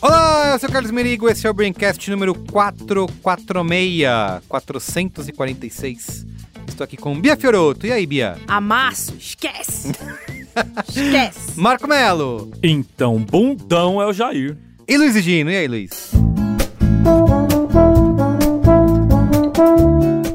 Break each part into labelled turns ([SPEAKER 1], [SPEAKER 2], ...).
[SPEAKER 1] Olá, eu sou o Carlos Merigo, esse é o Braincast número 446, 446. Estou aqui com Bia Fioroto. E aí, Bia?
[SPEAKER 2] Amasso, esquece! esquece!
[SPEAKER 1] Marco Melo.
[SPEAKER 3] Então, bundão é o Jair.
[SPEAKER 1] E Luiz Gino. E aí, Luiz?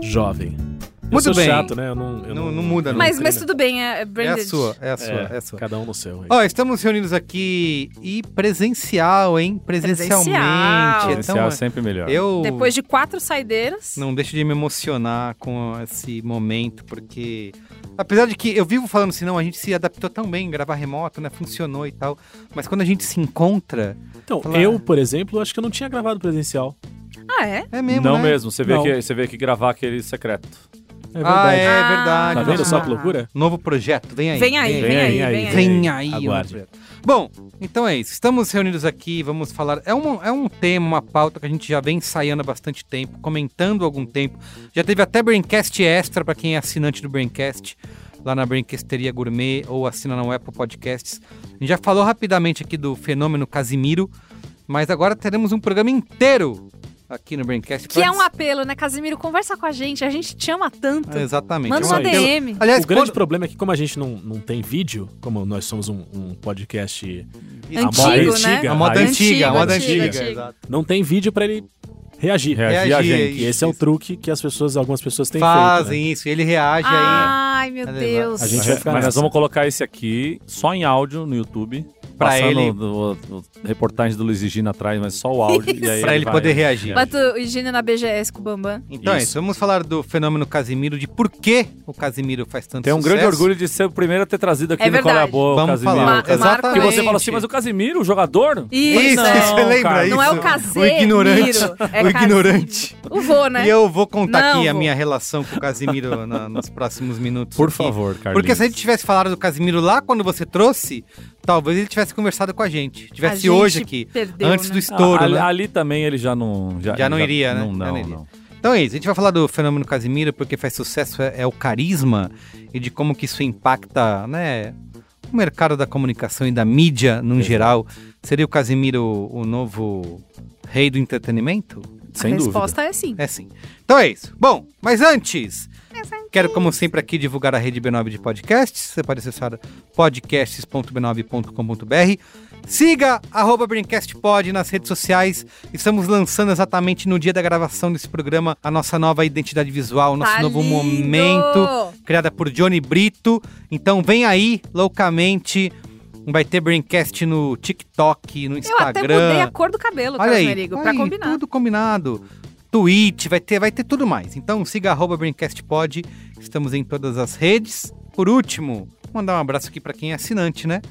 [SPEAKER 1] É
[SPEAKER 3] Jovem. Eu
[SPEAKER 1] Muito
[SPEAKER 3] sou
[SPEAKER 1] bem.
[SPEAKER 3] chato, né? Eu não, eu
[SPEAKER 1] Não, não muda, não.
[SPEAKER 2] Mas, mas
[SPEAKER 1] Incrível.
[SPEAKER 2] tudo bem, é é
[SPEAKER 1] É
[SPEAKER 2] branded.
[SPEAKER 1] a sua, é a sua, é, a sua.
[SPEAKER 3] Cada um no seu. aí.
[SPEAKER 1] Ó, estamos reunidos aqui e presencial, hein? Presencialmente.
[SPEAKER 2] Presencial.
[SPEAKER 1] Então,
[SPEAKER 4] Presencial é sempre melhor.
[SPEAKER 1] eu
[SPEAKER 2] Depois de quatro saideiras,
[SPEAKER 1] não deixo de me emocionar com esse momento, porque... Apesar de que eu vivo falando assim, não, a gente se adaptou tão bem, gravar remoto, né? Funcionou e tal. Mas quando a gente se encontra,
[SPEAKER 3] Então,
[SPEAKER 1] Falar.
[SPEAKER 3] eu, por exemplo, acho que eu não tinha gravado presencial.
[SPEAKER 2] ah é?
[SPEAKER 1] é mesmo,
[SPEAKER 4] não
[SPEAKER 1] né?
[SPEAKER 4] mesmo, você vê,
[SPEAKER 3] Não.
[SPEAKER 4] que, você vê que gravar aquele secreto.
[SPEAKER 3] É
[SPEAKER 1] Ah,
[SPEAKER 3] verdade.
[SPEAKER 1] é
[SPEAKER 2] Ah.
[SPEAKER 1] verdade.
[SPEAKER 3] Tá vendo
[SPEAKER 1] nosso
[SPEAKER 3] só que loucura?
[SPEAKER 1] Novo projeto, vem aí.
[SPEAKER 2] Vem aí, vem aí, vem aí.
[SPEAKER 1] Vem aí, o novo
[SPEAKER 3] Aguarde.
[SPEAKER 1] projeto. Bom, então é isso. Estamos reunidos aqui, vamos falar. É um, é um tema, uma pauta que a gente já vem ensaiando há bastante tempo, comentando há algum tempo. Já teve até Braincast extra para quem é assinante do Braincast, lá na Braincasteria Gourmet ou assina na Apple Podcasts. A gente já falou rapidamente aqui do fenômeno Casimiro, mas agora teremos um programa inteiro aqui no Braincast.
[SPEAKER 2] Que
[SPEAKER 1] pra
[SPEAKER 2] é um apelo, né, Casimiro? Conversa com a gente, a gente te ama tanto.
[SPEAKER 1] Exatamente.
[SPEAKER 2] Manda
[SPEAKER 1] É um
[SPEAKER 2] uma
[SPEAKER 3] isso aí.
[SPEAKER 1] apelo-
[SPEAKER 2] DM.
[SPEAKER 1] Aliás,
[SPEAKER 3] o grande
[SPEAKER 1] quando-
[SPEAKER 3] problema é que, como a gente não, não tem vídeo, como nós somos um, um podcast,
[SPEAKER 1] A moda
[SPEAKER 2] Antigo,
[SPEAKER 3] antiga,
[SPEAKER 2] né?
[SPEAKER 1] A moda
[SPEAKER 3] Aí-
[SPEAKER 1] antiga, a moda
[SPEAKER 2] antigo,
[SPEAKER 1] antiga.
[SPEAKER 2] antigo.
[SPEAKER 1] exato.
[SPEAKER 3] não tem vídeo pra ele reagir.
[SPEAKER 4] Reagir a
[SPEAKER 1] Reagir,
[SPEAKER 4] gente.
[SPEAKER 3] E esse é o
[SPEAKER 1] isso.
[SPEAKER 3] truque que as pessoas, algumas pessoas têm
[SPEAKER 1] Fazem
[SPEAKER 4] né?
[SPEAKER 3] feito. né?
[SPEAKER 1] isso, ele reage
[SPEAKER 2] Ai, meu
[SPEAKER 1] Vai levar.
[SPEAKER 2] Deus.
[SPEAKER 3] A gente vai
[SPEAKER 4] Mas,
[SPEAKER 3] ficar
[SPEAKER 4] mas nós
[SPEAKER 3] nessa.
[SPEAKER 4] vamos colocar esse aqui só em áudio no YouTube.
[SPEAKER 1] Pra
[SPEAKER 4] passando
[SPEAKER 1] ele-
[SPEAKER 4] o- o- o reportagem do Luiz e Gina atrás, mas só o áudio. e aí
[SPEAKER 1] aí pra ele
[SPEAKER 4] vai-
[SPEAKER 1] poder reagir.
[SPEAKER 2] Bota o Higiene na BGS com o Bambam.
[SPEAKER 1] Então é
[SPEAKER 4] Isso.
[SPEAKER 1] isso, vamos falar do fenômeno Casimiro, de por que o Casimiro faz tanto
[SPEAKER 4] Tem um
[SPEAKER 1] sucesso.
[SPEAKER 4] grande orgulho de ser o primeiro a ter trazido aqui
[SPEAKER 2] É
[SPEAKER 4] no Qual é a
[SPEAKER 2] verdade.
[SPEAKER 4] Boa, o
[SPEAKER 1] Vamos
[SPEAKER 4] Casimiro.
[SPEAKER 1] falar.
[SPEAKER 2] Ma-
[SPEAKER 4] O Casimiro.
[SPEAKER 1] Exatamente.
[SPEAKER 4] Que você fala assim, mas o Casimiro, o jogador?
[SPEAKER 2] Isso,
[SPEAKER 1] Isso,
[SPEAKER 2] é.
[SPEAKER 1] você lembra
[SPEAKER 4] cara.
[SPEAKER 1] isso?
[SPEAKER 2] Não é o Casemiro.
[SPEAKER 1] O ignorante.
[SPEAKER 2] é
[SPEAKER 1] o
[SPEAKER 2] Casimiro.
[SPEAKER 1] ignorante.
[SPEAKER 2] O vô, né?
[SPEAKER 1] E eu vou contar
[SPEAKER 2] Não,
[SPEAKER 1] aqui a
[SPEAKER 2] vô.
[SPEAKER 1] minha relação com o Casimiro na- nos próximos minutos.
[SPEAKER 4] Por
[SPEAKER 1] aqui.
[SPEAKER 4] favor, Carlinhos.
[SPEAKER 1] Porque se a gente tivesse falado do Casimiro lá quando você trouxe, talvez ele tivesse conversado com a gente.
[SPEAKER 2] A
[SPEAKER 1] Tivesse
[SPEAKER 2] gente
[SPEAKER 1] hoje aqui,
[SPEAKER 2] Perdeu,
[SPEAKER 1] antes
[SPEAKER 2] né?
[SPEAKER 1] do estouro,
[SPEAKER 4] Ah, ali,
[SPEAKER 1] né?
[SPEAKER 4] ali também ele já não... Já,
[SPEAKER 1] Já não iria, né?
[SPEAKER 4] Não,
[SPEAKER 1] Já
[SPEAKER 4] não,
[SPEAKER 1] não iria.
[SPEAKER 4] não.
[SPEAKER 1] Então é isso, a gente vai falar do fenômeno Casimiro, porque faz sucesso é, é o carisma e de como que isso impacta, né, o mercado da comunicação e da mídia no
[SPEAKER 4] Exato.
[SPEAKER 1] geral. Seria o Casimiro o novo rei do entretenimento?
[SPEAKER 4] Sem
[SPEAKER 2] a
[SPEAKER 4] dúvida.
[SPEAKER 2] resposta é sim.
[SPEAKER 1] É sim. Então é isso. Bom, mas antes, quero como sempre aqui divulgar a rede B9 de podcasts. Você pode acessar podcasts.b9.com.br. Siga arroba BrincastPod nas redes sociais. Estamos lançando exatamente no dia da gravação desse programa a nossa nova identidade visual, o nosso
[SPEAKER 2] Tá
[SPEAKER 1] novo
[SPEAKER 2] lindo!
[SPEAKER 1] momento, criada por Johnny Brito. Então vem aí, loucamente. Vai ter Braincast no TikTok, no
[SPEAKER 2] Eu até
[SPEAKER 1] Instagram.
[SPEAKER 2] mudei a cor do cabelo,
[SPEAKER 1] Olha
[SPEAKER 2] Carlos
[SPEAKER 1] aí,
[SPEAKER 2] Merigo,
[SPEAKER 1] olha
[SPEAKER 2] pra
[SPEAKER 1] aí,
[SPEAKER 2] combinar.
[SPEAKER 1] Tudo combinado. Twitch, vai ter, vai ter tudo mais. Então siga arroba Braincastpod, estamos em todas as redes. Por último, mandar um abraço aqui para quem é assinante, né?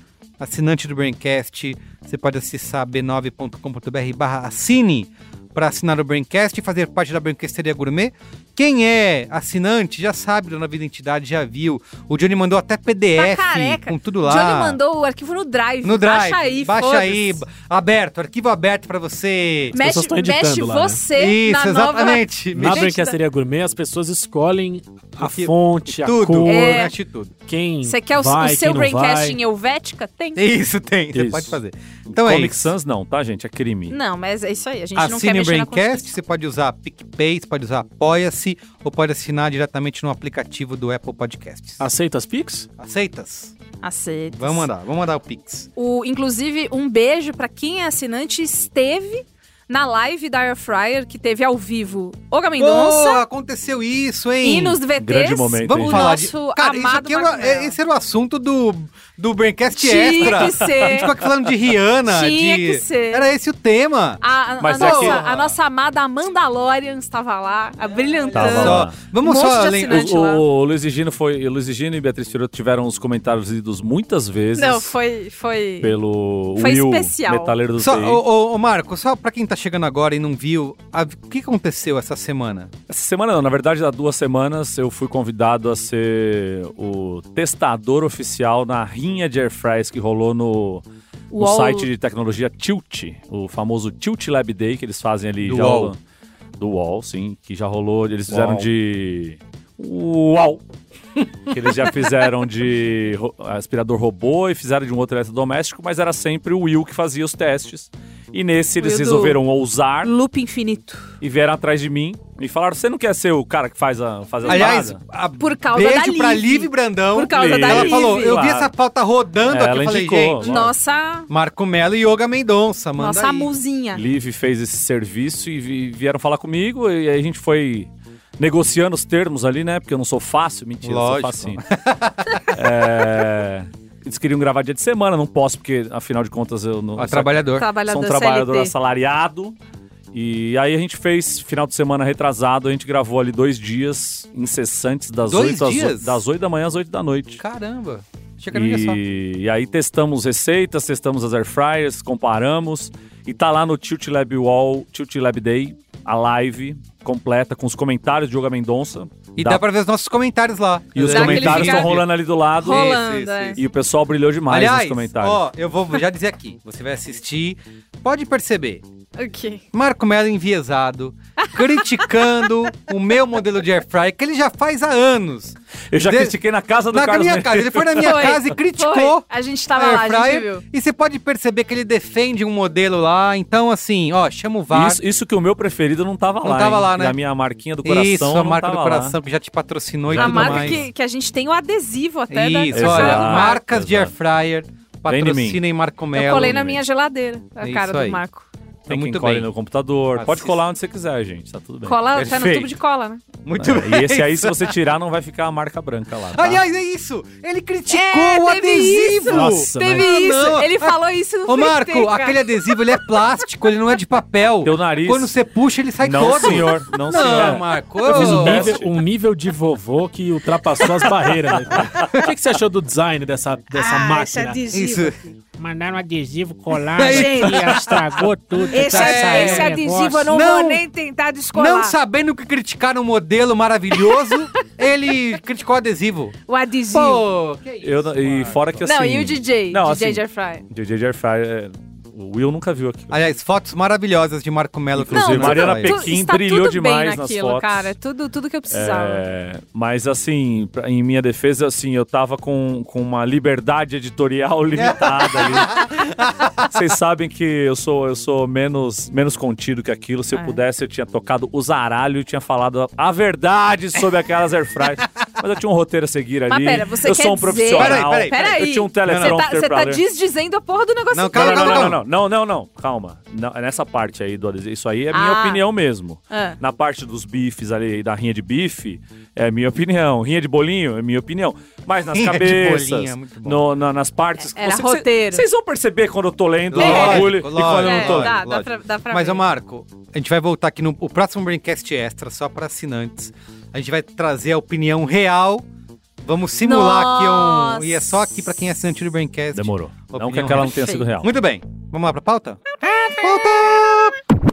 [SPEAKER 1] Assinante do Braincast, você pode acessar b9.com.br barra assine para assinar o Braincast e fazer parte da Braincasteria Gourmet. Quem é assinante já sabe da nova identidade, já viu. O Johnny mandou até PDF
[SPEAKER 2] Tá careca.
[SPEAKER 1] com tudo lá.
[SPEAKER 2] Johnny mandou o arquivo no Drive.
[SPEAKER 1] no Drive,
[SPEAKER 2] Baixa aí,
[SPEAKER 1] baixa
[SPEAKER 2] foda-se.
[SPEAKER 1] aí, aberto, arquivo aberto para você
[SPEAKER 2] Mexe,
[SPEAKER 3] pessoas estão editando
[SPEAKER 2] mexe
[SPEAKER 3] lá, né?
[SPEAKER 2] você na
[SPEAKER 1] isso,
[SPEAKER 2] nova...
[SPEAKER 1] exatamente.
[SPEAKER 3] Na
[SPEAKER 2] Gente,
[SPEAKER 3] Brancasteria Gourmet, as pessoas escolhem a
[SPEAKER 1] O que-
[SPEAKER 3] fonte, a
[SPEAKER 1] tudo,
[SPEAKER 3] cor,
[SPEAKER 2] É.
[SPEAKER 1] mexe tudo.
[SPEAKER 3] quem
[SPEAKER 2] Você quer o,
[SPEAKER 3] vai,
[SPEAKER 2] o seu
[SPEAKER 3] quem não
[SPEAKER 2] braincast
[SPEAKER 3] vai.
[SPEAKER 2] em Helvética? Tem.
[SPEAKER 1] Isso tem, você
[SPEAKER 3] Isso.
[SPEAKER 1] pode fazer. Então é
[SPEAKER 4] Comic
[SPEAKER 1] isso.
[SPEAKER 4] Sans não, tá, gente? É crime.
[SPEAKER 2] Não, mas é isso aí. A gente não quer
[SPEAKER 1] Assine
[SPEAKER 2] mexer
[SPEAKER 1] o
[SPEAKER 2] na
[SPEAKER 1] Braincast,
[SPEAKER 2] Constituição.
[SPEAKER 1] você pode usar PicPay, você pode usar Apoia-se, ou pode assinar diretamente no aplicativo do Apple
[SPEAKER 2] Ah.
[SPEAKER 1] Podcasts.
[SPEAKER 3] Aceita as Pix?
[SPEAKER 1] Aceitas?
[SPEAKER 2] Aceita.
[SPEAKER 1] Vamos mandar, vamos mandar o Pix.
[SPEAKER 2] O, inclusive, um beijo pra quem é assinante esteve na live da Air Fryer, que teve ao vivo Olga Mendonça
[SPEAKER 1] Boa, aconteceu isso, hein?
[SPEAKER 2] e nos VTs
[SPEAKER 4] Grande momento,
[SPEAKER 2] o
[SPEAKER 1] Vamos falar de...
[SPEAKER 2] nosso
[SPEAKER 1] Cara, isso
[SPEAKER 2] amado
[SPEAKER 1] aqui é uma-
[SPEAKER 2] Marco Melo.
[SPEAKER 1] é- esse era o assunto do do Braincast
[SPEAKER 2] Tinha
[SPEAKER 1] Extra.
[SPEAKER 2] que
[SPEAKER 1] A gente
[SPEAKER 2] ser.
[SPEAKER 1] ficou aqui falando de Rihanna.
[SPEAKER 2] Tinha
[SPEAKER 1] de...
[SPEAKER 2] que ser.
[SPEAKER 1] Era esse o tema.
[SPEAKER 2] A, a- a
[SPEAKER 4] Mas é
[SPEAKER 2] nossa,
[SPEAKER 4] que-
[SPEAKER 2] a nossa amada Mandalorian estava lá, a brilhantando.
[SPEAKER 4] Tava lá.
[SPEAKER 1] Só- Vamos
[SPEAKER 2] Ah, Um monte
[SPEAKER 1] só
[SPEAKER 2] de
[SPEAKER 1] além.
[SPEAKER 2] assinante.
[SPEAKER 4] O, o, o Luiz Egino foi. O Luiz Egino e Beatriz Tirotto tiveram os comentários lidos muitas vezes.
[SPEAKER 2] Não, foi. foi...
[SPEAKER 4] Pelo
[SPEAKER 2] Foi
[SPEAKER 4] Will,
[SPEAKER 2] especial.
[SPEAKER 4] metaleiro do
[SPEAKER 1] Só,
[SPEAKER 4] TI.
[SPEAKER 1] ô, ô, ô, Marco, só pra quem tá chegando agora e não viu, a- o que aconteceu essa semana?
[SPEAKER 4] Essa semana não, na verdade há duas semanas eu fui convidado a ser o testador oficial na rinha de airfryers que rolou no, no
[SPEAKER 2] UOL.
[SPEAKER 4] site de tecnologia Tilt, o famoso Tilt Lab Day que eles fazem ali.
[SPEAKER 1] Do
[SPEAKER 4] já
[SPEAKER 1] UOL.
[SPEAKER 4] rolou- do UOL, sim, que já rolou, eles fizeram
[SPEAKER 3] UOL.
[SPEAKER 4] de... UOL! que eles já fizeram de ro- aspirador robô e fizeram de um outro eletrodoméstico, mas era sempre o Will que fazia os testes. E nesse eles
[SPEAKER 2] Will do-
[SPEAKER 4] resolveram ousar
[SPEAKER 2] Loop infinito.
[SPEAKER 4] e vieram atrás de mim e falaram: você não quer ser o cara que faz a faz a
[SPEAKER 1] Aliás,
[SPEAKER 4] parada?"
[SPEAKER 1] a-
[SPEAKER 2] Por causa da
[SPEAKER 1] beijo pra
[SPEAKER 2] Liv.
[SPEAKER 1] Liv Brandão.
[SPEAKER 2] Por causa
[SPEAKER 4] da
[SPEAKER 1] Ela
[SPEAKER 4] Liv.
[SPEAKER 1] falou, eu vi
[SPEAKER 4] Claro.
[SPEAKER 1] essa pauta rodando
[SPEAKER 4] É,
[SPEAKER 1] aqui,
[SPEAKER 4] ela
[SPEAKER 1] eu falei,
[SPEAKER 4] indicou.
[SPEAKER 1] gente,
[SPEAKER 2] Nossa,
[SPEAKER 1] Marco Melo e Yoga Mendonça, manda
[SPEAKER 2] nossa
[SPEAKER 1] aí.
[SPEAKER 2] musinha.
[SPEAKER 4] Liv fez esse serviço e vi- vieram falar comigo e aí a gente foi negociando os termos ali, né? Porque eu não sou fácil, mentira,
[SPEAKER 1] Lógico.
[SPEAKER 4] eu sou facinho. É, Eles queriam gravar dia de semana, não posso porque afinal de contas eu não
[SPEAKER 1] Ó,
[SPEAKER 4] sou-
[SPEAKER 1] trabalhador.
[SPEAKER 2] Trabalhador
[SPEAKER 4] sou um
[SPEAKER 2] CLT.
[SPEAKER 4] trabalhador assalariado. E aí a gente fez final de semana retrasado, a gente gravou ali dois dias incessantes das
[SPEAKER 1] Dois
[SPEAKER 4] 8 às o-
[SPEAKER 1] dias?
[SPEAKER 4] das 8 da manhã às 8 da noite.
[SPEAKER 1] Caramba. Achei que era um dia só.
[SPEAKER 4] E, e aí testamos receitas, testamos as air fryers, comparamos e tá lá no Tilt Lab Wall, Tilt Lab Day, a live completa com os comentários de Yoga Mendonça.
[SPEAKER 1] E dá, pra ver os nossos comentários lá.
[SPEAKER 4] E os
[SPEAKER 2] Dá aquele
[SPEAKER 4] comentários estão
[SPEAKER 2] ficar-
[SPEAKER 4] rolando ali do lado.
[SPEAKER 2] Rolando. é.
[SPEAKER 4] E o pessoal brilhou demais
[SPEAKER 1] Aliás,
[SPEAKER 4] nos comentários.
[SPEAKER 1] ó, eu vou já dizer aqui, você vai assistir, pode perceber,
[SPEAKER 2] Ok.
[SPEAKER 1] Marco Melo enviesado, criticando o meu modelo de airfryer, que ele já faz há anos.
[SPEAKER 4] Eu já
[SPEAKER 1] de-
[SPEAKER 4] critiquei na casa do
[SPEAKER 1] Na
[SPEAKER 4] Carlos
[SPEAKER 1] minha
[SPEAKER 4] Mel-
[SPEAKER 1] casa, ele foi na minha
[SPEAKER 2] Foi,
[SPEAKER 1] casa e
[SPEAKER 2] Foi.
[SPEAKER 5] Tipo,
[SPEAKER 1] criticou
[SPEAKER 2] A gente
[SPEAKER 1] a
[SPEAKER 2] tava lá, a gente
[SPEAKER 1] airfryer,
[SPEAKER 2] viu.
[SPEAKER 1] e você pode perceber que ele defende um modelo lá, então assim, ó, chama o VAR,
[SPEAKER 4] Isso, isso que o meu preferido não tava
[SPEAKER 1] Não
[SPEAKER 4] lá.
[SPEAKER 1] tava
[SPEAKER 4] hein?
[SPEAKER 1] lá, né?
[SPEAKER 4] E a minha marquinha do coração.
[SPEAKER 1] isso, a
[SPEAKER 4] não
[SPEAKER 1] marca do
[SPEAKER 4] tava lá.
[SPEAKER 1] coração que já te patrocinou e
[SPEAKER 2] A
[SPEAKER 1] tudo
[SPEAKER 2] marca
[SPEAKER 1] mais.
[SPEAKER 2] que, que a gente tem o adesivo até da
[SPEAKER 1] Isso,
[SPEAKER 4] Exato,
[SPEAKER 1] olha,
[SPEAKER 4] exato.
[SPEAKER 1] marcas de airfryer,
[SPEAKER 4] Vem em mim.
[SPEAKER 1] patrocinem Marco Melo.
[SPEAKER 2] Eu colei na minha geladeira, a
[SPEAKER 1] É
[SPEAKER 2] cara
[SPEAKER 1] isso
[SPEAKER 2] do
[SPEAKER 1] aí.
[SPEAKER 2] Marco.
[SPEAKER 4] Tem
[SPEAKER 1] é Muito
[SPEAKER 4] quem cole
[SPEAKER 1] bem.
[SPEAKER 4] no computador. Pode
[SPEAKER 1] Assista.
[SPEAKER 4] colar onde você quiser, gente. Tá tudo bem.
[SPEAKER 2] Cola até no
[SPEAKER 1] Perfeito.
[SPEAKER 2] tubo de cola, né?
[SPEAKER 1] Muito
[SPEAKER 4] É,
[SPEAKER 1] bem.
[SPEAKER 4] E esse aí, se você tirar, não vai ficar a marca branca lá. tá?
[SPEAKER 1] Aliás, é isso! Ele criticou
[SPEAKER 2] É,
[SPEAKER 1] o
[SPEAKER 2] teve
[SPEAKER 1] adesivo!
[SPEAKER 2] isso.
[SPEAKER 3] Nossa,
[SPEAKER 2] Teve
[SPEAKER 1] mas-
[SPEAKER 2] isso,
[SPEAKER 1] Ah, não.
[SPEAKER 2] ele falou isso no
[SPEAKER 1] Ô Marco,
[SPEAKER 2] VT, cara.
[SPEAKER 1] aquele adesivo ele é plástico, ele não é de papel.
[SPEAKER 4] Teu nariz.
[SPEAKER 1] Quando você puxa, ele sai
[SPEAKER 4] não,
[SPEAKER 1] todo.
[SPEAKER 4] senhor. Não, senhor.
[SPEAKER 1] Não, Marco.
[SPEAKER 3] Eu fiz um
[SPEAKER 1] ô.
[SPEAKER 3] nível,
[SPEAKER 4] teste.
[SPEAKER 3] um nível de vovô que ultrapassou as barreiras. né? O que, que você achou do design dessa, dessa
[SPEAKER 5] ah, esse
[SPEAKER 3] máquina? né?
[SPEAKER 1] Isso.
[SPEAKER 5] adesivo.
[SPEAKER 6] Mandaram adesivo colar
[SPEAKER 5] Gente.
[SPEAKER 6] aqui, estragou tudo.
[SPEAKER 5] Esse,
[SPEAKER 6] tá
[SPEAKER 5] esse,
[SPEAKER 6] saindo
[SPEAKER 5] adesivo
[SPEAKER 6] negócio.
[SPEAKER 5] eu não,
[SPEAKER 1] Não.
[SPEAKER 5] vou nem tentar descolar.
[SPEAKER 1] Não sabendo que criticar um modelo maravilhoso, ele criticou o adesivo.
[SPEAKER 5] O adesivo.
[SPEAKER 1] Pô, que isso?
[SPEAKER 4] Eu não- e fora que assim.
[SPEAKER 2] Não, e o DJ,
[SPEAKER 4] Não,
[SPEAKER 2] DJ
[SPEAKER 4] assim,
[SPEAKER 2] de Airfryer.
[SPEAKER 4] DJ de Airfryer. é, O Will nunca viu aqui.
[SPEAKER 1] Aliás, fotos maravilhosas de Marco Melo. que
[SPEAKER 4] Inclusive,
[SPEAKER 1] você
[SPEAKER 2] tudo-
[SPEAKER 4] Mariana
[SPEAKER 1] vai.
[SPEAKER 4] Pequim
[SPEAKER 2] tu- está
[SPEAKER 4] brilhou
[SPEAKER 2] tudo
[SPEAKER 4] demais
[SPEAKER 2] bem
[SPEAKER 4] nas
[SPEAKER 2] naquilo,
[SPEAKER 4] fotos.
[SPEAKER 2] cara. Tudo, tudo Ah, que eu precisava.
[SPEAKER 4] É, mas assim, pra- em minha defesa, assim, eu tava com, com uma liberdade editorial limitada ali. Vocês sabem que eu sou, eu sou menos, menos contido que aquilo. Se eu
[SPEAKER 2] É.
[SPEAKER 4] pudesse, eu tinha tocado o zaralho e tinha falado a, a verdade sobre aquelas airfryers. mas eu tinha um roteiro a seguir ali.
[SPEAKER 2] Mas pera, você
[SPEAKER 4] eu
[SPEAKER 2] quer
[SPEAKER 4] sou um
[SPEAKER 2] dizer-
[SPEAKER 4] profissional.
[SPEAKER 1] Peraí, peraí,
[SPEAKER 2] Peraí,
[SPEAKER 4] Eu tinha um
[SPEAKER 2] você tá,
[SPEAKER 4] teleprompter
[SPEAKER 2] você
[SPEAKER 4] pra
[SPEAKER 2] tá
[SPEAKER 4] ler.
[SPEAKER 2] desdizendo a porra do negócio.
[SPEAKER 1] Não,
[SPEAKER 4] Não,
[SPEAKER 1] calma,
[SPEAKER 4] não,
[SPEAKER 1] calma,
[SPEAKER 4] não,
[SPEAKER 1] calma.
[SPEAKER 4] não, não, não, não, calma. Não, é nessa parte aí do adesivo. Isso aí é minha
[SPEAKER 2] Ah.
[SPEAKER 4] opinião mesmo.
[SPEAKER 2] Ah.
[SPEAKER 4] Na parte dos bifes ali, da rinha de bife, é minha opinião. Rinha de bolinho, é minha opinião. Mas nas
[SPEAKER 1] Rinha de
[SPEAKER 4] cabeças,
[SPEAKER 1] bolinho, é muito bom.
[SPEAKER 4] no- na- nas partes...
[SPEAKER 2] Era
[SPEAKER 4] Vocês-
[SPEAKER 2] roteiro.
[SPEAKER 4] Vocês vão perceber quando eu tô lendo o
[SPEAKER 1] Lógico,
[SPEAKER 4] bagulho e
[SPEAKER 1] lógico.
[SPEAKER 4] quando eu
[SPEAKER 2] É,
[SPEAKER 4] não tô.
[SPEAKER 2] dá, dá
[SPEAKER 1] lógico.
[SPEAKER 2] pra, dá pra
[SPEAKER 1] Mas, é
[SPEAKER 2] ver.
[SPEAKER 1] ô Marco, a gente vai voltar aqui no o próximo Braincast Extra, só para assinantes. A gente vai trazer a opinião real. Vamos simular aqui um... E é só aqui para quem é assinante do Braincast.
[SPEAKER 4] Demorou. não que
[SPEAKER 1] Opinião
[SPEAKER 4] aquela não tenha
[SPEAKER 2] perfeita.
[SPEAKER 4] sido real.
[SPEAKER 1] Muito bem. Vamos lá pra pauta? Pauta!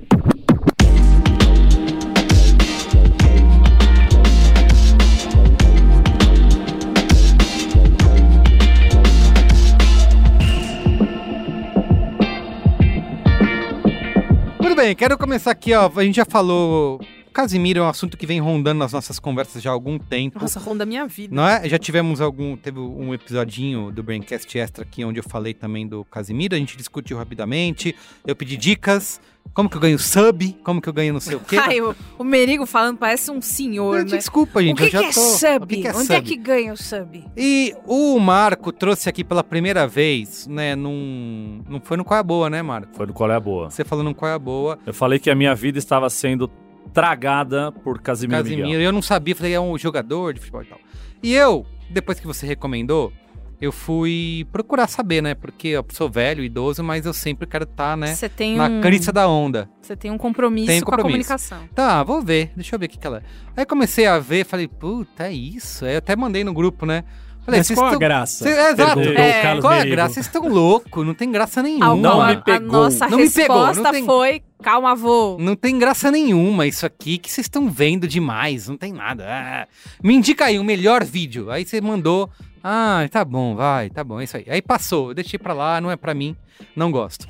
[SPEAKER 1] Muito bem, quero começar aqui, ó. A gente já falou. Casimiro é um assunto que vem rondando nas nossas conversas já há algum tempo.
[SPEAKER 2] Nossa, ronda minha vida.
[SPEAKER 1] Não é? Já tivemos algum. Teve um episodinho do Braincast Extra aqui, onde eu falei também do Casimiro. A gente discutiu rapidamente. Eu pedi dicas. Como que eu ganho sub? Como que é? eu ganho não sei o quê?
[SPEAKER 2] Ai, o, o Merigo falando parece um senhor, né?
[SPEAKER 1] Desculpa, gente.
[SPEAKER 5] o que,
[SPEAKER 1] eu já
[SPEAKER 5] que é
[SPEAKER 1] tô...
[SPEAKER 5] sub?
[SPEAKER 1] O que, que é
[SPEAKER 5] Onde
[SPEAKER 1] sub?
[SPEAKER 5] é que ganha o sub?
[SPEAKER 1] E o Marco trouxe aqui pela primeira vez, né? Num. Não foi no Qual é a Boa, né, Marco?
[SPEAKER 4] Foi no Qual é a Boa.
[SPEAKER 1] Você falou no Qual é a Boa.
[SPEAKER 4] Eu falei que a minha vida estava sendo tragada por Casimiro,
[SPEAKER 1] Casimiro.
[SPEAKER 4] Miguel.
[SPEAKER 1] Eu não sabia, falei, é um jogador de futebol e tal. E eu, depois que você recomendou, eu fui procurar saber, né? Porque eu sou velho, idoso, mas eu sempre quero estar, né?
[SPEAKER 2] Você tem
[SPEAKER 1] Na
[SPEAKER 2] um.
[SPEAKER 1] crista da onda.
[SPEAKER 2] Você tem um compromisso,
[SPEAKER 1] Tem
[SPEAKER 2] com a
[SPEAKER 1] compromisso.
[SPEAKER 2] comunicação.
[SPEAKER 1] Tá, vou ver. Deixa eu ver o que, que ela é. Aí comecei a ver, falei, puta, é isso. Aí eu até mandei no grupo, né? Falei,
[SPEAKER 3] Mas
[SPEAKER 1] "Vocês
[SPEAKER 3] qual a
[SPEAKER 1] tão-
[SPEAKER 3] graça?
[SPEAKER 1] Cê- é, exato.
[SPEAKER 3] Perguntou
[SPEAKER 2] É,
[SPEAKER 3] o Carlos
[SPEAKER 1] Qual é a
[SPEAKER 3] Merigo.
[SPEAKER 1] graça? Vocês estão loucos, não tem graça nenhuma.
[SPEAKER 2] Alguma-
[SPEAKER 4] Não me
[SPEAKER 2] a
[SPEAKER 4] pegou.
[SPEAKER 2] nossa
[SPEAKER 1] Não me
[SPEAKER 2] resposta
[SPEAKER 1] pegou, não tem-
[SPEAKER 2] foi: calma, avô.
[SPEAKER 1] Não tem graça nenhuma isso aqui que vocês estão vendo demais, não tem nada. Ah, me indica aí o melhor vídeo. Aí você mandou. Ah, tá bom, vai, tá bom, é isso aí. Aí passou, eu deixei pra lá, não é pra mim, não gosto.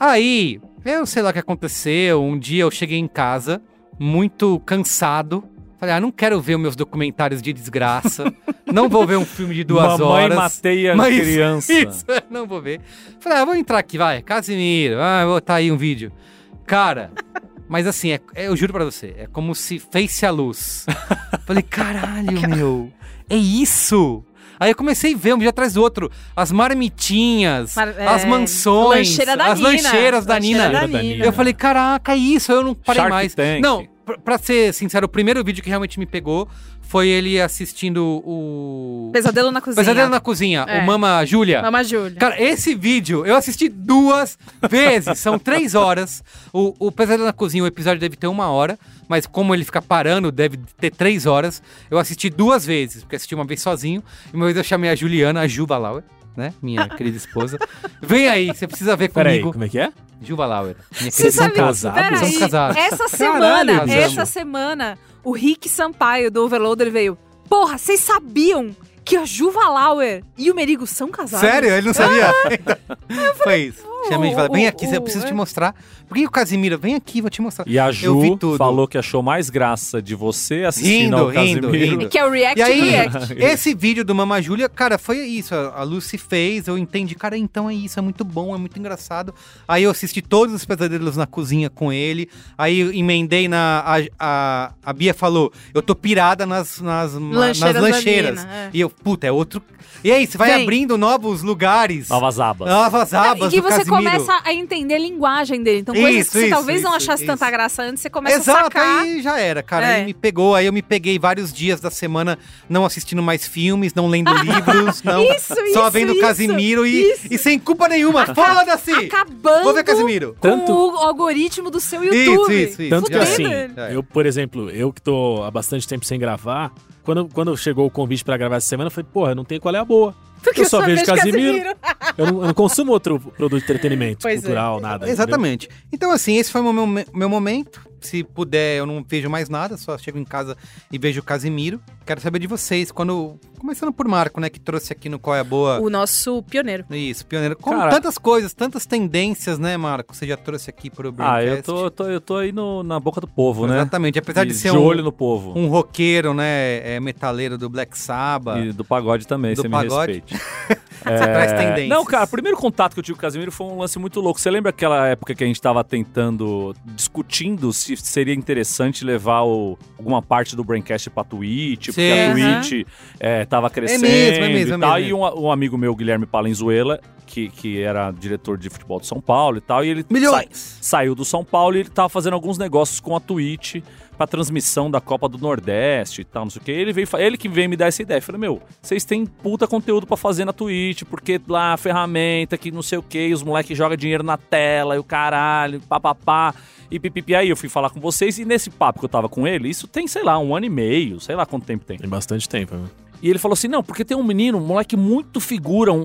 [SPEAKER 1] aí, eu sei lá o que aconteceu, um dia eu cheguei em casa, muito cansado. Falei, ah, não quero ver os meus documentários de desgraça. não vou ver um filme de duas
[SPEAKER 4] Mamãe
[SPEAKER 1] horas.
[SPEAKER 4] matei a
[SPEAKER 1] Mas-
[SPEAKER 4] criança.
[SPEAKER 1] Isso, não vou ver. Falei, ah, vou entrar aqui, vai. Casimiro, ah, vou botar aí um vídeo. Cara, mas assim, é- é- eu juro pra você, é como se fez-se a luz. Falei, caralho, meu, é isso? Aí eu comecei a ver um vídeo atrás do outro. As marmitinhas,
[SPEAKER 2] Mar- é,
[SPEAKER 1] as mansões,
[SPEAKER 2] lancheira da
[SPEAKER 1] as
[SPEAKER 2] Nina.
[SPEAKER 1] lancheiras da
[SPEAKER 2] Lancheira
[SPEAKER 1] Nina.
[SPEAKER 3] da Nina.
[SPEAKER 1] Eu falei, caraca, é isso, eu não parei
[SPEAKER 4] Shark
[SPEAKER 1] mais.
[SPEAKER 4] Tank.
[SPEAKER 1] Não, pra- pra ser sincero, o primeiro vídeo que realmente me pegou foi ele assistindo o...
[SPEAKER 2] Pesadelo na cozinha.
[SPEAKER 1] Pesadelo na cozinha,
[SPEAKER 2] É.
[SPEAKER 1] o Mama Júlia.
[SPEAKER 2] Mama Júlia.
[SPEAKER 1] Cara, esse vídeo eu assisti duas vezes, são três horas. O, o Pesadelo na Cozinha, o episódio deve ter uma hora, mas como ele fica parando, deve ter três horas. Eu assisti duas vezes, porque assisti uma vez sozinho, e uma vez eu chamei a Juliana, a Juba Lauer, né? Minha querida esposa. Vem aí, você precisa ver
[SPEAKER 3] Peraí,
[SPEAKER 1] comigo.
[SPEAKER 3] como é que é?
[SPEAKER 1] Juba Lauer. Minha
[SPEAKER 2] Você
[SPEAKER 1] querida
[SPEAKER 2] sabe,
[SPEAKER 1] esposa.
[SPEAKER 3] casados?
[SPEAKER 2] peraí,
[SPEAKER 1] Somos casados.
[SPEAKER 2] essa
[SPEAKER 3] Caralho,
[SPEAKER 2] semana,
[SPEAKER 1] casamos.
[SPEAKER 2] essa semana, o Rick Sampaio do Overloader veio. Porra, vocês sabiam que a Juva Lauer e o Merigo são casados?
[SPEAKER 1] Sério? Ele não sabia?
[SPEAKER 2] Ah.
[SPEAKER 1] Então, Foi isso. Chamei de falar, vem
[SPEAKER 2] o-
[SPEAKER 1] aqui, eu
[SPEAKER 2] o-
[SPEAKER 1] preciso
[SPEAKER 2] é.
[SPEAKER 1] te mostrar. Por que o Casimiro? Vem aqui, vou te mostrar.
[SPEAKER 4] E a
[SPEAKER 1] Eu vi
[SPEAKER 4] Ju
[SPEAKER 1] tudo.
[SPEAKER 4] falou que achou mais graça de você assistindo ao
[SPEAKER 1] Rindo, rindo,
[SPEAKER 4] Casimiro.
[SPEAKER 1] rindo.
[SPEAKER 2] Que é o React
[SPEAKER 1] E aí,
[SPEAKER 2] React.
[SPEAKER 1] esse vídeo do Mama Júlia, cara, foi isso. A a Lucy fez, eu entendi. Cara, então é isso, é muito bom, é muito engraçado. Aí eu assisti todos os pesadelos na cozinha com ele. Aí eu emendei na. A, a, a Bia falou: eu tô pirada nas, nas, ma-
[SPEAKER 2] Lancheiras
[SPEAKER 1] nas
[SPEAKER 2] da
[SPEAKER 1] lancheiras.
[SPEAKER 2] Nina, é.
[SPEAKER 1] E eu, puta, é outro. E aí, você vai
[SPEAKER 2] Vem.
[SPEAKER 1] abrindo novos lugares, novas,
[SPEAKER 4] Novas abas.
[SPEAKER 2] Não, e
[SPEAKER 1] abas
[SPEAKER 2] que
[SPEAKER 1] do
[SPEAKER 2] você
[SPEAKER 1] Casimiro.
[SPEAKER 2] começa a entender a linguagem dele. Então, coisas
[SPEAKER 1] Isso,
[SPEAKER 2] que você
[SPEAKER 1] isso,
[SPEAKER 2] talvez não
[SPEAKER 1] isso,
[SPEAKER 2] achasse
[SPEAKER 1] isso.
[SPEAKER 2] tanta graça antes, você começa a sacar.
[SPEAKER 1] aí já era, cara.
[SPEAKER 2] É.
[SPEAKER 1] Aí me pegou, aí eu me peguei vários dias da semana não assistindo mais filmes, não lendo livros, não.
[SPEAKER 2] Isso,
[SPEAKER 1] só
[SPEAKER 2] isso,
[SPEAKER 1] vendo
[SPEAKER 2] isso,
[SPEAKER 1] Casimiro e, e sem culpa nenhuma. Foda-se!
[SPEAKER 2] Acabando
[SPEAKER 1] Vou ver Casimiro.
[SPEAKER 2] com
[SPEAKER 3] Tanto-
[SPEAKER 2] o algoritmo do seu YouTube.
[SPEAKER 1] Isso, isso, isso.
[SPEAKER 3] Tanto que
[SPEAKER 1] já
[SPEAKER 3] assim,
[SPEAKER 1] era. Já era.
[SPEAKER 3] eu, por exemplo, eu que tô há bastante tempo sem gravar, quando, quando chegou o convite pra gravar essa semana, eu falei, porra, não tem qual é a boa.
[SPEAKER 2] Porque
[SPEAKER 3] eu só vejo Casimiro. Eu não, eu não consumo outro produto de entretenimento
[SPEAKER 2] Pois é.
[SPEAKER 3] cultural, nada.
[SPEAKER 1] Exatamente. Então, assim, esse foi o meu, meu momento. Se puder, eu não vejo mais nada, só chego em casa e vejo o Casimiro. Quero saber de vocês, quando. Começando por Marco, né, que trouxe aqui no Qual é a Boa.
[SPEAKER 2] O nosso pioneiro.
[SPEAKER 1] Isso, pioneiro. Como
[SPEAKER 4] Cara-
[SPEAKER 1] tantas coisas, tantas tendências, né, Marco? Você já trouxe aqui pro
[SPEAKER 4] Ah,
[SPEAKER 1] Braincast.
[SPEAKER 4] eu tô, eu tô, eu tô aí no- na boca do povo, né?
[SPEAKER 1] Exatamente. Apesar de
[SPEAKER 4] E
[SPEAKER 1] ser
[SPEAKER 4] de
[SPEAKER 1] um,
[SPEAKER 4] olho no povo.
[SPEAKER 1] um roqueiro, né, é, metaleiro do Black Sabbath,
[SPEAKER 4] E do pagode também,
[SPEAKER 1] Do
[SPEAKER 4] você
[SPEAKER 1] pagode.
[SPEAKER 4] me respeite.
[SPEAKER 1] você traz tendências.
[SPEAKER 4] Não, cara, o primeiro contato que eu tive com o Casimiro foi um lance muito louco. Você lembra aquela época que a gente tava tentando, discutindo se seria interessante levar o- alguma parte do Braincast pra Twitch, porque
[SPEAKER 1] Sim.
[SPEAKER 4] a
[SPEAKER 2] Aham.
[SPEAKER 4] Twitch é, tava crescendo
[SPEAKER 1] mesmo, é mesmo, é
[SPEAKER 4] e tal.
[SPEAKER 1] mesmo.
[SPEAKER 4] E um, um amigo meu, Guilherme Palenzuela, que, que era diretor de futebol de São Paulo e tal, e ele sa-
[SPEAKER 1] Milhões.
[SPEAKER 4] saiu do São Paulo e ele tava fazendo alguns negócios com a Twitch pra transmissão da Copa do Nordeste e tal, não sei o que. Ele, veio, fa- ele que veio me dar essa ideia. Eu falei, meu, vocês têm puta conteúdo pra fazer na Twitch, porque lá a ferramenta que não sei o que, os moleques jogam dinheiro na tela e o caralho, papapá. E pipipi, aí eu fui falar com vocês e nesse papo que eu tava com ele, isso tem, sei lá, um ano e meio, sei lá quanto tempo tem.
[SPEAKER 3] Tem bastante tempo. né?
[SPEAKER 4] E ele falou assim: não, porque tem um menino, um moleque muito figura, um,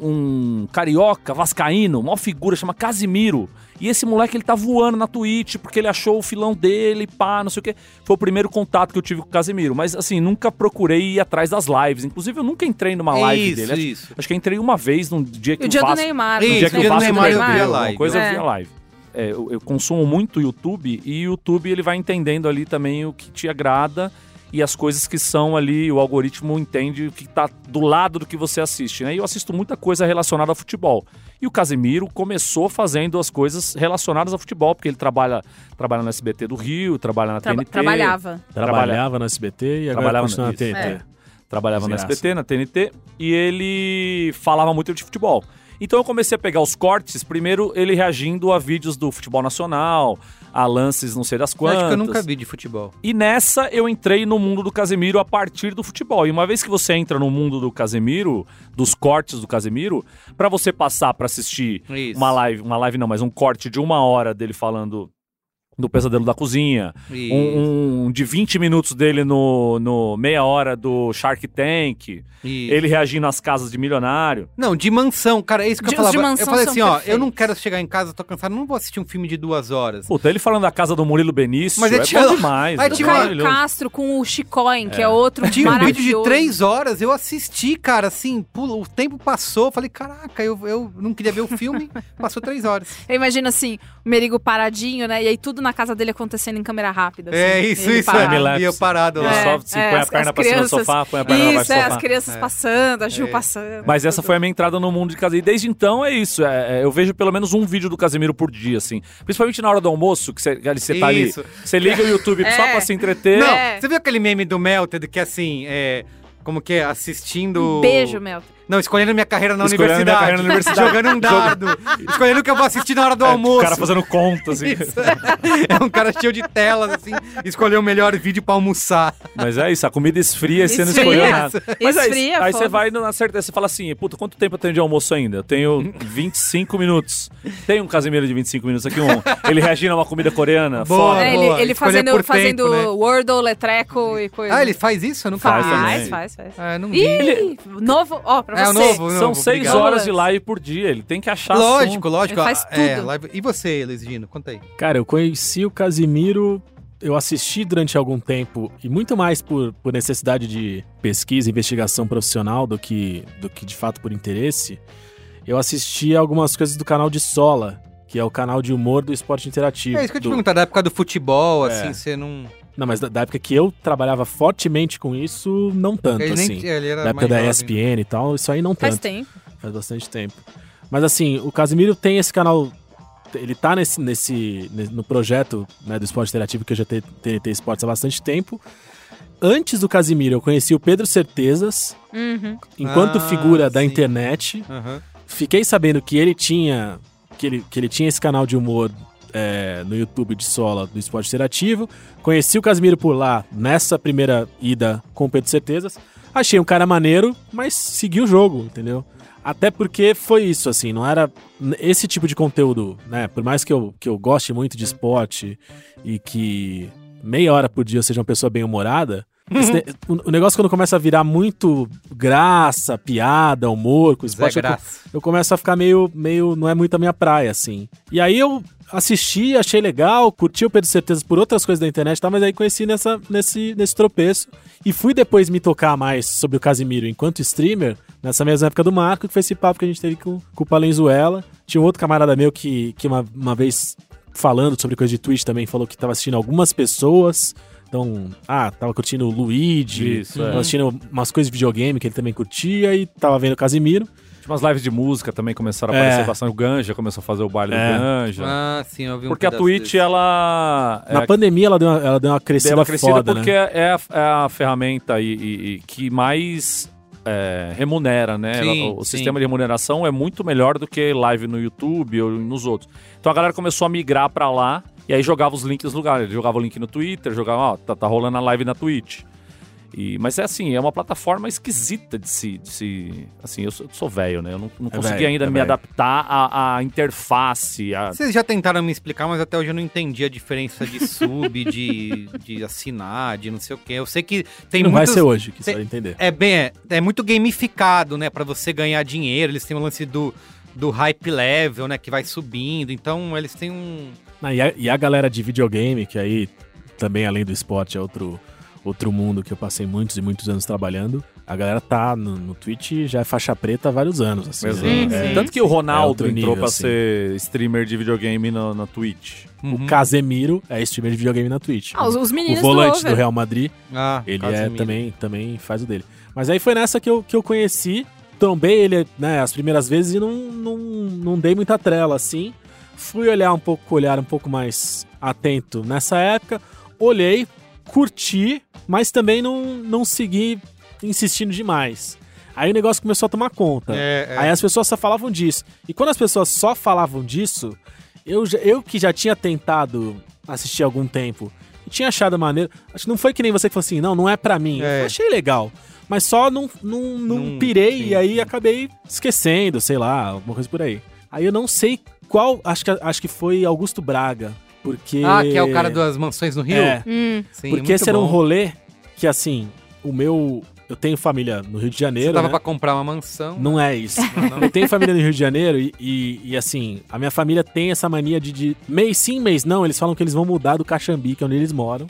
[SPEAKER 4] um carioca, vascaíno, maior figura, chama Casimiro. E esse moleque, ele tá voando na Twitch, porque ele achou o filão dele, pá, não sei o quê. Foi o primeiro contato que eu tive com o Casimiro. Mas, assim, nunca procurei ir atrás das lives. Inclusive, eu nunca entrei numa live
[SPEAKER 1] isso,
[SPEAKER 4] dele. é Acho-
[SPEAKER 1] isso.
[SPEAKER 4] Acho que eu entrei uma vez num dia que
[SPEAKER 2] E o
[SPEAKER 4] eu
[SPEAKER 2] dia do
[SPEAKER 4] faço.
[SPEAKER 2] Neymar.
[SPEAKER 4] No
[SPEAKER 1] Isso,
[SPEAKER 4] dia que
[SPEAKER 1] o
[SPEAKER 4] eu
[SPEAKER 1] dia do
[SPEAKER 4] faço
[SPEAKER 1] Neymar eu
[SPEAKER 4] eu
[SPEAKER 1] vi a
[SPEAKER 4] vi
[SPEAKER 1] live.
[SPEAKER 4] coisa
[SPEAKER 2] É.
[SPEAKER 4] eu vi a live. É, eu, eu consumo muito YouTube e o YouTube ele vai entendendo ali também o que te agrada e as coisas que são ali, o algoritmo entende o que tá do lado do que você assiste, né? E eu assisto muita coisa relacionada a futebol. E o Casemiro começou fazendo as coisas relacionadas a futebol, porque ele trabalha, trabalha no SBT do Rio, trabalha na
[SPEAKER 2] Tra-
[SPEAKER 4] TNT.
[SPEAKER 2] É. trabalhava.
[SPEAKER 4] Trabalha-
[SPEAKER 3] Trabalhava no SBT e agora
[SPEAKER 4] Trabalhava
[SPEAKER 3] continua na
[SPEAKER 4] nisso.
[SPEAKER 3] TNT.
[SPEAKER 2] É.
[SPEAKER 4] Trabalhava no
[SPEAKER 3] Desgraça.
[SPEAKER 4] SBT, na TNT, e ele falava muito de futebol. Então eu comecei a pegar os cortes, primeiro ele reagindo a vídeos do futebol nacional, a lances não sei das quantas.
[SPEAKER 1] Acho que eu nunca vi é de futebol.
[SPEAKER 4] E nessa eu entrei no mundo do Casemiro a partir do futebol. E uma vez que você entra no mundo do Casemiro, dos cortes do Casemiro, pra você passar pra assistir
[SPEAKER 1] Isso.
[SPEAKER 4] uma live, uma live não, mas um corte de uma hora dele falando do pesadelo da cozinha,
[SPEAKER 1] Isso.
[SPEAKER 4] um, um de 20 minutos dele no, no meia hora do Shark Tank,
[SPEAKER 1] Isso.
[SPEAKER 4] ele reagindo às casas de milionário.
[SPEAKER 1] Não, de mansão, cara, é isso que
[SPEAKER 2] De-
[SPEAKER 1] eu
[SPEAKER 2] os de
[SPEAKER 1] falava.
[SPEAKER 2] mansão
[SPEAKER 1] eu falei
[SPEAKER 2] são
[SPEAKER 1] assim, ó, eu
[SPEAKER 2] perfeitos.
[SPEAKER 1] não quero chegar em casa, tô cansado, não vou assistir um filme de duas horas.
[SPEAKER 4] Puta, ele falando da casa do Murilo Benício,
[SPEAKER 1] Mas é
[SPEAKER 4] é, bom
[SPEAKER 1] tio-
[SPEAKER 4] demais.
[SPEAKER 1] é
[SPEAKER 4] é
[SPEAKER 2] Do
[SPEAKER 1] tio-
[SPEAKER 2] Caio
[SPEAKER 4] maravilhoso.
[SPEAKER 2] Castro com o Chicoin, que é outro
[SPEAKER 1] Tinha um
[SPEAKER 2] maravilhoso.
[SPEAKER 1] vídeo de três horas, eu assisti, cara, assim, pula, o tempo passou, eu falei, caraca, eu, eu não queria ver o filme, passou três horas.
[SPEAKER 2] Eu imagino assim, o Merigo paradinho, né? E aí tudo na casa dele acontecendo em câmera rápida.
[SPEAKER 1] é
[SPEAKER 2] assim,
[SPEAKER 1] isso,
[SPEAKER 2] ele
[SPEAKER 1] isso,
[SPEAKER 2] parado.
[SPEAKER 4] Time
[SPEAKER 1] é. E eu parado lá.
[SPEAKER 4] Ele
[SPEAKER 2] É,
[SPEAKER 4] só assim,
[SPEAKER 2] é,
[SPEAKER 4] põe a
[SPEAKER 2] as-
[SPEAKER 4] perna
[SPEAKER 2] as
[SPEAKER 4] pra cima do
[SPEAKER 2] crianças-
[SPEAKER 4] sofá, põe a perna pra
[SPEAKER 2] Isso,
[SPEAKER 4] baixo do
[SPEAKER 2] é,
[SPEAKER 4] sofá.
[SPEAKER 2] as crianças
[SPEAKER 1] É.
[SPEAKER 2] passando, a Gil
[SPEAKER 1] É.
[SPEAKER 2] passando.
[SPEAKER 4] Mas essa foi a minha entrada no mundo de casa. E desde então é isso. é- é, eu vejo pelo menos um vídeo do Casemiro por dia, assim. Principalmente na hora do almoço, que você você tá ali.
[SPEAKER 1] Isso.
[SPEAKER 4] Você liga o YouTube
[SPEAKER 2] É.
[SPEAKER 4] só pra se entreter.
[SPEAKER 1] Não,
[SPEAKER 2] É.
[SPEAKER 1] você viu aquele meme do Melted que assim, é. Como que é? Assistindo.
[SPEAKER 2] Um beijo, Mel.
[SPEAKER 1] Não, escolhendo minha carreira na
[SPEAKER 4] Escolhendo
[SPEAKER 1] universidade.
[SPEAKER 4] minha carreira na universidade.
[SPEAKER 1] Jogando um dardo. escolhendo o que eu vou assistir na hora do
[SPEAKER 4] É,
[SPEAKER 1] almoço.
[SPEAKER 4] O cara fazendo contas. Assim.
[SPEAKER 1] Isso. É um cara cheio de telas, assim, escolheu o melhor vídeo pra almoçar.
[SPEAKER 4] Mas é isso, a comida esfria e você não
[SPEAKER 2] Esfria.
[SPEAKER 4] escolheu nada. Mas é isso.
[SPEAKER 2] Esfria,
[SPEAKER 4] aí você
[SPEAKER 2] foda.
[SPEAKER 4] vai na certeza, você fala assim, puta, quanto tempo eu tenho de almoço ainda? Eu tenho 25 minutos. Tem um Casemiro de 25 minutos aqui, um. Ele reagindo a uma comida coreana,
[SPEAKER 1] Boa.
[SPEAKER 4] fora.
[SPEAKER 2] É, ele
[SPEAKER 1] boa,
[SPEAKER 2] ele
[SPEAKER 1] escolher
[SPEAKER 2] fazendo,
[SPEAKER 1] por tempo,
[SPEAKER 2] fazendo
[SPEAKER 1] né?
[SPEAKER 2] Wordle, Letreco e coisa.
[SPEAKER 1] Ah, ele faz isso? Eu nunca
[SPEAKER 2] faz,
[SPEAKER 4] faz
[SPEAKER 1] vi.
[SPEAKER 4] também.
[SPEAKER 2] é. faz, faz, faz.
[SPEAKER 1] Ah, não vi.
[SPEAKER 2] Ih, novo, ó, pra
[SPEAKER 1] é
[SPEAKER 2] você.
[SPEAKER 1] o novo, o novo.
[SPEAKER 4] São seis
[SPEAKER 1] obrigado.
[SPEAKER 4] horas de
[SPEAKER 2] Lance.
[SPEAKER 4] live por dia, ele tem que achar assunto.
[SPEAKER 1] Lógico, lógico.
[SPEAKER 2] Ele faz
[SPEAKER 1] Ah, é,
[SPEAKER 2] tudo.
[SPEAKER 1] live- E você, Luiz Gino? Conta aí.
[SPEAKER 3] Cara, eu conheci o Casimiro, eu assisti durante algum tempo, e muito mais por, por necessidade de pesquisa, investigação profissional do que, do que de fato por interesse. Eu assisti algumas coisas do canal de Sola, que é o canal de humor do esporte interativo.
[SPEAKER 1] É isso que eu te
[SPEAKER 3] do-
[SPEAKER 1] perguntar, da época do futebol,
[SPEAKER 3] É.
[SPEAKER 1] assim, você não.
[SPEAKER 3] Não, mas da, da época que eu trabalhava fortemente com isso, não tanto
[SPEAKER 1] Ele
[SPEAKER 3] assim.
[SPEAKER 1] nem ele era
[SPEAKER 3] Da época
[SPEAKER 1] mais
[SPEAKER 3] da
[SPEAKER 1] jovem.
[SPEAKER 3] ESPN e tal, isso aí não tanto.
[SPEAKER 2] Faz tempo.
[SPEAKER 3] Faz bastante tempo. Mas assim, o Casimiro tem esse canal. Ele tá nesse, nesse, ne- no projeto né, do esporte interativo que eu já tenho TNT Esportes há bastante tempo. Antes do Casimiro, eu conheci o Pedro Certezas,
[SPEAKER 2] Uhum.
[SPEAKER 3] enquanto
[SPEAKER 1] Ah,
[SPEAKER 3] figura da
[SPEAKER 1] sim.
[SPEAKER 3] internet.
[SPEAKER 1] Aham.
[SPEAKER 3] Fiquei sabendo que ele tinha. Que ele, que ele tinha esse canal de humor é, no YouTube de Sola do Esporte Interativo. Conheci o Casimiro por lá nessa primeira ida com o Pedro Certezas. Achei um cara maneiro, mas segui o jogo, entendeu? Até porque foi isso, assim, não era n- esse tipo de conteúdo, né? Por mais que eu, que eu goste muito de esporte e que meia hora por dia eu seja uma pessoa bem humorada,
[SPEAKER 1] Uhum.
[SPEAKER 3] esse ne- o, o negócio quando começa a virar muito graça, piada, humor com
[SPEAKER 1] Zé
[SPEAKER 3] esporte, é eu,
[SPEAKER 1] Graça.
[SPEAKER 3] eu começo a ficar meio, meio. Não é muito a minha praia, assim. E aí eu assisti, achei legal, curti o Pedro Certezas por outras coisas da internet e tal, mas aí conheci nessa, nesse, nesse tropeço. E fui depois me tocar mais sobre o Casimiro enquanto streamer, nessa mesma época do Marco, que foi esse papo que a gente teve com, com o Palenzuela. Tinha um outro camarada meu que, que uma, uma vez falando sobre coisa de Twitch também, falou que tava assistindo algumas pessoas. Então, ah, tava curtindo o Luigi,
[SPEAKER 4] Isso, é.
[SPEAKER 3] tava assistindo umas coisas de videogame que ele também curtia e tava vendo o Casimiro.
[SPEAKER 4] Tinha umas lives de música também começaram a
[SPEAKER 3] É.
[SPEAKER 4] aparecer bastante. O Ganja começou a fazer o baile
[SPEAKER 3] É.
[SPEAKER 4] do Ganja.
[SPEAKER 1] Ah, sim, eu vi um
[SPEAKER 4] porque a
[SPEAKER 1] pedaço
[SPEAKER 4] Twitch,
[SPEAKER 1] desse.
[SPEAKER 4] ela.
[SPEAKER 3] Na
[SPEAKER 4] é,
[SPEAKER 3] pandemia ela deu uma, ela deu uma crescida
[SPEAKER 4] deu uma crescida
[SPEAKER 3] foda,
[SPEAKER 4] porque
[SPEAKER 3] né?
[SPEAKER 4] é, a, é a ferramenta e, e- e que mais é, remunera, né?
[SPEAKER 1] Sim,
[SPEAKER 4] Ela- o
[SPEAKER 1] sim.
[SPEAKER 4] sistema de remuneração é muito melhor do que live no YouTube ou nos outros. Então a galera começou a migrar pra lá e aí jogava os links nos lugares. Ele jogava o link no Twitter, jogava, ó, tá, tá rolando a live na Twitch. E, mas é assim, é uma plataforma esquisita de se. de se- assim, eu sou, sou velho, né? Eu não, não
[SPEAKER 3] É
[SPEAKER 4] consegui
[SPEAKER 3] velho,
[SPEAKER 4] ainda
[SPEAKER 3] é
[SPEAKER 4] me
[SPEAKER 3] velho.
[SPEAKER 4] adaptar à, à interface. à-
[SPEAKER 1] Vocês já tentaram me explicar, mas até hoje eu não entendi a diferença de sub, de, de assinar, de não sei o quê. Eu sei que tem
[SPEAKER 3] Não vai
[SPEAKER 1] muitos...
[SPEAKER 3] ser hoje, que você
[SPEAKER 1] Tem-
[SPEAKER 3] vai entender.
[SPEAKER 1] É bem, é, é muito gamificado, né? Pra você ganhar dinheiro. Eles têm o lance do, do hype level, né? Que vai subindo. Então, eles têm um.
[SPEAKER 3] Ah, e, a, e a galera de videogame, que aí também além do esporte é outro, outro mundo que eu passei muitos e muitos anos trabalhando, a galera tá no, no Twitch já é faixa preta há vários anos, assim.
[SPEAKER 4] Exato.
[SPEAKER 3] né?
[SPEAKER 4] É.
[SPEAKER 3] É.
[SPEAKER 4] Tanto que o
[SPEAKER 3] É
[SPEAKER 4] Ronaldo
[SPEAKER 3] outro
[SPEAKER 4] entrou
[SPEAKER 3] nível,
[SPEAKER 4] pra
[SPEAKER 3] assim.
[SPEAKER 4] ser streamer de videogame na, na Twitch.
[SPEAKER 1] Uhum.
[SPEAKER 3] Casemiro é streamer de videogame na Twitch.
[SPEAKER 2] Ah, os, os
[SPEAKER 3] o
[SPEAKER 2] meninos
[SPEAKER 3] volante
[SPEAKER 2] do
[SPEAKER 3] do
[SPEAKER 2] Over.
[SPEAKER 3] Real Madrid
[SPEAKER 1] Ah,
[SPEAKER 3] Ele é,
[SPEAKER 1] Casemiro.
[SPEAKER 3] também, também faz o dele. Mas aí foi nessa que eu, que eu conheci, trombei ele né, as primeiras vezes e não, não, não dei muita trela, assim. Fui olhar um pouco, com o olhar um pouco mais atento nessa época, olhei, curti, mas também não, não segui insistindo demais. Aí o negócio começou a tomar conta.
[SPEAKER 1] É, é.
[SPEAKER 3] Aí as pessoas só falavam disso. E quando as pessoas só falavam disso, Eu, já- eu que já tinha tentado assistir há algum tempo e tinha achado maneiro. Acho que não foi que nem você que falou assim, não, não é pra mim.
[SPEAKER 1] É.
[SPEAKER 3] Eu achei legal. Mas só não, não, não
[SPEAKER 1] Não,
[SPEAKER 3] pirei
[SPEAKER 1] sim,
[SPEAKER 3] e aí
[SPEAKER 1] sim.
[SPEAKER 3] acabei esquecendo, sei lá, alguma coisa por aí. Aí eu não sei qual. Acho que, acho que foi Augusto Braga. Porque.
[SPEAKER 1] Ah, que é o cara das mansões no Rio?
[SPEAKER 3] É,
[SPEAKER 2] Hum,
[SPEAKER 1] Sim,
[SPEAKER 3] porque
[SPEAKER 1] muito
[SPEAKER 3] esse era um
[SPEAKER 1] bom.
[SPEAKER 3] rolê que, assim, o meu. Eu tenho família no Rio de
[SPEAKER 1] Você
[SPEAKER 3] Janeiro.
[SPEAKER 1] tava
[SPEAKER 3] né?
[SPEAKER 1] pra comprar uma mansão.
[SPEAKER 3] Não é isso. Eu tenho família no Rio de Janeiro e, e- e, assim, a minha família tem essa mania de, de mês sim, mês não. Eles falam que eles vão mudar do Caxambi, que é onde eles moram.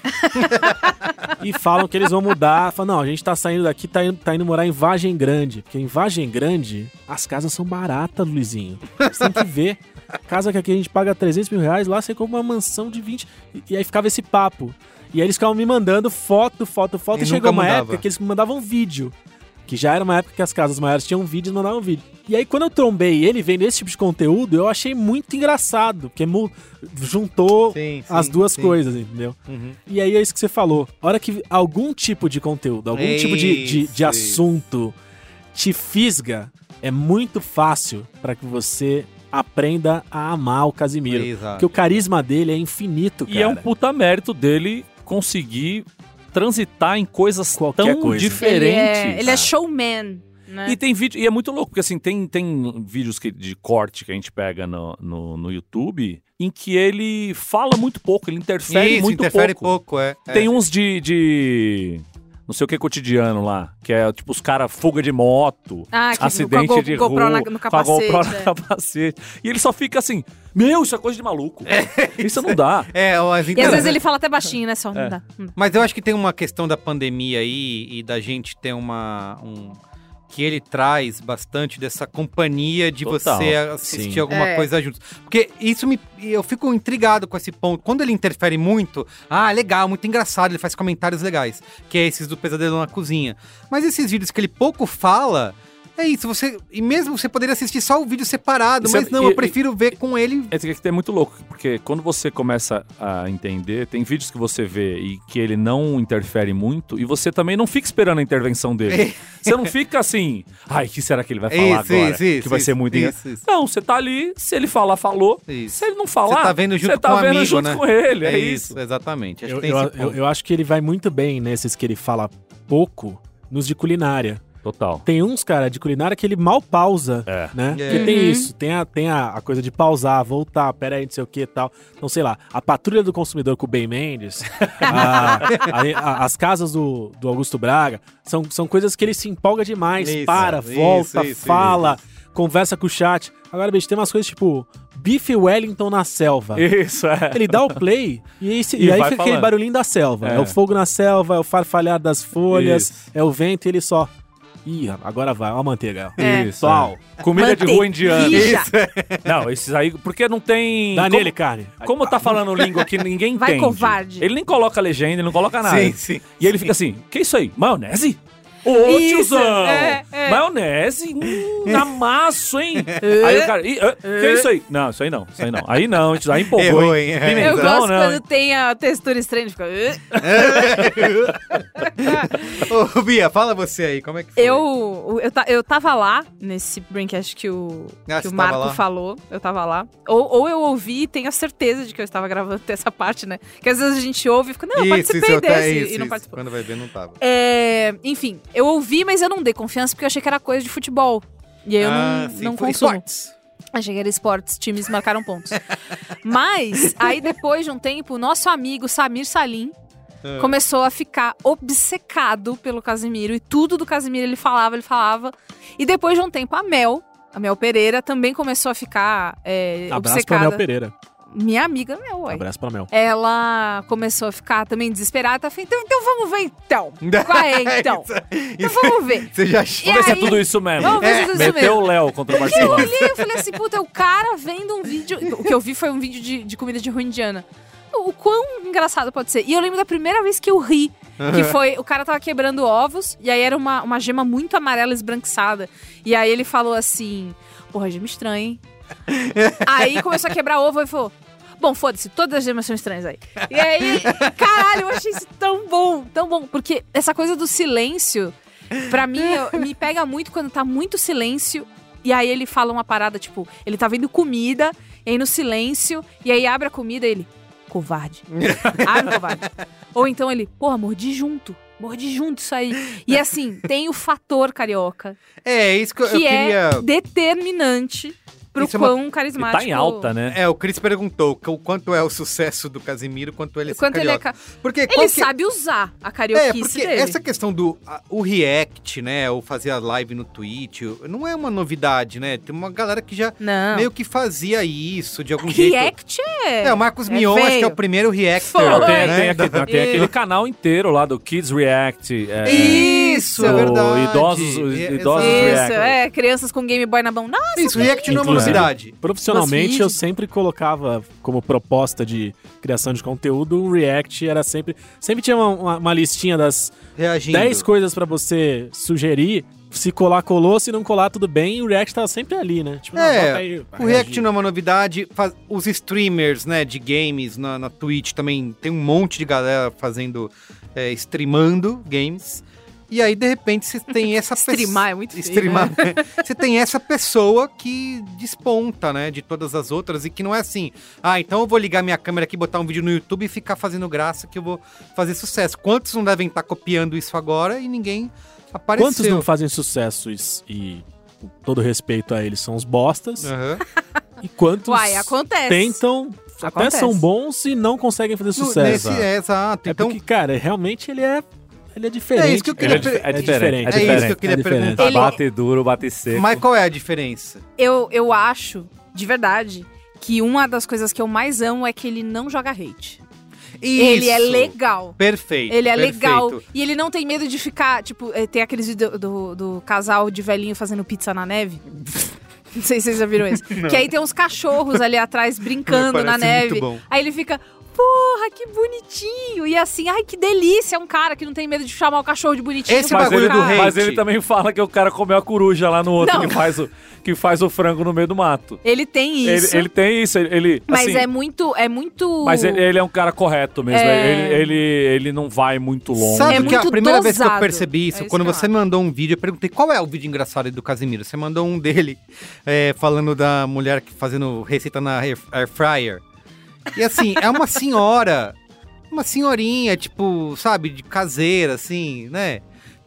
[SPEAKER 3] e falam que eles vão mudar. Falam, não, a gente tá saindo daqui, tá indo, tá indo morar em Vagem Grande. Porque em Vagem Grande, as casas são baratas, Luizinho. Você tem que ver. Casa que aqui a gente paga 300 mil reais, lá você compra uma mansão de 20. E, e aí ficava esse papo. E aí eles ficavam me mandando foto, foto, foto.
[SPEAKER 1] E
[SPEAKER 3] E, chegou
[SPEAKER 1] nunca
[SPEAKER 3] uma
[SPEAKER 1] mudava.
[SPEAKER 3] época que eles me mandavam vídeo. Que já era uma época que as casas maiores tinham vídeo e mandavam vídeo. E aí, quando eu trombei ele vendo esse tipo de conteúdo, eu achei muito engraçado. Porque mu- juntou
[SPEAKER 1] Sim, sim,
[SPEAKER 3] as duas
[SPEAKER 1] sim.
[SPEAKER 3] coisas, entendeu?
[SPEAKER 1] Uhum.
[SPEAKER 3] E aí é isso que você falou. A hora que algum tipo de conteúdo, algum tipo de, de,
[SPEAKER 1] Isso,
[SPEAKER 3] de assunto te fisga, é muito fácil para que você aprenda a amar o Casimiro.
[SPEAKER 1] Exato.
[SPEAKER 3] Porque o carisma dele é infinito, cara.
[SPEAKER 4] E é um puta mérito dele conseguir transitar em coisas
[SPEAKER 3] Qualquer
[SPEAKER 4] tão
[SPEAKER 3] coisa.
[SPEAKER 2] ele,
[SPEAKER 4] diferentes.
[SPEAKER 2] é, ele é showman, né?
[SPEAKER 4] E tem vídeo, e é muito louco, porque assim, tem, tem vídeos que- de corte que a gente pega no, no, no YouTube em que ele fala muito pouco, ele interfere
[SPEAKER 1] Isso,
[SPEAKER 4] muito
[SPEAKER 1] interfere
[SPEAKER 4] pouco.
[SPEAKER 1] pouco, é. é.
[SPEAKER 3] um
[SPEAKER 4] Tem uns de, de. não sei o que cotidiano lá, que é tipo os caras fuga de moto.
[SPEAKER 2] Ah, que
[SPEAKER 4] Acidente
[SPEAKER 2] com a Go-
[SPEAKER 4] de
[SPEAKER 2] GoPro
[SPEAKER 4] rua,
[SPEAKER 2] na-
[SPEAKER 4] com
[SPEAKER 2] no
[SPEAKER 4] a
[SPEAKER 2] capacete.
[SPEAKER 4] GoPro no
[SPEAKER 2] é.
[SPEAKER 4] capacete. E ele só fica assim, meu, isso é coisa de maluco. isso não dá.
[SPEAKER 1] É, ó, as
[SPEAKER 2] E às
[SPEAKER 1] internet-
[SPEAKER 2] vezes ele fala até baixinho, né?
[SPEAKER 4] É.
[SPEAKER 2] Só não dá. Não dá.
[SPEAKER 1] Mas eu acho que tem uma questão da pandemia aí e da gente ter uma. um- Que ele traz bastante dessa companhia de
[SPEAKER 4] Total,
[SPEAKER 1] você assistir
[SPEAKER 4] sim.
[SPEAKER 1] alguma
[SPEAKER 2] É.
[SPEAKER 1] coisa juntos. Porque isso me. Eu fico intrigado com esse ponto. Quando ele interfere muito, ah, legal, muito engraçado, ele faz comentários legais. Que é esses do pesadelo na cozinha. Mas esses vídeos que ele pouco fala. É isso, você. E mesmo você poderia assistir só o vídeo separado,
[SPEAKER 4] Isso é-
[SPEAKER 1] mas não, eu
[SPEAKER 4] e-
[SPEAKER 1] prefiro ver com ele.
[SPEAKER 4] Esse aqui é muito louco, porque quando você começa a entender, tem vídeos que você vê e que ele não interfere muito, e você também não fica esperando a intervenção
[SPEAKER 1] É.
[SPEAKER 4] dele. você não fica assim, ai, o que será que ele vai falar agora? que vai ser muito engraçado.
[SPEAKER 1] isso, isso.
[SPEAKER 4] Não, você tá ali, se ele falar, falou.
[SPEAKER 1] Isso.
[SPEAKER 4] Se ele não falar,
[SPEAKER 1] Você tá vendo junto
[SPEAKER 4] você tá
[SPEAKER 1] com um
[SPEAKER 4] vendo
[SPEAKER 1] amigo,
[SPEAKER 4] junto
[SPEAKER 1] né?
[SPEAKER 4] com ele, é, isso.
[SPEAKER 1] exatamente. Acho
[SPEAKER 3] Eu,
[SPEAKER 1] que tem
[SPEAKER 3] eu-
[SPEAKER 1] esse ponto.
[SPEAKER 3] eu- eu acho que ele vai muito bem nesses que ele fala pouco, nos de culinária.
[SPEAKER 4] Total.
[SPEAKER 3] Tem uns, cara, de culinária que ele mal pausa,
[SPEAKER 4] É.
[SPEAKER 3] né?
[SPEAKER 1] É.
[SPEAKER 3] Porque
[SPEAKER 2] Uhum.
[SPEAKER 3] tem isso, tem, a, tem a, a coisa de pausar, voltar, peraí, não sei o que e tal. Então, sei lá, a Patrulha do Consumidor com o Ben Mendes, a- a- a- as casas do, do Augusto Braga, são, são coisas que ele se empolga demais,
[SPEAKER 1] Isso,
[SPEAKER 3] para,
[SPEAKER 1] isso,
[SPEAKER 3] volta,
[SPEAKER 1] isso,
[SPEAKER 3] fala, conversa com o chat. Agora, bicho, tem umas coisas tipo bife Wellington na selva.
[SPEAKER 4] Isso, é.
[SPEAKER 3] Ele dá o play e, esse-
[SPEAKER 4] E
[SPEAKER 3] e aí
[SPEAKER 4] vai
[SPEAKER 3] fica aquele
[SPEAKER 4] falando.
[SPEAKER 3] barulhinho da selva. É.
[SPEAKER 4] É.
[SPEAKER 3] o fogo na selva, é o farfalhar das folhas,
[SPEAKER 4] Isso.
[SPEAKER 3] é o vento e ele só. Ih, agora vai, ó a manteiga. ó.
[SPEAKER 2] É.
[SPEAKER 4] Isso.
[SPEAKER 3] Pau.
[SPEAKER 4] Comida de rua indiana.
[SPEAKER 2] Mantequilla.
[SPEAKER 4] Não, esses aí, porque não tem.
[SPEAKER 3] Dá
[SPEAKER 4] como-
[SPEAKER 3] nele, carne.
[SPEAKER 4] Como tá falando língua que ninguém
[SPEAKER 2] Vai,
[SPEAKER 4] entende.
[SPEAKER 2] covarde.
[SPEAKER 4] Ele nem coloca legenda, ele não coloca nada.
[SPEAKER 1] Sim, sim.
[SPEAKER 4] E ele fica assim: que isso aí? Maionese? Ô,
[SPEAKER 2] Isso,
[SPEAKER 4] tiozão!
[SPEAKER 2] é, é.
[SPEAKER 4] Maionese? Hum, amasso, hein? aí o cara, "Ih, ah, que é isso aí? Não, isso aí não, isso aí não. Aí não, isso aí empolgou,
[SPEAKER 1] Errou,
[SPEAKER 4] hein?
[SPEAKER 1] hein? É,
[SPEAKER 4] Pimentão,
[SPEAKER 2] Eu gosto
[SPEAKER 4] então, não, hein?
[SPEAKER 2] quando tem a textura estranha. Fica... "Ugh".
[SPEAKER 1] Ô, Bia, fala você aí, como é que foi?
[SPEAKER 2] Eu, eu, ta- eu tava lá nesse Braincast que o,
[SPEAKER 1] Ah,
[SPEAKER 2] que
[SPEAKER 1] você
[SPEAKER 2] o
[SPEAKER 1] tava
[SPEAKER 2] Marco
[SPEAKER 1] lá?
[SPEAKER 2] falou. Eu tava lá. Ou, ou eu ouvi e tenho a certeza de que eu estava gravando essa parte, né? Que às vezes a gente ouve e fica, não, eu participei
[SPEAKER 1] eu
[SPEAKER 2] desse
[SPEAKER 1] até-
[SPEAKER 2] e
[SPEAKER 1] isso,
[SPEAKER 2] não
[SPEAKER 1] isso.
[SPEAKER 2] participou.
[SPEAKER 1] Quando vai ver, não tava.
[SPEAKER 2] É, enfim, eu ouvi, mas eu não dei confiança porque eu achei que era coisa de futebol. E aí eu
[SPEAKER 1] Ah,
[SPEAKER 2] não,
[SPEAKER 1] sim,
[SPEAKER 2] não
[SPEAKER 1] foi
[SPEAKER 2] consumo.
[SPEAKER 1] esportes.
[SPEAKER 2] Achei que era esportes, times marcaram pontos. Mas, aí depois de um tempo, o nosso amigo Samir Salim
[SPEAKER 1] Ah.
[SPEAKER 2] começou a ficar obcecado pelo Casimiro. E tudo do Casimiro ele falava, ele falava. E depois de um tempo, a Mel, a Mel Pereira, também começou a ficar é,
[SPEAKER 3] Abraço pra
[SPEAKER 2] obcecada.
[SPEAKER 3] Mel Pereira.
[SPEAKER 2] Minha amiga Mel, ué.
[SPEAKER 3] Abraço pra Mel.
[SPEAKER 2] Ela começou a ficar também desesperada. Falei, então, então vamos ver então. Qual é então? Então vamos ver.
[SPEAKER 1] Você já achou?
[SPEAKER 4] Vamos ver
[SPEAKER 2] aí-
[SPEAKER 4] se é tudo isso mesmo.
[SPEAKER 2] Vamos ver se é tudo isso
[SPEAKER 4] Meteu
[SPEAKER 2] mesmo.
[SPEAKER 4] o Léo contra o
[SPEAKER 2] Eu
[SPEAKER 4] Barcelona.
[SPEAKER 2] olhei e falei assim, puta, é o cara vendo um vídeo. O que eu vi foi um vídeo de, de comida de rua indiana. O quão engraçado pode ser. E eu lembro da primeira vez que eu ri. Que foi, o cara tava quebrando ovos, e aí era uma, uma gema muito amarela esbranquiçada. E aí ele falou assim, porra, gema estranha, hein? aí começou a quebrar ovo e falou, bom, foda-se, todas as gemas são estranhas aí. E aí, caralho, eu achei isso tão bom, tão bom. Porque essa coisa do silêncio, pra mim, eu- me pega muito quando tá muito silêncio e aí ele fala uma parada, tipo, ele tá vendo comida E aí no silêncio, e aí abre a comida e ele, covarde. abre, covarde. Ou então ele, porra, mordi junto. Mordi junto isso aí. E assim, tem o fator carioca,
[SPEAKER 1] É, isso que eu, eu
[SPEAKER 2] que
[SPEAKER 1] queria.
[SPEAKER 2] é determinante pro
[SPEAKER 1] Isso é uma-
[SPEAKER 2] quão
[SPEAKER 4] E
[SPEAKER 2] carismático...
[SPEAKER 4] tá em alta, né?
[SPEAKER 1] É, o Cris perguntou que o quanto é o sucesso do Casimiro, quanto ele é
[SPEAKER 2] Quanto ele é...
[SPEAKER 1] carioca.
[SPEAKER 2] ca-
[SPEAKER 1] Porque
[SPEAKER 2] Ele
[SPEAKER 1] qual que-
[SPEAKER 2] sabe usar a
[SPEAKER 1] É,
[SPEAKER 2] carioquice
[SPEAKER 1] porque
[SPEAKER 2] dele.
[SPEAKER 1] essa questão do a- o react, né, ou fazer a live no Twitch, o- não é uma novidade, né? Tem uma galera que já
[SPEAKER 2] Não.
[SPEAKER 1] meio que fazia isso de algum jeito.
[SPEAKER 2] React é...
[SPEAKER 1] É, o Marcos
[SPEAKER 2] é
[SPEAKER 1] Mion acho que é
[SPEAKER 2] feio.
[SPEAKER 1] o primeiro reactor,
[SPEAKER 2] Foi.
[SPEAKER 4] Não, tem,
[SPEAKER 1] né?
[SPEAKER 4] tem aqui- tem aquele canal inteiro lá do Kids React. é,
[SPEAKER 1] Isso, é
[SPEAKER 4] o
[SPEAKER 1] verdade.
[SPEAKER 4] idosos- os
[SPEAKER 1] É,
[SPEAKER 4] idosos
[SPEAKER 1] exato.
[SPEAKER 2] Isso,
[SPEAKER 4] react.
[SPEAKER 2] é, crianças com Game Boy na mão. Não,
[SPEAKER 1] Isso, react não é uma
[SPEAKER 3] Inclusive-
[SPEAKER 1] novidade.
[SPEAKER 3] Profissionalmente, eu
[SPEAKER 2] BuzzFeed.
[SPEAKER 3] sempre colocava como proposta de criação de conteúdo um react. Era sempre. Sempre tinha uma, uma- uma listinha das
[SPEAKER 1] Reagindo.
[SPEAKER 3] 10 coisas pra você sugerir. Se colar, colou. Se não colar, tudo bem. E o react tava sempre ali, né? Tipo,
[SPEAKER 1] É,
[SPEAKER 3] não, bota aí, vai
[SPEAKER 1] O React
[SPEAKER 3] reagir.
[SPEAKER 1] não é uma novidade. faz- Os streamers, né, de games na, na Twitch também tem um monte de galera fazendo, é, streamando games. E aí, de repente, você tem essa pessoa.
[SPEAKER 2] streamar é muito feio,
[SPEAKER 1] Streamar. né? Você tem essa pessoa que desponta, né, de todas as outras e que não é assim. Ah, então eu vou ligar minha câmera aqui, botar um vídeo no YouTube e ficar fazendo graça que eu vou fazer sucesso. Quantos não devem estar copiando isso agora e ninguém apareceu?
[SPEAKER 3] Quantos não fazem sucesso e, e com todo respeito a eles, são os bostas.
[SPEAKER 1] Aham.
[SPEAKER 3] E quantos
[SPEAKER 2] né? Uai, acontece.
[SPEAKER 3] tentam, até
[SPEAKER 2] Acontece.
[SPEAKER 3] são bons e não conseguem fazer
[SPEAKER 1] No-
[SPEAKER 3] sucesso.
[SPEAKER 1] nesse-
[SPEAKER 3] é,
[SPEAKER 1] é, exato. então,
[SPEAKER 3] porque, cara, realmente ele é, ele é diferente.
[SPEAKER 1] É isso que eu
[SPEAKER 3] cara.
[SPEAKER 4] Ele é, dif- é
[SPEAKER 3] É
[SPEAKER 4] diferente.
[SPEAKER 3] diferente.
[SPEAKER 4] É
[SPEAKER 1] É isso que
[SPEAKER 4] diferente.
[SPEAKER 1] eu queria
[SPEAKER 3] é diferente.
[SPEAKER 1] perguntar.
[SPEAKER 2] Ele-
[SPEAKER 4] Bate duro, bate seco.
[SPEAKER 1] Mas qual é a diferença?
[SPEAKER 2] Eu, eu acho, de verdade, que uma das coisas que eu mais amo é que ele não joga hate. Ele é
[SPEAKER 1] Isso.
[SPEAKER 2] legal.
[SPEAKER 1] Perfeito.
[SPEAKER 2] Ele é
[SPEAKER 1] perfeito.
[SPEAKER 2] legal. E ele não tem medo de ficar, tipo, eh, tem aqueles vídeos do, do casal de velhinho fazendo pizza na neve. Não sei se vocês já viram isso. que aí tem uns cachorros ali atrás brincando na
[SPEAKER 1] Parece
[SPEAKER 2] neve.
[SPEAKER 1] Muito bom.
[SPEAKER 2] Aí ele fica, porra, que bonitinho. E assim, ai, que delícia. É um cara que não tem medo de chamar o cachorro de bonitinho.
[SPEAKER 1] Esse
[SPEAKER 2] pra
[SPEAKER 4] Mas
[SPEAKER 1] bagulho é
[SPEAKER 4] ele,
[SPEAKER 1] do
[SPEAKER 2] brincar.
[SPEAKER 1] hate.
[SPEAKER 4] mas ele também fala que o cara comeu a coruja lá no outro
[SPEAKER 2] Não.
[SPEAKER 4] que faz, o, que faz o frango no meio do mato.
[SPEAKER 2] Ele tem
[SPEAKER 4] Ele,
[SPEAKER 2] isso.
[SPEAKER 4] ele tem isso, ele. ele,
[SPEAKER 2] Mas
[SPEAKER 4] assim,
[SPEAKER 2] é muito. É muito.
[SPEAKER 4] mas ele, ele é um cara correto mesmo.
[SPEAKER 2] É.
[SPEAKER 4] Ele, ele, ele não vai muito longe.
[SPEAKER 1] Sabe
[SPEAKER 2] É
[SPEAKER 1] que a
[SPEAKER 2] muito
[SPEAKER 1] primeira vez que eu
[SPEAKER 2] dosado.
[SPEAKER 1] percebi
[SPEAKER 2] É
[SPEAKER 1] isso,
[SPEAKER 2] isso
[SPEAKER 1] quando
[SPEAKER 2] que eu
[SPEAKER 1] você me mandou um vídeo, eu perguntei qual é o vídeo engraçado aí do Casimiro. Você mandou um dele é, falando da mulher que fazendo receita na air air fryer. E assim, é uma senhora, uma senhorinha, tipo, sabe, de caseira, assim, né?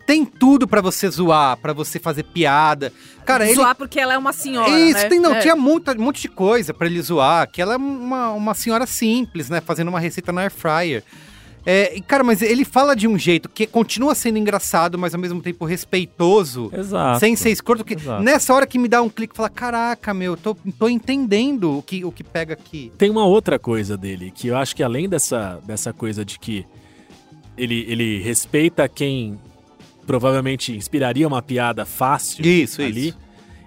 [SPEAKER 1] Tem tudo pra você zoar, pra você fazer piada. Cara, ele
[SPEAKER 2] Zoar porque ela é uma senhora.
[SPEAKER 1] Isso,
[SPEAKER 2] né?
[SPEAKER 1] tem, não,
[SPEAKER 2] É.
[SPEAKER 1] tinha muita, um monte de coisa pra ele zoar, que ela é uma, uma senhora simples, né, fazendo uma receita na air fryer. É, e, cara, mas ele fala de um jeito que continua sendo engraçado, mas ao mesmo tempo respeitoso,
[SPEAKER 4] Exato.
[SPEAKER 1] sem ser escroto, porque
[SPEAKER 4] Exato.
[SPEAKER 1] nessa hora que me dá um clique, fala, caraca, meu, tô, tô entendendo o que, o que pega aqui.
[SPEAKER 3] Tem uma outra coisa dele, que eu acho que além dessa, dessa coisa de que ele, ele respeita quem provavelmente inspiraria uma piada fácil
[SPEAKER 1] Isso,
[SPEAKER 3] ali.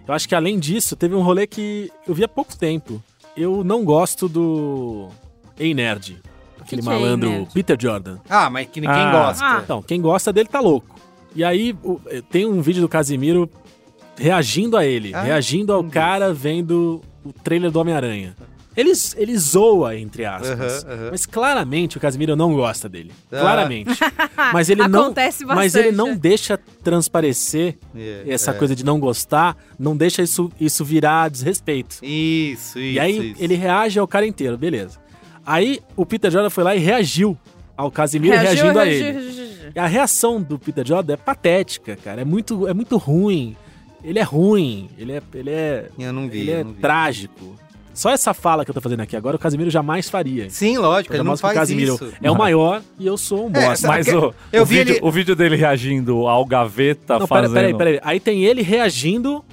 [SPEAKER 3] Eu acho que além disso, teve um rolê que eu vi há pouco tempo. Eu não gosto do Ei Nerd, aquele
[SPEAKER 2] que é Ei
[SPEAKER 3] malandro
[SPEAKER 2] Nerd?
[SPEAKER 3] Peter Jordan.
[SPEAKER 1] Ah, mas que ninguém
[SPEAKER 4] Ah.
[SPEAKER 1] gosta.
[SPEAKER 2] Ah.
[SPEAKER 3] Então, quem gosta dele tá louco. E aí o- eh, tem um vídeo do Casimiro reagindo a ele,
[SPEAKER 1] Ah,
[SPEAKER 3] reagindo ao
[SPEAKER 1] meu Deus.
[SPEAKER 3] cara vendo o trailer do Homem-Aranha. Ele, ele zoa, entre aspas.
[SPEAKER 1] Aham, aham.
[SPEAKER 3] Mas claramente o Casimiro não gosta dele.
[SPEAKER 1] Ah.
[SPEAKER 3] Claramente. Mas ele não.
[SPEAKER 2] É. Acontece bastante.
[SPEAKER 3] Mas ele não deixa transparecer
[SPEAKER 1] É,
[SPEAKER 3] essa
[SPEAKER 1] é.
[SPEAKER 3] coisa de não gostar, não deixa isso, isso virar desrespeito.
[SPEAKER 1] Isso, isso.
[SPEAKER 3] E aí
[SPEAKER 1] isso.
[SPEAKER 3] ele reage ao cara inteiro, beleza. Aí o Peter Jordan foi lá e reagiu ao Casimiro
[SPEAKER 2] Reagiu,
[SPEAKER 3] reagindo a
[SPEAKER 2] reagiu,
[SPEAKER 3] ele.
[SPEAKER 2] reagiu, reagiu.
[SPEAKER 3] E a reação do Peter Jordan é patética, cara. É muito, é muito ruim. Ele é ruim. Ele é, ele é,
[SPEAKER 1] Eu não vi,
[SPEAKER 3] ele
[SPEAKER 1] eu
[SPEAKER 3] é
[SPEAKER 1] não vi.
[SPEAKER 3] trágico. Só essa fala que eu tô fazendo aqui agora, o Casimiro jamais faria.
[SPEAKER 1] Sim, lógico, ele
[SPEAKER 3] Ainda
[SPEAKER 1] não
[SPEAKER 3] mais que o
[SPEAKER 1] faz
[SPEAKER 3] Casimiro
[SPEAKER 1] isso. É,
[SPEAKER 3] é o maior e eu sou um bosta.
[SPEAKER 4] Mas o,
[SPEAKER 1] eu
[SPEAKER 4] o
[SPEAKER 1] vi
[SPEAKER 4] vídeo,
[SPEAKER 1] ele-
[SPEAKER 4] o vídeo dele reagindo ao
[SPEAKER 1] Tá
[SPEAKER 4] gaveta
[SPEAKER 3] Não, pera-
[SPEAKER 4] fazendo.
[SPEAKER 3] peraí, peraí. Aí tem ele reagindo.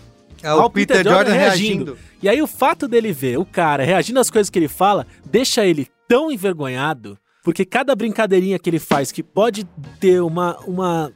[SPEAKER 1] É o Peter, Jordan reagindo.
[SPEAKER 3] E aí o fato dele ver o cara reagindo às coisas que ele fala deixa ele tão envergonhado, porque cada brincadeirinha que ele faz que pode ter uma, uma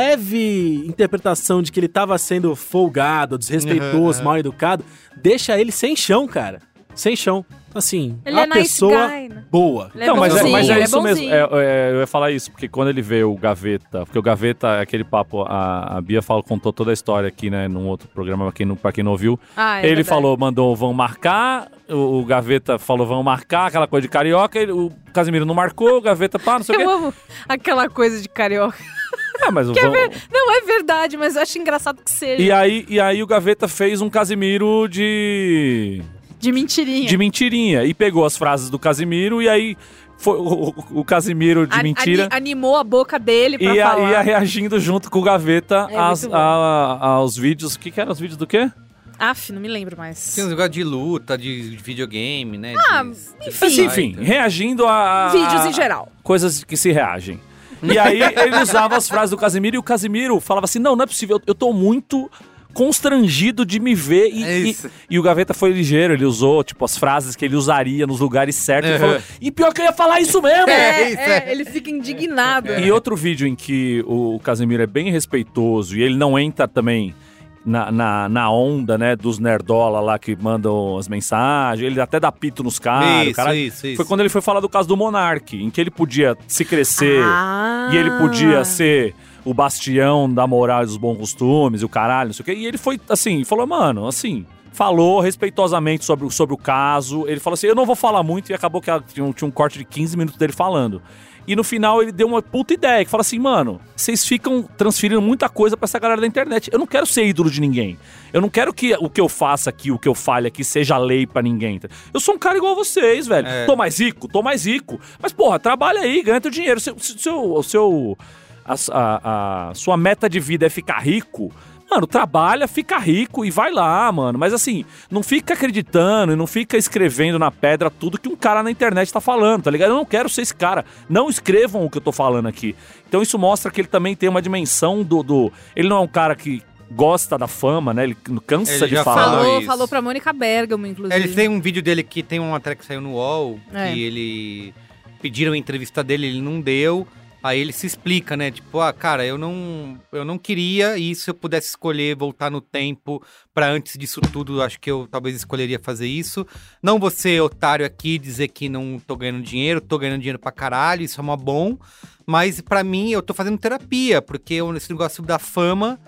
[SPEAKER 3] leve interpretação de que ele tava sendo folgado, desrespeitoso,
[SPEAKER 1] Uhum.
[SPEAKER 3] mal educado, deixa ele sem chão, cara. Sem chão. Assim,
[SPEAKER 2] Ele
[SPEAKER 3] a
[SPEAKER 2] é nice
[SPEAKER 3] pessoa
[SPEAKER 2] guy, né?
[SPEAKER 3] boa.
[SPEAKER 2] Ele é
[SPEAKER 4] Não, mas é,
[SPEAKER 2] bonzinho,
[SPEAKER 4] mas é
[SPEAKER 2] ele
[SPEAKER 4] isso mesmo.
[SPEAKER 2] bonzinho.
[SPEAKER 4] É, é, eu ia falar isso, porque quando ele vê o Gaveta, porque o Gaveta é aquele papo, a, a Bia falou, contou toda a história aqui, né, num outro programa, pra quem não, pra quem não ouviu.
[SPEAKER 2] Ah, é
[SPEAKER 4] ele
[SPEAKER 2] verdade.
[SPEAKER 4] falou, mandou, vão marcar, o, o Gaveta falou, vão marcar, aquela coisa de carioca, ele- o Casimiro não marcou, o Gaveta, pá, não sei o
[SPEAKER 2] Eu
[SPEAKER 4] quê.
[SPEAKER 2] amo aquela coisa de carioca.
[SPEAKER 4] Ah, mas vão...
[SPEAKER 2] Não, é verdade, mas eu acho engraçado que seja.
[SPEAKER 4] E aí, e aí o Gaveta fez um Casimiro de...
[SPEAKER 2] de De mentirinha.
[SPEAKER 4] de mentirinha. E pegou as frases do Casimiro e aí foi o, o- o Casimiro de
[SPEAKER 2] Ani-
[SPEAKER 4] mentira.
[SPEAKER 2] ani- animou a boca dele pra
[SPEAKER 4] E a,
[SPEAKER 2] falar.
[SPEAKER 4] ia reagindo junto com o Gaveta
[SPEAKER 2] É,
[SPEAKER 4] às-
[SPEAKER 2] muito bom.
[SPEAKER 4] a- aos vídeos. O que, que eram os vídeos do quê?
[SPEAKER 2] Aff, não me lembro mais.
[SPEAKER 1] Tem uns negócios de luta, de videogame, né?
[SPEAKER 2] Ah,
[SPEAKER 1] de...
[SPEAKER 2] enfim.
[SPEAKER 4] Mas, enfim,
[SPEAKER 1] então.
[SPEAKER 4] reagindo a. a-
[SPEAKER 2] Vídeos em geral.
[SPEAKER 4] Coisas que se reagem. E aí ele usava as frases do Casimiro e o Casimiro falava assim: não, não é possível, eu tô muito constrangido de me ver e,
[SPEAKER 1] É
[SPEAKER 4] e-
[SPEAKER 1] isso.
[SPEAKER 4] e o Gaveta foi ligeiro, ele usou tipo as frases que ele usaria nos lugares certos, ele
[SPEAKER 1] Uhum.
[SPEAKER 4] falou, e pior que eu ia falar isso mesmo.
[SPEAKER 1] É, isso é.
[SPEAKER 2] ele fica indignado.
[SPEAKER 4] E outro vídeo em que o Casimiro é bem respeitoso e ele não entra também na, na, na onda, né, dos nerdola lá que mandam as mensagens, ele até dá pito nos caras, o
[SPEAKER 1] isso,
[SPEAKER 4] cara
[SPEAKER 1] isso, isso.
[SPEAKER 4] foi quando ele foi falar do caso do Monark, em que ele podia se crescer
[SPEAKER 2] Ah.
[SPEAKER 4] e ele podia ser o bastião da moral e dos bons costumes e o caralho, não sei o quê. E ele foi assim, falou, mano, assim. Falou respeitosamente sobre, o- sobre o caso. Ele falou assim: Eu não vou falar muito, e acabou que ela tinha um, tinha um corte de 15 minutos dele falando. E no final ele deu uma puta ideia, que fala assim, mano, vocês ficam transferindo muita coisa pra essa galera da internet. Eu não quero ser ídolo de ninguém. Eu não quero que o que eu faça aqui, o que eu falhe aqui, seja lei pra ninguém. tá? Eu sou um cara igual a vocês, velho.
[SPEAKER 1] É.
[SPEAKER 4] Tô mais rico, tô mais rico. Mas, porra, trabalha aí, ganha teu dinheiro. Seu, seu, seu, a, su- a- a sua meta de vida é ficar rico... Mano, trabalha, fica rico e vai lá, mano. Mas assim, não fica acreditando e não fica escrevendo na pedra tudo que um cara na internet tá falando, tá ligado? Eu não quero ser esse cara. Não escrevam o que eu tô falando aqui. Então isso mostra que ele também tem uma dimensão do. do- Ele não é um cara que gosta da fama, né? Ele cansa
[SPEAKER 1] Ele
[SPEAKER 4] de
[SPEAKER 1] já
[SPEAKER 4] falar.
[SPEAKER 1] falou
[SPEAKER 2] Falou,
[SPEAKER 1] isso.
[SPEAKER 2] falou pra Mônica Bergamo, inclusive.
[SPEAKER 1] Ele tem um vídeo dele que tem uma matéria que saiu no UOL,
[SPEAKER 2] É.
[SPEAKER 1] que ele pediram a entrevista dele, ele não deu. Aí ele se explica, né? Tipo, ah, cara, eu não, eu não queria e se eu pudesse escolher voltar no tempo pra antes disso tudo, acho que eu talvez escolheria fazer isso. Não vou ser otário aqui e dizer que não tô ganhando dinheiro, tô ganhando dinheiro pra caralho, isso é uma bom. Mas pra mim, eu tô fazendo terapia, porque eu- esse negócio da fama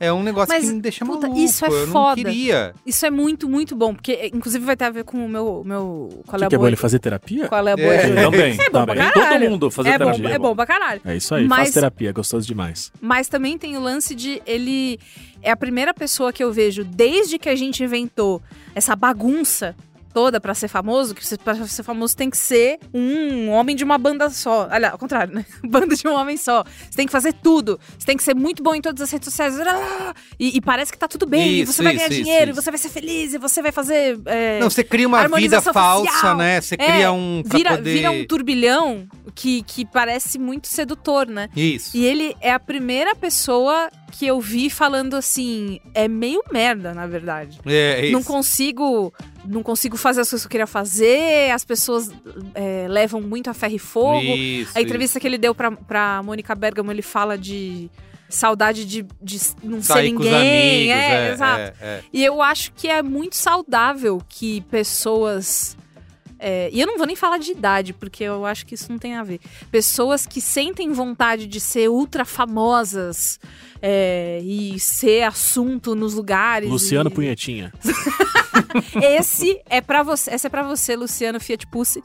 [SPEAKER 1] é um negócio
[SPEAKER 2] Mas,
[SPEAKER 1] que me deixa
[SPEAKER 2] puta,
[SPEAKER 1] maluco.
[SPEAKER 2] isso é
[SPEAKER 1] eu não
[SPEAKER 2] foda.
[SPEAKER 1] queria.
[SPEAKER 2] Isso é muito, muito bom, porque é, inclusive vai ter a ver com o meu. meu
[SPEAKER 3] O
[SPEAKER 2] qual é
[SPEAKER 3] que,
[SPEAKER 2] a
[SPEAKER 3] que é bom
[SPEAKER 2] boa?
[SPEAKER 3] ele fazer terapia?
[SPEAKER 2] Qual é a boa?
[SPEAKER 1] É.
[SPEAKER 4] Ele Também,
[SPEAKER 2] É bom pra
[SPEAKER 4] também.
[SPEAKER 2] caralho.
[SPEAKER 4] Todo mundo fazer
[SPEAKER 2] É bom,
[SPEAKER 4] terapia.
[SPEAKER 2] é bom pra caralho.
[SPEAKER 3] É isso aí,
[SPEAKER 2] Mas-
[SPEAKER 3] faz terapia, é gostoso demais.
[SPEAKER 2] Mas também tem o lance de ele é a primeira pessoa que eu vejo desde que a gente inventou essa bagunça toda pra ser famoso, que você- pra ser famoso tem que ser um homem de uma banda só. Olha, ao contrário, né? Banda de um homem só. Você tem que fazer tudo. Você tem que ser muito bom em todas as redes sociais. Ah! E, e parece que tá tudo bem. e
[SPEAKER 1] Isso,
[SPEAKER 2] você vai
[SPEAKER 1] isso,
[SPEAKER 2] ganhar
[SPEAKER 1] isso,
[SPEAKER 2] dinheiro,
[SPEAKER 1] isso.
[SPEAKER 2] e você vai ser feliz, e você vai fazer. é,
[SPEAKER 1] Não, você cria uma vida
[SPEAKER 2] harmonização
[SPEAKER 1] falsa,
[SPEAKER 2] facial.
[SPEAKER 1] né? Você
[SPEAKER 2] É,
[SPEAKER 1] cria um. pra
[SPEAKER 2] vira,
[SPEAKER 1] poder-
[SPEAKER 2] vira um turbilhão que, que parece muito sedutor, né?
[SPEAKER 1] Isso.
[SPEAKER 2] E ele é a primeira pessoa que eu vi falando assim, é meio merda, na verdade.
[SPEAKER 1] É, isso.
[SPEAKER 2] Não consigo, não consigo fazer as coisas que eu queria fazer, as pessoas é, levam muito a ferro e fogo.
[SPEAKER 1] Isso,
[SPEAKER 2] a entrevista que ele deu pra, pra Mônica Bergamo, ele fala de saudade de, de não
[SPEAKER 1] isso.
[SPEAKER 2] ser
[SPEAKER 1] Sair
[SPEAKER 2] ninguém.
[SPEAKER 1] com os amigos,
[SPEAKER 2] é,
[SPEAKER 1] é,
[SPEAKER 2] exato.
[SPEAKER 1] é, é.
[SPEAKER 2] E eu acho que é muito saudável que pessoas. é, e eu não vou nem falar de idade, porque eu acho que isso não tem a ver. Pessoas que sentem vontade de ser ultra famosas é, e ser assunto nos lugares.
[SPEAKER 3] Luciano
[SPEAKER 2] e-
[SPEAKER 3] Punhetinha.
[SPEAKER 2] Esse é para você. Essa é pra você, Luciano Fiat Pussy.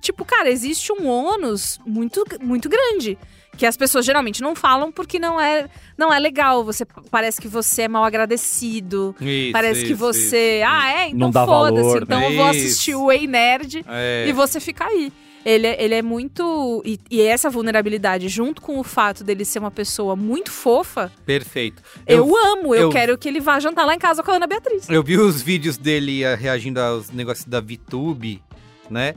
[SPEAKER 2] Tipo, cara, existe um ônus muito, muito grande. Que as pessoas geralmente não falam porque não é, não é legal. Você parece que você é mal agradecido.
[SPEAKER 1] é. Isso,
[SPEAKER 2] Parece que
[SPEAKER 1] isso, isso.
[SPEAKER 2] você. Ah, é?
[SPEAKER 4] Não
[SPEAKER 2] Então
[SPEAKER 4] dá
[SPEAKER 2] foda-se.
[SPEAKER 4] valor,
[SPEAKER 2] Então
[SPEAKER 1] né?
[SPEAKER 2] eu vou
[SPEAKER 1] Isso.
[SPEAKER 2] assistir o Ei Nerd
[SPEAKER 1] É.
[SPEAKER 2] e você fica aí. Ele, é- ele é muito. E, e essa vulnerabilidade, junto com o fato dele ser uma pessoa muito fofa,
[SPEAKER 1] Perfeito.
[SPEAKER 2] eu, amo. Eu,
[SPEAKER 1] eu-
[SPEAKER 2] quero que ele vá jantar lá em casa com a Ana Beatriz.
[SPEAKER 1] Eu vi os vídeos dele ah, reagindo aos negócios da VTube, né?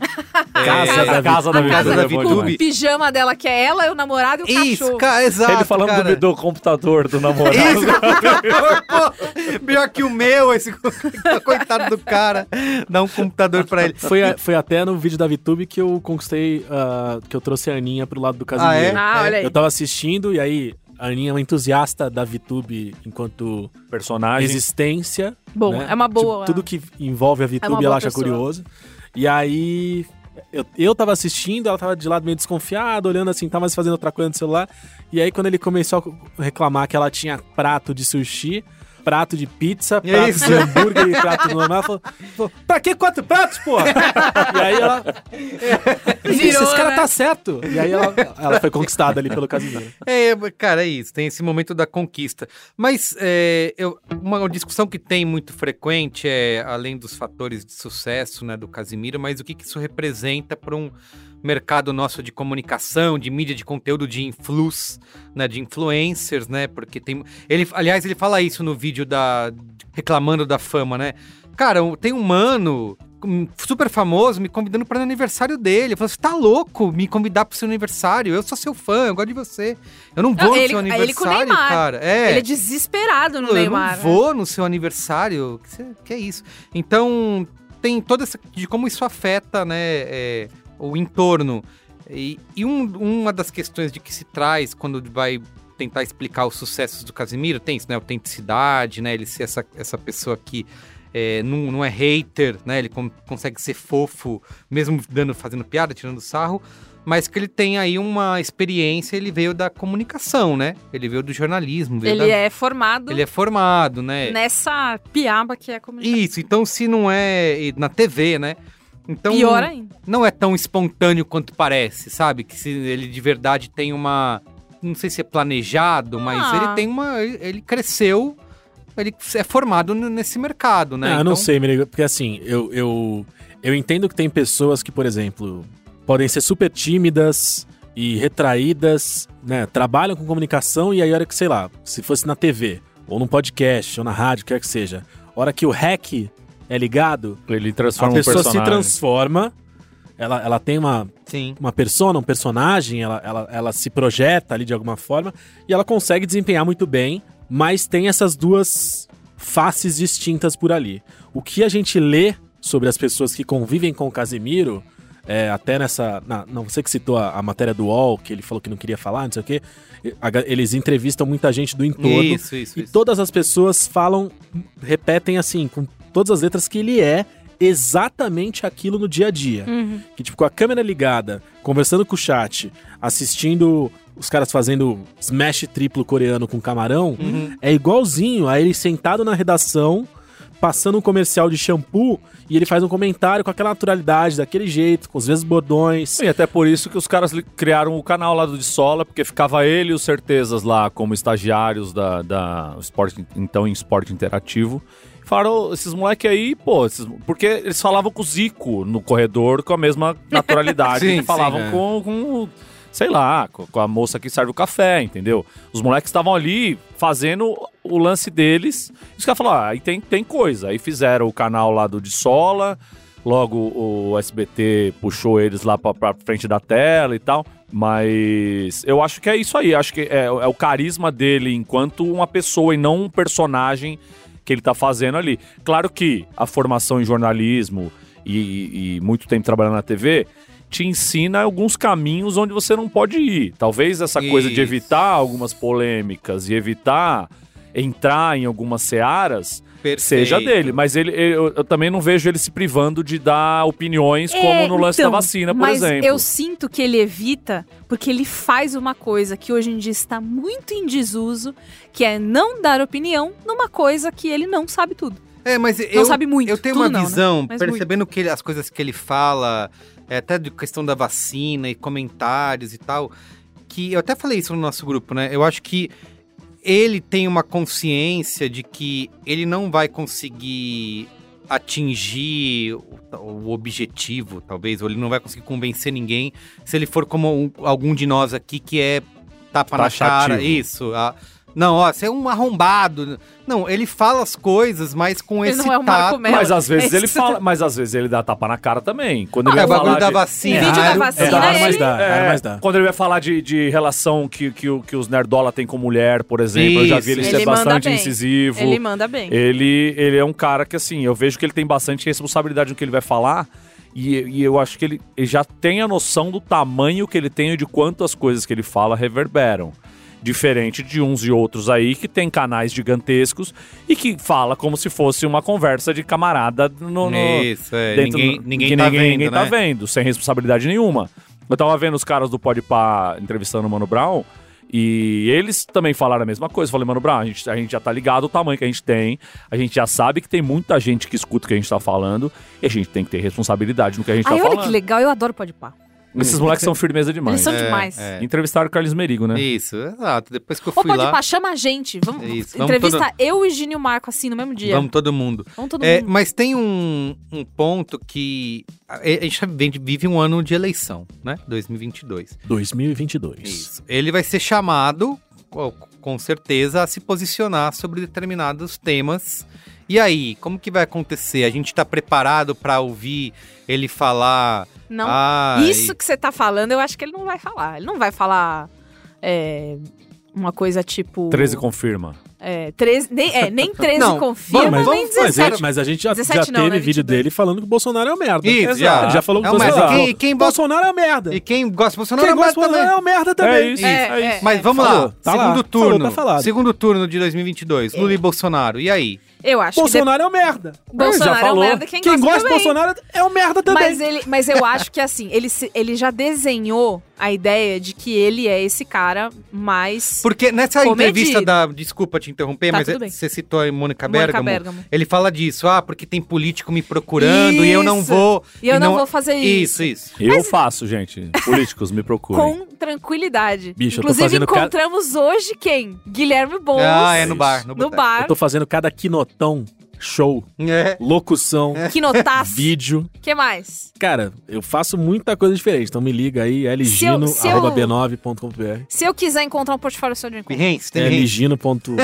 [SPEAKER 1] É,
[SPEAKER 4] Casa, da, casa da
[SPEAKER 1] a casa
[SPEAKER 4] Vitube,
[SPEAKER 1] da
[SPEAKER 4] é bom
[SPEAKER 1] Vitube.
[SPEAKER 4] demais.
[SPEAKER 2] O pijama dela, que é ela, o namorado e o
[SPEAKER 1] Isso,
[SPEAKER 2] cachorro.
[SPEAKER 1] cara, exato.
[SPEAKER 4] Ele falando
[SPEAKER 1] cara.
[SPEAKER 4] do, do computador do namorado.
[SPEAKER 1] Isso, computador, pô, pior que o meu, esse co- coitado do cara. Dá um computador pra ele.
[SPEAKER 3] Foi, a- foi até no vídeo da VTube que eu conquistei, ah, que eu trouxe a Aninha pro lado do
[SPEAKER 1] Ah, é?
[SPEAKER 3] Casimiro.
[SPEAKER 2] Ah, olha aí.
[SPEAKER 3] Eu tava assistindo e aí a Aninha é uma entusiasta da VTube enquanto
[SPEAKER 4] Personagem.
[SPEAKER 3] existência.
[SPEAKER 2] Bom,
[SPEAKER 3] né?
[SPEAKER 2] é uma boa.
[SPEAKER 3] Tipo, tudo que envolve a VTube
[SPEAKER 2] É uma boa
[SPEAKER 3] ela acha
[SPEAKER 2] pessoa.
[SPEAKER 3] curioso. E aí eu, eu tava assistindo, ela tava de lado meio desconfiada, olhando assim, tava fazendo outra coisa no celular. E aí quando ele começou a reclamar que ela tinha prato de sushi. prato de pizza,
[SPEAKER 1] É
[SPEAKER 3] prato
[SPEAKER 1] isso.
[SPEAKER 3] de hambúrguer e prato normal. Ela falou, falou, pra que quatro pratos, porra? e aí ela...
[SPEAKER 2] Virou,
[SPEAKER 3] Esse cara
[SPEAKER 2] né?
[SPEAKER 3] tá certo. E aí ela, ela foi conquistada ali pelo Casimiro.
[SPEAKER 1] É, cara, é isso. Tem esse momento da conquista. Mas é, eu- uma discussão que tem muito frequente é, além dos fatores de sucesso né, do Casimiro, mas o que, que isso representa para um mercado nosso de comunicação, de mídia, de conteúdo, de influx, né, de influencers, né? Porque tem... Ele, aliás, ele fala isso no vídeo da... reclamando da fama, né? Cara, um- tem um mano um, super famoso me convidando para o aniversário dele. Eu falo, você tá louco me convidar pro seu aniversário? Eu sou seu fã, eu gosto de você. Eu não vou
[SPEAKER 2] Não,
[SPEAKER 1] no
[SPEAKER 2] ele-
[SPEAKER 1] seu
[SPEAKER 2] aí ele com o
[SPEAKER 1] aniversário,
[SPEAKER 2] Neymar.
[SPEAKER 1] cara. É.
[SPEAKER 2] Ele é desesperado no
[SPEAKER 1] Eu
[SPEAKER 2] Neymar. né?
[SPEAKER 1] não vou no seu aniversário. Que, cê- que é isso? Então, tem toda essa. de como isso afeta, né? é, o entorno. E, e um- uma das questões de que se traz quando vai tentar explicar os sucessos do Casimiro, tem isso, né? Autenticidade, né? Ele ser essa, essa pessoa que. é, não, não é hater, né? Ele con- consegue ser fofo, mesmo dando, fazendo piada, tirando sarro mas que ele tem aí uma experiência, ele veio da comunicação, né? Ele veio do jornalismo, veio
[SPEAKER 2] Ele
[SPEAKER 1] da-
[SPEAKER 2] é formado
[SPEAKER 1] né? ele é formado, né?
[SPEAKER 2] nessa piaba que é comunicação.
[SPEAKER 1] Isso, então se não é e na TV, né? Então
[SPEAKER 2] Pior ainda.
[SPEAKER 1] não é tão espontâneo quanto parece, sabe? Que se ele de verdade tem uma, não sei se é planejado, mas
[SPEAKER 2] Ah.
[SPEAKER 1] ele tem uma, ele ele cresceu, ele é formado n- nesse mercado, né?
[SPEAKER 3] Ah, eu não
[SPEAKER 1] Então-
[SPEAKER 3] sei, Merigo, porque assim, eu, eu, eu entendo que tem pessoas que, por exemplo, podem ser super tímidas e retraídas, né? Trabalham com comunicação e aí a hora que, sei lá, se fosse na TV, ou num podcast, ou na rádio, quer que seja, a hora que o hack é ligado,
[SPEAKER 4] Ele
[SPEAKER 3] a
[SPEAKER 4] transforma um
[SPEAKER 3] pessoa se
[SPEAKER 4] personagem.
[SPEAKER 3] transforma, ela, ela tem uma,
[SPEAKER 1] Sim.
[SPEAKER 3] uma persona, um personagem, ela, ela, ela se projeta ali de alguma forma e ela consegue desempenhar muito bem, mas tem essas duas faces distintas por ali. O que a gente lê sobre as pessoas que convivem com o Casimiro, é, até nessa. na- não, você que citou a, a matéria do UOL, que ele falou que não queria falar, não sei o quê. a ga- Eles entrevistam muita gente do entorno.
[SPEAKER 1] Isso, isso,
[SPEAKER 3] E
[SPEAKER 1] isso.
[SPEAKER 3] todas as pessoas falam, repetem assim, com todas as letras, que ele é exatamente aquilo no dia a dia.
[SPEAKER 2] Uhum.
[SPEAKER 3] Que, tipo, com a câmera ligada, conversando com o chat, assistindo os caras fazendo smash triplo coreano com camarão,
[SPEAKER 1] Uhum.
[SPEAKER 3] é igualzinho a ele sentado na redação, passando um comercial de shampoo, e ele faz um comentário com aquela naturalidade, daquele jeito, com os mesmos bordões.
[SPEAKER 4] E até por isso que os caras li- criaram o canal lá do De Sola, porque ficava ele e os Certezas lá como estagiários da, da esporte, então em esporte interativo. Falaram, "Ô, esses moleque aí, pô, esses- porque eles falavam com o Zico no corredor com a mesma naturalidade
[SPEAKER 1] Sim,
[SPEAKER 4] que falavam
[SPEAKER 3] sim, é.
[SPEAKER 4] com, com, sei lá, com, com a moça que serve o café, entendeu? Os moleques estavam ali fazendo o lance deles. E os caras falaram, ah, aí tem, tem coisa. Aí fizeram o canal lá do De Sola, Logo o SBT puxou eles lá pra, pra frente da tela e tal. Mas eu acho que é isso aí. Acho que é, é o carisma dele enquanto uma pessoa e não um personagem que ele tá fazendo ali. Claro que a formação em jornalismo e, e- e muito tempo trabalhando na TV te ensina alguns caminhos onde você não pode ir. Talvez essa coisa de
[SPEAKER 1] Isso.
[SPEAKER 4] evitar algumas polêmicas e evitar entrar em algumas searas seja
[SPEAKER 1] Perfeito.
[SPEAKER 4] dele, mas ele, ele- eu, eu também não vejo ele se privando de dar opiniões
[SPEAKER 2] É,
[SPEAKER 4] como no lance
[SPEAKER 2] então,
[SPEAKER 4] da vacina, por
[SPEAKER 2] Mas
[SPEAKER 4] exemplo.
[SPEAKER 2] eu sinto que ele evita, porque ele faz uma coisa que hoje em dia está muito em desuso, que é não dar opinião numa coisa que ele não sabe tudo.
[SPEAKER 1] É, mas
[SPEAKER 2] não
[SPEAKER 1] eu,
[SPEAKER 2] sabe muito.
[SPEAKER 1] Eu tenho
[SPEAKER 2] tudo
[SPEAKER 1] uma
[SPEAKER 2] não, né?
[SPEAKER 1] visão,
[SPEAKER 2] Mas
[SPEAKER 1] percebendo que ele- as coisas que ele fala, é, até de questão da vacina e comentários e tal, que eu até falei isso no nosso grupo, né? Eu acho que ele tem uma consciência de que ele não vai conseguir atingir o, o objetivo, talvez, ou ele não vai conseguir convencer ninguém se ele for como um- algum de nós aqui que é tapa na cara,
[SPEAKER 4] Taxativo.
[SPEAKER 1] isso. a- não, ó, você é um arrombado. Não, ele fala as coisas, mas com
[SPEAKER 2] Ele
[SPEAKER 1] esse
[SPEAKER 2] não é o
[SPEAKER 1] tato.
[SPEAKER 2] Marco Melo.
[SPEAKER 4] mas às vezes
[SPEAKER 2] É
[SPEAKER 4] ele
[SPEAKER 2] isso.
[SPEAKER 4] fala, mas às vezes ele dá tapa na cara também. Quando ele
[SPEAKER 1] É
[SPEAKER 4] vai
[SPEAKER 1] o bagulho
[SPEAKER 4] falar
[SPEAKER 1] da
[SPEAKER 4] de,
[SPEAKER 1] vacina.
[SPEAKER 2] Em vídeo da
[SPEAKER 1] raro.
[SPEAKER 2] vacina,
[SPEAKER 3] É raro,
[SPEAKER 2] Assim, né? ele-
[SPEAKER 3] mas dá,
[SPEAKER 4] É,
[SPEAKER 3] raro, mas dá.
[SPEAKER 4] Quando ele vai falar de, de relação que, que, o- que os nerdola tem com mulher, por exemplo, eu já vi ele,
[SPEAKER 1] Isso.
[SPEAKER 4] ser
[SPEAKER 2] Ele manda
[SPEAKER 4] bastante
[SPEAKER 2] bem.
[SPEAKER 4] incisivo.
[SPEAKER 2] Ele manda bem.
[SPEAKER 4] Ele, ele é um cara que, assim, eu vejo que ele tem bastante responsabilidade no que ele vai falar. E, e eu acho que ele, ele já tem a noção do tamanho que ele tem e de quanto as coisas que ele fala reverberam. Diferente de uns e outros aí que tem canais gigantescos e que fala como se fosse uma conversa de camarada no, no,
[SPEAKER 1] Isso, é.
[SPEAKER 4] dentro-
[SPEAKER 1] Ninguém, ninguém
[SPEAKER 4] que
[SPEAKER 1] tá
[SPEAKER 4] ninguém-
[SPEAKER 1] vendo,
[SPEAKER 4] ninguém
[SPEAKER 1] né?
[SPEAKER 4] tá vendo, sem responsabilidade nenhuma. Eu tava vendo os caras do Podpah entrevistando o Mano Brown, E eles também falaram a mesma coisa. Eu Falei, mano, Brown, a gente, a gente já tá ligado o tamanho que a gente tem. A gente já sabe que tem muita gente que escuta o que a gente tá falando. E a gente tem que ter responsabilidade no que a gente
[SPEAKER 2] Ai,
[SPEAKER 4] tá
[SPEAKER 2] olha que
[SPEAKER 4] falando.
[SPEAKER 2] legal, eu adoro pode pá.
[SPEAKER 4] Esses moleques são firmeza
[SPEAKER 2] Eles
[SPEAKER 4] demais.
[SPEAKER 2] são
[SPEAKER 4] É.
[SPEAKER 2] demais.
[SPEAKER 1] é.
[SPEAKER 4] Entrevistaram o Carlos Merigo, né?
[SPEAKER 1] Isso, exato. Depois que eu
[SPEAKER 2] Ô,
[SPEAKER 1] fui
[SPEAKER 2] pode
[SPEAKER 1] lá,
[SPEAKER 2] pá, chama a gente. Vamos,
[SPEAKER 1] É isso, vamos
[SPEAKER 2] entrevista eu e Gini e o Marco, assim, no mesmo dia. Vamos,
[SPEAKER 1] vamos todo mundo.
[SPEAKER 2] todo
[SPEAKER 1] É,
[SPEAKER 2] mundo.
[SPEAKER 1] mas tem um, um ponto que a a gente vive- vive um ano de eleição, né? 2022.
[SPEAKER 3] 2022.
[SPEAKER 1] Ele vai ser chamado, co- com certeza, a se posicionar sobre determinados temas. E aí, como que vai acontecer? A gente tá preparado para ouvir ele falar?
[SPEAKER 2] Não.
[SPEAKER 1] "Ah,
[SPEAKER 2] Isso que você tá falando, eu acho que ele não vai falar. Ele não vai falar é, uma coisa tipo.
[SPEAKER 4] 13 confirma.
[SPEAKER 2] É, 13, nem, é, nem 13
[SPEAKER 1] Não,
[SPEAKER 2] confirma,
[SPEAKER 1] vamos-
[SPEAKER 2] nem
[SPEAKER 1] vamos fazer.
[SPEAKER 2] 17.
[SPEAKER 3] Mas, mas a gente já,
[SPEAKER 2] 17
[SPEAKER 3] já
[SPEAKER 2] não,
[SPEAKER 3] teve
[SPEAKER 2] né,
[SPEAKER 3] vídeo
[SPEAKER 2] 22.
[SPEAKER 3] dele falando que o Bolsonaro é um merda.
[SPEAKER 1] Isso, já.
[SPEAKER 3] já falou que
[SPEAKER 1] É
[SPEAKER 3] o
[SPEAKER 1] um merda.
[SPEAKER 3] Bolsonaro,
[SPEAKER 1] E quem- e quem bota-
[SPEAKER 3] Bolsonaro é um merda.
[SPEAKER 1] E quem gosta de Bolsonaro
[SPEAKER 3] quem
[SPEAKER 1] vai
[SPEAKER 3] gosta do
[SPEAKER 1] também.
[SPEAKER 3] Bolsonaro é um merda também.
[SPEAKER 4] É isso.
[SPEAKER 2] É, é.
[SPEAKER 1] Mas vamos
[SPEAKER 3] Falou,
[SPEAKER 1] lá.
[SPEAKER 3] tá lá.
[SPEAKER 1] segundo
[SPEAKER 3] Falou,
[SPEAKER 1] turno.
[SPEAKER 3] tá falado.
[SPEAKER 1] segundo turno de 2022.
[SPEAKER 2] É.
[SPEAKER 1] Lula e Bolsonaro. E aí?
[SPEAKER 2] Eu acho
[SPEAKER 3] Bolsonaro é um merda.
[SPEAKER 2] que de- Bolsonaro
[SPEAKER 4] já
[SPEAKER 2] é um
[SPEAKER 4] falou.
[SPEAKER 2] merda, quem,
[SPEAKER 3] Quem gosta de
[SPEAKER 2] também.
[SPEAKER 3] Bolsonaro é um merda também.
[SPEAKER 2] Mas, ele, mas eu acho que assim, ele, se- ele já desenhou a ideia de que ele é esse cara mais.
[SPEAKER 1] Porque nessa
[SPEAKER 2] Comedido.
[SPEAKER 1] entrevista da. Desculpa te interromper,
[SPEAKER 2] Tá,
[SPEAKER 1] mas
[SPEAKER 2] tudo bem.
[SPEAKER 1] você citou a Mônica
[SPEAKER 2] Mônica
[SPEAKER 1] Bergamo.
[SPEAKER 2] Bergamo.
[SPEAKER 1] Ele fala disso, ah, porque tem político me procurando e eu não
[SPEAKER 2] Isso.
[SPEAKER 1] vou.
[SPEAKER 2] E eu
[SPEAKER 1] e
[SPEAKER 2] não,
[SPEAKER 1] não-
[SPEAKER 2] vou fazer isso.
[SPEAKER 1] Isso, isso.
[SPEAKER 4] Eu faço, gente. Políticos, me procurem.
[SPEAKER 2] Com tranquilidade.
[SPEAKER 3] Bicho, eu tô
[SPEAKER 2] Inclusive,
[SPEAKER 3] fazendo cada-
[SPEAKER 2] encontramos hoje quem? Guilherme Boulos.
[SPEAKER 1] Ah, é no
[SPEAKER 3] Isso.
[SPEAKER 1] bar. No,
[SPEAKER 2] no
[SPEAKER 1] boteco.
[SPEAKER 3] Eu
[SPEAKER 2] bar.
[SPEAKER 3] tô fazendo cada quinotão, show,
[SPEAKER 1] É.
[SPEAKER 3] locução,
[SPEAKER 2] Que notaço.
[SPEAKER 3] vídeo.
[SPEAKER 2] que mais?
[SPEAKER 3] Cara, eu faço muita coisa diferente. Então me liga aí,
[SPEAKER 2] Se eu- se eu-
[SPEAKER 3] lgino.b9.com.br.
[SPEAKER 2] Se eu quiser encontrar um portfólio seu de encontro.
[SPEAKER 1] Pirrense,
[SPEAKER 3] É
[SPEAKER 1] tem Pirrense.
[SPEAKER 3] lgino. ponto-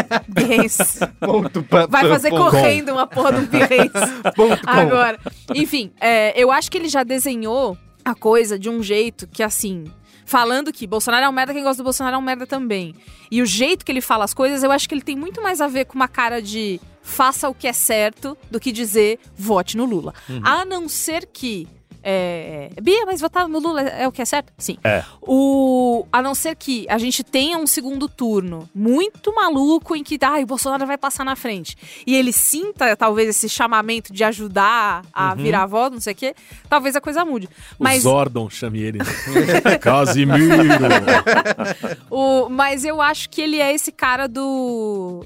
[SPEAKER 1] Ponto pa-
[SPEAKER 2] Vai fazer
[SPEAKER 1] ponto com.
[SPEAKER 2] correndo uma porra do Pirrense.
[SPEAKER 1] Ponto com.
[SPEAKER 2] Agora, enfim, é, eu acho que ele já desenhou a coisa de um jeito que, assim, falando que Bolsonaro é um merda, quem gosta do Bolsonaro é um merda também. E o jeito que ele fala as coisas, eu acho que ele tem muito mais a ver com uma cara de faça o que é certo do que dizer vote no Lula. A não ser que. é, Bia, mas votar no Lula é o que é certo? Sim.
[SPEAKER 4] É.
[SPEAKER 2] O, a não ser que a gente tenha um segundo turno muito maluco em que ai, o Bolsonaro vai passar na frente e ele sinta talvez esse chamamento de ajudar a virar avó, não sei o quê, talvez a coisa mude.
[SPEAKER 3] O
[SPEAKER 2] Mas,
[SPEAKER 3] Zordon, chame ele. Casimiro.
[SPEAKER 2] o, mas eu acho que ele é esse cara do.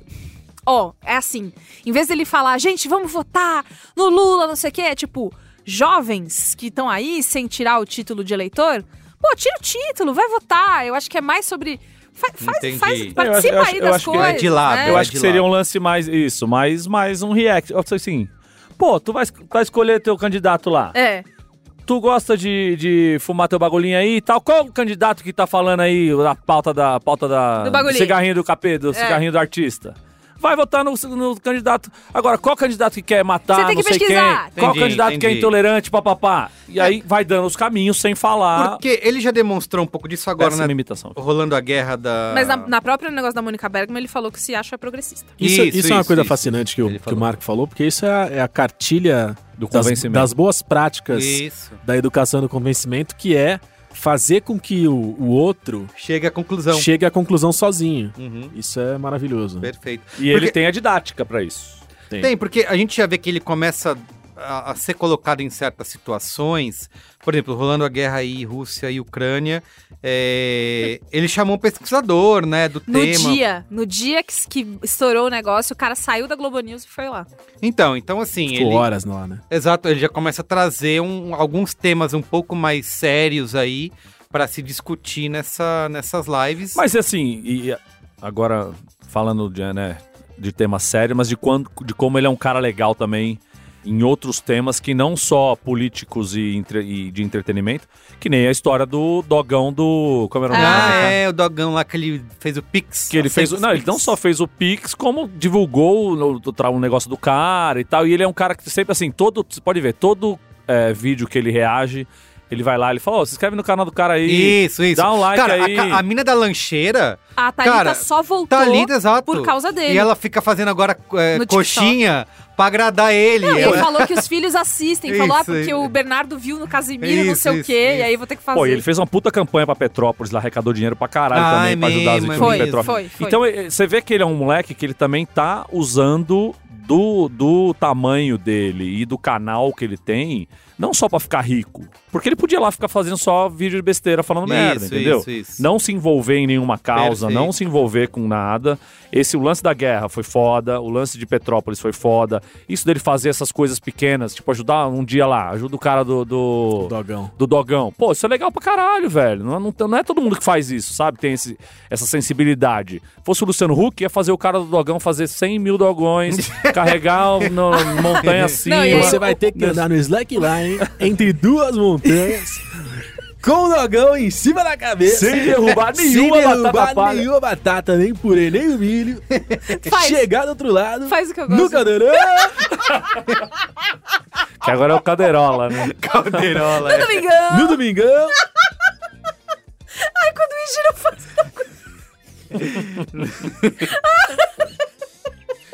[SPEAKER 2] Ó, é assim. Em vez dele falar, gente, vamos votar no Lula, não sei o quê, é tipo, jovens que estão aí sem tirar o título de eleitor, pô, tira o título, vai votar. Eu acho que é mais sobre. fa-
[SPEAKER 1] Entendi.
[SPEAKER 2] Faz, faz,
[SPEAKER 1] Eu
[SPEAKER 2] participa
[SPEAKER 4] acho- eu
[SPEAKER 2] aí
[SPEAKER 4] acho- eu
[SPEAKER 2] das
[SPEAKER 4] acho que
[SPEAKER 2] coisas.
[SPEAKER 4] vai
[SPEAKER 1] de lado,
[SPEAKER 2] né?
[SPEAKER 4] Eu
[SPEAKER 1] É,
[SPEAKER 4] acho que
[SPEAKER 1] de
[SPEAKER 4] seria
[SPEAKER 1] lá.
[SPEAKER 4] um lance mais isso, mais, mais um react. Eu falei assim, pô, tu vai, es- vai escolher teu candidato lá.
[SPEAKER 2] É.
[SPEAKER 4] Tu gosta de, de fumar teu bagulhinho aí e tal? Qual é o candidato que tá falando aí da pauta da... Pauta da
[SPEAKER 2] Do bagulhinho. É.
[SPEAKER 4] cigarrinho do capê, do cigarrinho do artista? Vai votar no, no candidato. Agora, qual candidato que quer matar,
[SPEAKER 2] Você tem que
[SPEAKER 4] não sei
[SPEAKER 2] pesquisar. É.
[SPEAKER 4] quem? Qual
[SPEAKER 1] Entendi,
[SPEAKER 4] candidato que é
[SPEAKER 1] entendi.
[SPEAKER 4] intolerante, papapá? E aí vai dando os caminhos sem
[SPEAKER 3] Ah.
[SPEAKER 4] falar.
[SPEAKER 1] Porque ele já demonstrou um pouco disso agora,
[SPEAKER 4] Péssima
[SPEAKER 1] né?
[SPEAKER 4] imitação.
[SPEAKER 1] Rolando a guerra da.
[SPEAKER 2] Mas na, na própria negócio da Mônica Bergman, ele falou que se acha progressista.
[SPEAKER 3] Isso,
[SPEAKER 1] Isso,
[SPEAKER 3] isso, é uma
[SPEAKER 1] isso,
[SPEAKER 3] coisa
[SPEAKER 1] isso.
[SPEAKER 3] fascinante que,
[SPEAKER 1] Ele
[SPEAKER 3] o, que
[SPEAKER 1] falou.
[SPEAKER 3] o Marco falou, porque isso é a, é a cartilha
[SPEAKER 4] Do
[SPEAKER 3] das,
[SPEAKER 4] convencimento.
[SPEAKER 3] das boas práticas
[SPEAKER 1] Isso.
[SPEAKER 3] da educação do convencimento, que é fazer com que o, o outro
[SPEAKER 1] Chega à conclusão.
[SPEAKER 3] chegue à conclusão sozinho.
[SPEAKER 1] Uhum,
[SPEAKER 3] Isso é maravilhoso.
[SPEAKER 1] Perfeito.
[SPEAKER 4] E
[SPEAKER 1] Porque-
[SPEAKER 4] ele tem a didática pra isso.
[SPEAKER 1] Tem, porque a gente já vê que ele começa a, a ser colocado em certas situações. Por exemplo, rolando a guerra aí, Rússia e Ucrânia. é, ele chamou um pesquisador, né, do
[SPEAKER 2] No
[SPEAKER 1] tema.
[SPEAKER 2] dia, no dia que, que estourou o negócio, o cara saiu da Globo News e foi lá.
[SPEAKER 1] Então, então assim,
[SPEAKER 3] Ficou
[SPEAKER 1] ele,
[SPEAKER 3] horas lá, né?
[SPEAKER 1] exato, ele já começa a trazer um- alguns temas um pouco mais sérios aí para se discutir nessa, nessas lives.
[SPEAKER 4] Mas assim, e e agora falando de, né, de tema sério, mas de, quando, de como ele é um cara legal também em outros temas que não só políticos e, entre- e de entretenimento, que nem a história do dogão do. Como era o nome?
[SPEAKER 1] ah,
[SPEAKER 4] dele?
[SPEAKER 2] tá.
[SPEAKER 1] é, o dogão lá que ele fez o Pix.
[SPEAKER 4] Que ele fez. o- Não, ele não só fez o Pix, como divulgou o, o, o negócio do cara e tal. E ele é um cara que sempre assim, todo. Você pode ver, todo é, vídeo que ele reage, ele vai lá, ele fala, ó, se inscreve no canal do cara aí.
[SPEAKER 1] Isso, isso.
[SPEAKER 4] Dá um like
[SPEAKER 1] Cara, a
[SPEAKER 4] aí.
[SPEAKER 1] ca- a, mina da lancheira
[SPEAKER 2] A Thalita
[SPEAKER 1] Cara,
[SPEAKER 2] só voltou
[SPEAKER 1] tá ali, exato.
[SPEAKER 2] por causa dele.
[SPEAKER 1] E ela fica fazendo agora é,
[SPEAKER 2] No TikTok.
[SPEAKER 1] coxinha pra agradar ele.
[SPEAKER 2] Não, e
[SPEAKER 1] Ela-
[SPEAKER 2] ele falou que os filhos assistem. falou, ah,
[SPEAKER 1] Isso,
[SPEAKER 2] porque
[SPEAKER 1] isso.
[SPEAKER 2] o Bernardo viu no Casimiro, não
[SPEAKER 1] Isso,
[SPEAKER 2] sei o
[SPEAKER 1] isso,
[SPEAKER 2] quê,
[SPEAKER 1] isso.
[SPEAKER 2] e aí vou ter que fazer.
[SPEAKER 4] Pô, e ele fez uma puta campanha pra Petrópolis, lá arrecadou dinheiro pra caralho
[SPEAKER 1] Ah, é
[SPEAKER 4] também, pra ajudar as
[SPEAKER 1] mesmo,
[SPEAKER 4] vítimas
[SPEAKER 1] é
[SPEAKER 4] de Então,
[SPEAKER 1] mesmo.
[SPEAKER 2] foi,
[SPEAKER 4] Petrópolis.
[SPEAKER 2] foi, foi.
[SPEAKER 4] Então, eh, você vê que ele é um moleque que ele também tá usando do, do tamanho dele e do canal que ele tem, não só pra ficar rico. Porque ele podia lá ficar fazendo só vídeo de besteira falando merda, entendeu?
[SPEAKER 1] Isso, isso.
[SPEAKER 4] Não se envolver em nenhuma causa,
[SPEAKER 1] Perfeito.
[SPEAKER 4] não se envolver com nada. Esse o lance da guerra foi foda, o lance de Petrópolis foi foda. Isso dele fazer essas coisas pequenas, tipo ajudar um dia lá, ajuda o cara do- do,
[SPEAKER 3] Dogão.
[SPEAKER 4] do dogão. Pô, isso é legal pra caralho, velho. Não, não- não é todo mundo que faz isso, sabe? Tem esse- essa sensibilidade. Fosse o Luciano Huck, ia fazer o cara do dogão fazer 100 mil dogões, carregar na montanha acima.
[SPEAKER 2] Não, e aí
[SPEAKER 3] Você vai ter que andar no slackline entre duas montanhas com o dogão em cima da cabeça.
[SPEAKER 4] Sem derrubar
[SPEAKER 3] sem
[SPEAKER 4] nenhuma
[SPEAKER 3] derrubar
[SPEAKER 4] batata palha.
[SPEAKER 3] nenhuma batata, nem purê, nem o milho.
[SPEAKER 2] Faz.
[SPEAKER 3] Chegar do outro lado.
[SPEAKER 2] Faz o que eu gosto.
[SPEAKER 3] no cadeirão.
[SPEAKER 4] Que agora é o Cadeirola, né?
[SPEAKER 1] Calderola.
[SPEAKER 2] No Domingão.
[SPEAKER 3] No domingão.
[SPEAKER 2] Ai, quando o Igiro faz...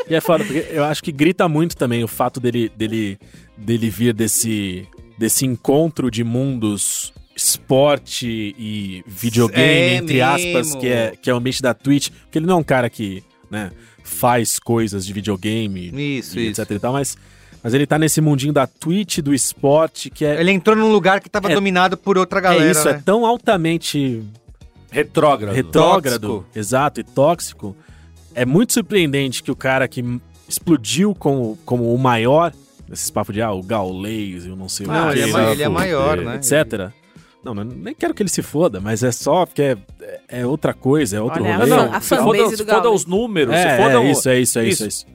[SPEAKER 3] E é foda, porque eu acho que grita muito também o fato dele, dele, dele vir desse, desse encontro de mundos esporte e videogame,
[SPEAKER 1] É
[SPEAKER 3] entre aspas,
[SPEAKER 1] mesmo.
[SPEAKER 3] que é, que é o ambiente da Twitch. Porque ele não é um cara que né, faz coisas de videogame,
[SPEAKER 1] Isso,
[SPEAKER 3] e
[SPEAKER 1] isso.
[SPEAKER 3] etc e tal, mas, mas ele tá nesse mundinho da Twitch, do esporte, que é,
[SPEAKER 1] Ele entrou num lugar que tava
[SPEAKER 3] É-
[SPEAKER 1] dominado por outra galera.
[SPEAKER 3] é isso, é
[SPEAKER 1] né?
[SPEAKER 3] tão altamente
[SPEAKER 4] Retrógrado.
[SPEAKER 3] retrógrado,
[SPEAKER 1] Tóxico.
[SPEAKER 3] exato, e tóxico, é muito surpreendente que o cara que m- explodiu como, como o maior, esses papos de, ah, o Gaules, eu não sei
[SPEAKER 1] Não,
[SPEAKER 3] o que.
[SPEAKER 1] ele é
[SPEAKER 3] sei
[SPEAKER 1] ma-
[SPEAKER 3] lá,
[SPEAKER 1] ele é
[SPEAKER 3] o-
[SPEAKER 1] maior, né?
[SPEAKER 3] Etc. Não, mas nem quero que ele se foda, mas é só porque é, é outra coisa, é outro
[SPEAKER 2] Olha,
[SPEAKER 4] Não,
[SPEAKER 3] rolê.
[SPEAKER 4] não,
[SPEAKER 2] A
[SPEAKER 4] se
[SPEAKER 2] fanbase
[SPEAKER 4] foda,
[SPEAKER 2] do
[SPEAKER 4] se foda
[SPEAKER 2] Gaules.
[SPEAKER 4] os números,
[SPEAKER 3] É,
[SPEAKER 4] se foda um-
[SPEAKER 3] é
[SPEAKER 4] o-
[SPEAKER 3] isso, é isso, é isso, é isso.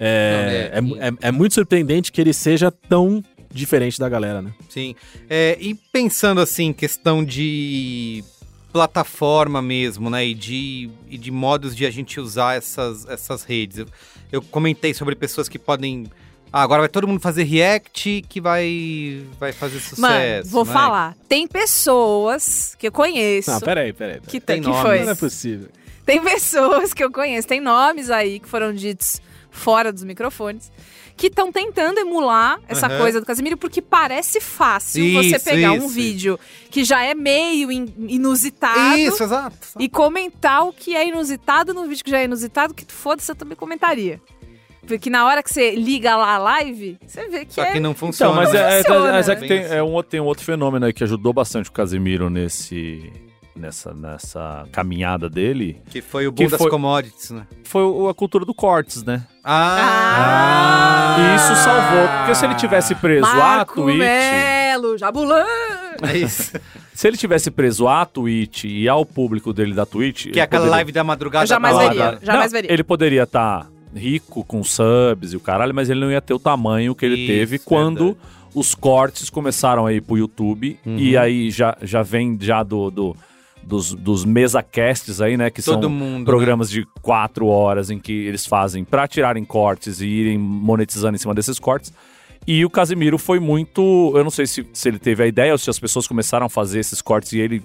[SPEAKER 3] É, é, mu- é- é muito surpreendente que ele seja tão diferente da galera, né?
[SPEAKER 1] Sim. É, e pensando assim, em questão de plataforma mesmo, né? E de, e de modos de a gente usar essas, essas redes. Eu, eu comentei sobre pessoas que podem. Ah, agora vai todo mundo fazer react que vai, vai fazer sucesso.
[SPEAKER 2] Mano, vou
[SPEAKER 1] né?
[SPEAKER 2] falar. Tem pessoas que eu conheço...
[SPEAKER 3] Não, Ah, peraí, peraí. peraí.
[SPEAKER 2] que,
[SPEAKER 1] Tem
[SPEAKER 2] que
[SPEAKER 1] nomes.
[SPEAKER 2] foi?
[SPEAKER 3] Não é possível.
[SPEAKER 2] Tem pessoas que eu conheço, tem nomes aí que foram ditos fora dos microfones, que estão tentando emular essa
[SPEAKER 1] Aham.
[SPEAKER 2] coisa do Casimiro, porque parece fácil você
[SPEAKER 1] Isso,
[SPEAKER 2] pegar um
[SPEAKER 1] isso.
[SPEAKER 2] vídeo que já é meio in- inusitado
[SPEAKER 1] Isso, exato.
[SPEAKER 2] e comentar o que é inusitado no vídeo que já é inusitado, que foda-se, eu também comentaria. Porque na hora que você liga lá a live, você vê que
[SPEAKER 1] Só
[SPEAKER 2] é...
[SPEAKER 1] que não
[SPEAKER 4] Então,
[SPEAKER 1] funciona.
[SPEAKER 4] mas é, é-
[SPEAKER 2] Funciona. né? assim.
[SPEAKER 4] mas é que tem,
[SPEAKER 1] Bem
[SPEAKER 4] é um, outro- tem um outro fenômeno aí que ajudou bastante o Casemiro nesse, nessa, nessa caminhada dele.
[SPEAKER 1] Que foi o boom
[SPEAKER 4] Que
[SPEAKER 1] das
[SPEAKER 4] foi-
[SPEAKER 1] commodities, né?
[SPEAKER 4] Foi o- a cultura do cortes, né?
[SPEAKER 2] Ah!
[SPEAKER 4] E isso salvou. Porque se ele tivesse preso à
[SPEAKER 2] Marco
[SPEAKER 4] Twitch.
[SPEAKER 2] Melo, Jabulã!
[SPEAKER 1] É isso.
[SPEAKER 4] Se ele tivesse preso à Twitch e ao público dele da Twitch.
[SPEAKER 1] Que é aquela live da madrugada.
[SPEAKER 2] Eu jamais
[SPEAKER 1] balada.
[SPEAKER 2] veria. jamais veria.
[SPEAKER 4] Ele poderia estar rico com subs e o caralho, mas ele não ia ter o tamanho que ele
[SPEAKER 1] Isso,
[SPEAKER 4] teve quando
[SPEAKER 1] verdade.
[SPEAKER 4] os cortes começaram aí pro YouTube.
[SPEAKER 1] Uhum.
[SPEAKER 4] E aí já, já vem já do. do- dos, dos mesa casts aí, né? Que
[SPEAKER 1] Todo
[SPEAKER 4] são
[SPEAKER 1] mundo,
[SPEAKER 4] programas de quatro horas em que eles fazem pra tirarem cortes e irem monetizando em cima desses cortes. E o Casimiro foi muito. Eu não sei se, se ele teve a ideia ou se as pessoas começaram a fazer esses cortes e ele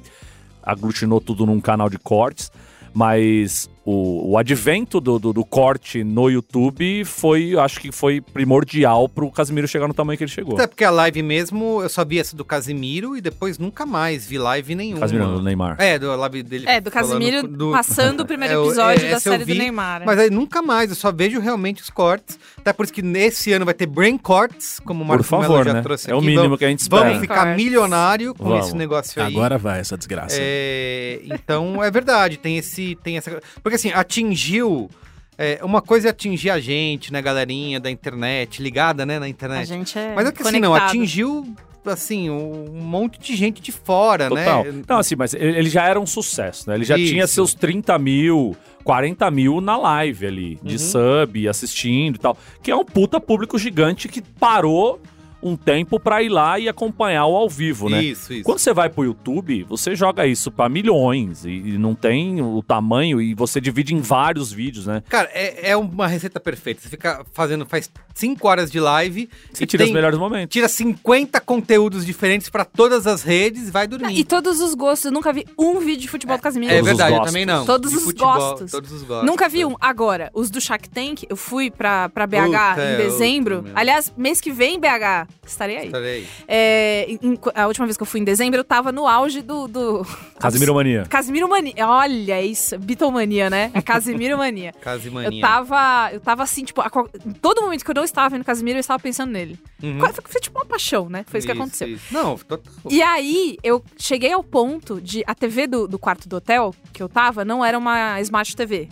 [SPEAKER 4] aglutinou tudo num canal de cortes. Mas o, o advento do, do, do corte no YouTube foi, acho que foi primordial pro Casimiro chegar no tamanho que ele chegou.
[SPEAKER 1] Até porque a live mesmo, eu só vi essa do Casimiro e depois nunca mais vi live nenhuma.
[SPEAKER 4] Casimiro, não, Neymar.
[SPEAKER 1] É, do live dele.
[SPEAKER 2] É, do Casimiro
[SPEAKER 1] falando do-
[SPEAKER 2] passando o
[SPEAKER 1] É,
[SPEAKER 2] primeiro
[SPEAKER 1] eu-
[SPEAKER 2] episódio
[SPEAKER 1] é,
[SPEAKER 2] da
[SPEAKER 1] essa eu
[SPEAKER 2] série do
[SPEAKER 1] vi,
[SPEAKER 4] né?
[SPEAKER 2] Neymar.
[SPEAKER 1] Mas aí nunca mais, eu só vejo realmente os cortes. Até por isso que nesse ano vai ter Brain Cortes, como o
[SPEAKER 4] Por
[SPEAKER 1] Marco Mello
[SPEAKER 4] favor,
[SPEAKER 1] já
[SPEAKER 4] né?
[SPEAKER 1] trouxe
[SPEAKER 4] É o
[SPEAKER 1] aqui.
[SPEAKER 4] mínimo
[SPEAKER 1] Vamos,
[SPEAKER 4] que a gente espera.
[SPEAKER 1] vamos ficar
[SPEAKER 2] Cortes.
[SPEAKER 1] milionário com
[SPEAKER 4] Vamos.
[SPEAKER 1] esse negócio aí.
[SPEAKER 3] Agora vai essa
[SPEAKER 4] Tá
[SPEAKER 3] desgraça.
[SPEAKER 1] É, então é verdade, tem esse, tem essa, porque assim atingiu é, uma coisa é atingir a gente, né, galerinha da internet, ligada, né, na
[SPEAKER 2] A
[SPEAKER 1] internet.
[SPEAKER 2] gente é
[SPEAKER 1] Mas é que assim, não,
[SPEAKER 2] conectado.
[SPEAKER 1] atingiu, assim, um monte de gente de fora,
[SPEAKER 4] Total.
[SPEAKER 1] né?
[SPEAKER 4] Não, assim, mas ele ele já era um sucesso, né? Ele já
[SPEAKER 1] Isso.
[SPEAKER 4] tinha seus 30 mil, 40 mil na live ali, de
[SPEAKER 1] Uhum.
[SPEAKER 4] sub, assistindo e tal. Que é um puta público gigante que parou um tempo pra ir lá e acompanhar o ao vivo, né?
[SPEAKER 1] Isso, isso.
[SPEAKER 4] Quando você vai pro YouTube, você joga isso pra milhões e, e não tem o tamanho e você divide em vários vídeos, né?
[SPEAKER 1] Cara, é, é uma receita perfeita. Você fica fazendo, faz 5 horas de live.
[SPEAKER 4] Você
[SPEAKER 1] e
[SPEAKER 4] tira os
[SPEAKER 1] tem-
[SPEAKER 4] melhores momentos.
[SPEAKER 1] Tira 50 conteúdos diferentes pra todas as redes e vai dormir.
[SPEAKER 2] E todos os gostos. Eu nunca vi um vídeo de futebol do Casimiro.
[SPEAKER 1] É
[SPEAKER 4] Todos os
[SPEAKER 1] verdade, eu
[SPEAKER 4] gostos.
[SPEAKER 1] também não.
[SPEAKER 2] Todos
[SPEAKER 1] De
[SPEAKER 2] os
[SPEAKER 1] futebol,
[SPEAKER 2] gostos.
[SPEAKER 1] Todos os gostos. Tá
[SPEAKER 2] Nunca vi um. Agora, os do Shark Tank, eu fui pra, pra BH
[SPEAKER 1] Puta, é,
[SPEAKER 2] em dezembro.
[SPEAKER 1] outro mesmo.
[SPEAKER 2] Aliás, mês que vem, BH, estarei aí.
[SPEAKER 1] Peraí.
[SPEAKER 2] É, em- em- a última vez que eu fui em dezembro, eu tava no auge do. do...
[SPEAKER 4] Casimiro Mania.
[SPEAKER 2] Casimiro Mania. Olha isso, Beatlemania, né? É Casimiro Mania.
[SPEAKER 1] Casimania.
[SPEAKER 2] Eu tava, eu tava assim, tipo, a qual- em todo momento que eu não estava vendo Casimiro, eu estava pensando nele.
[SPEAKER 1] Uhum.
[SPEAKER 2] Foi, foi tipo uma paixão, né? Foi isso, que aconteceu.
[SPEAKER 1] isso. Não, total.
[SPEAKER 2] E aí, eu cheguei ao ponto de. A TV do, do quarto do hotel que eu tava não era uma Smart TV.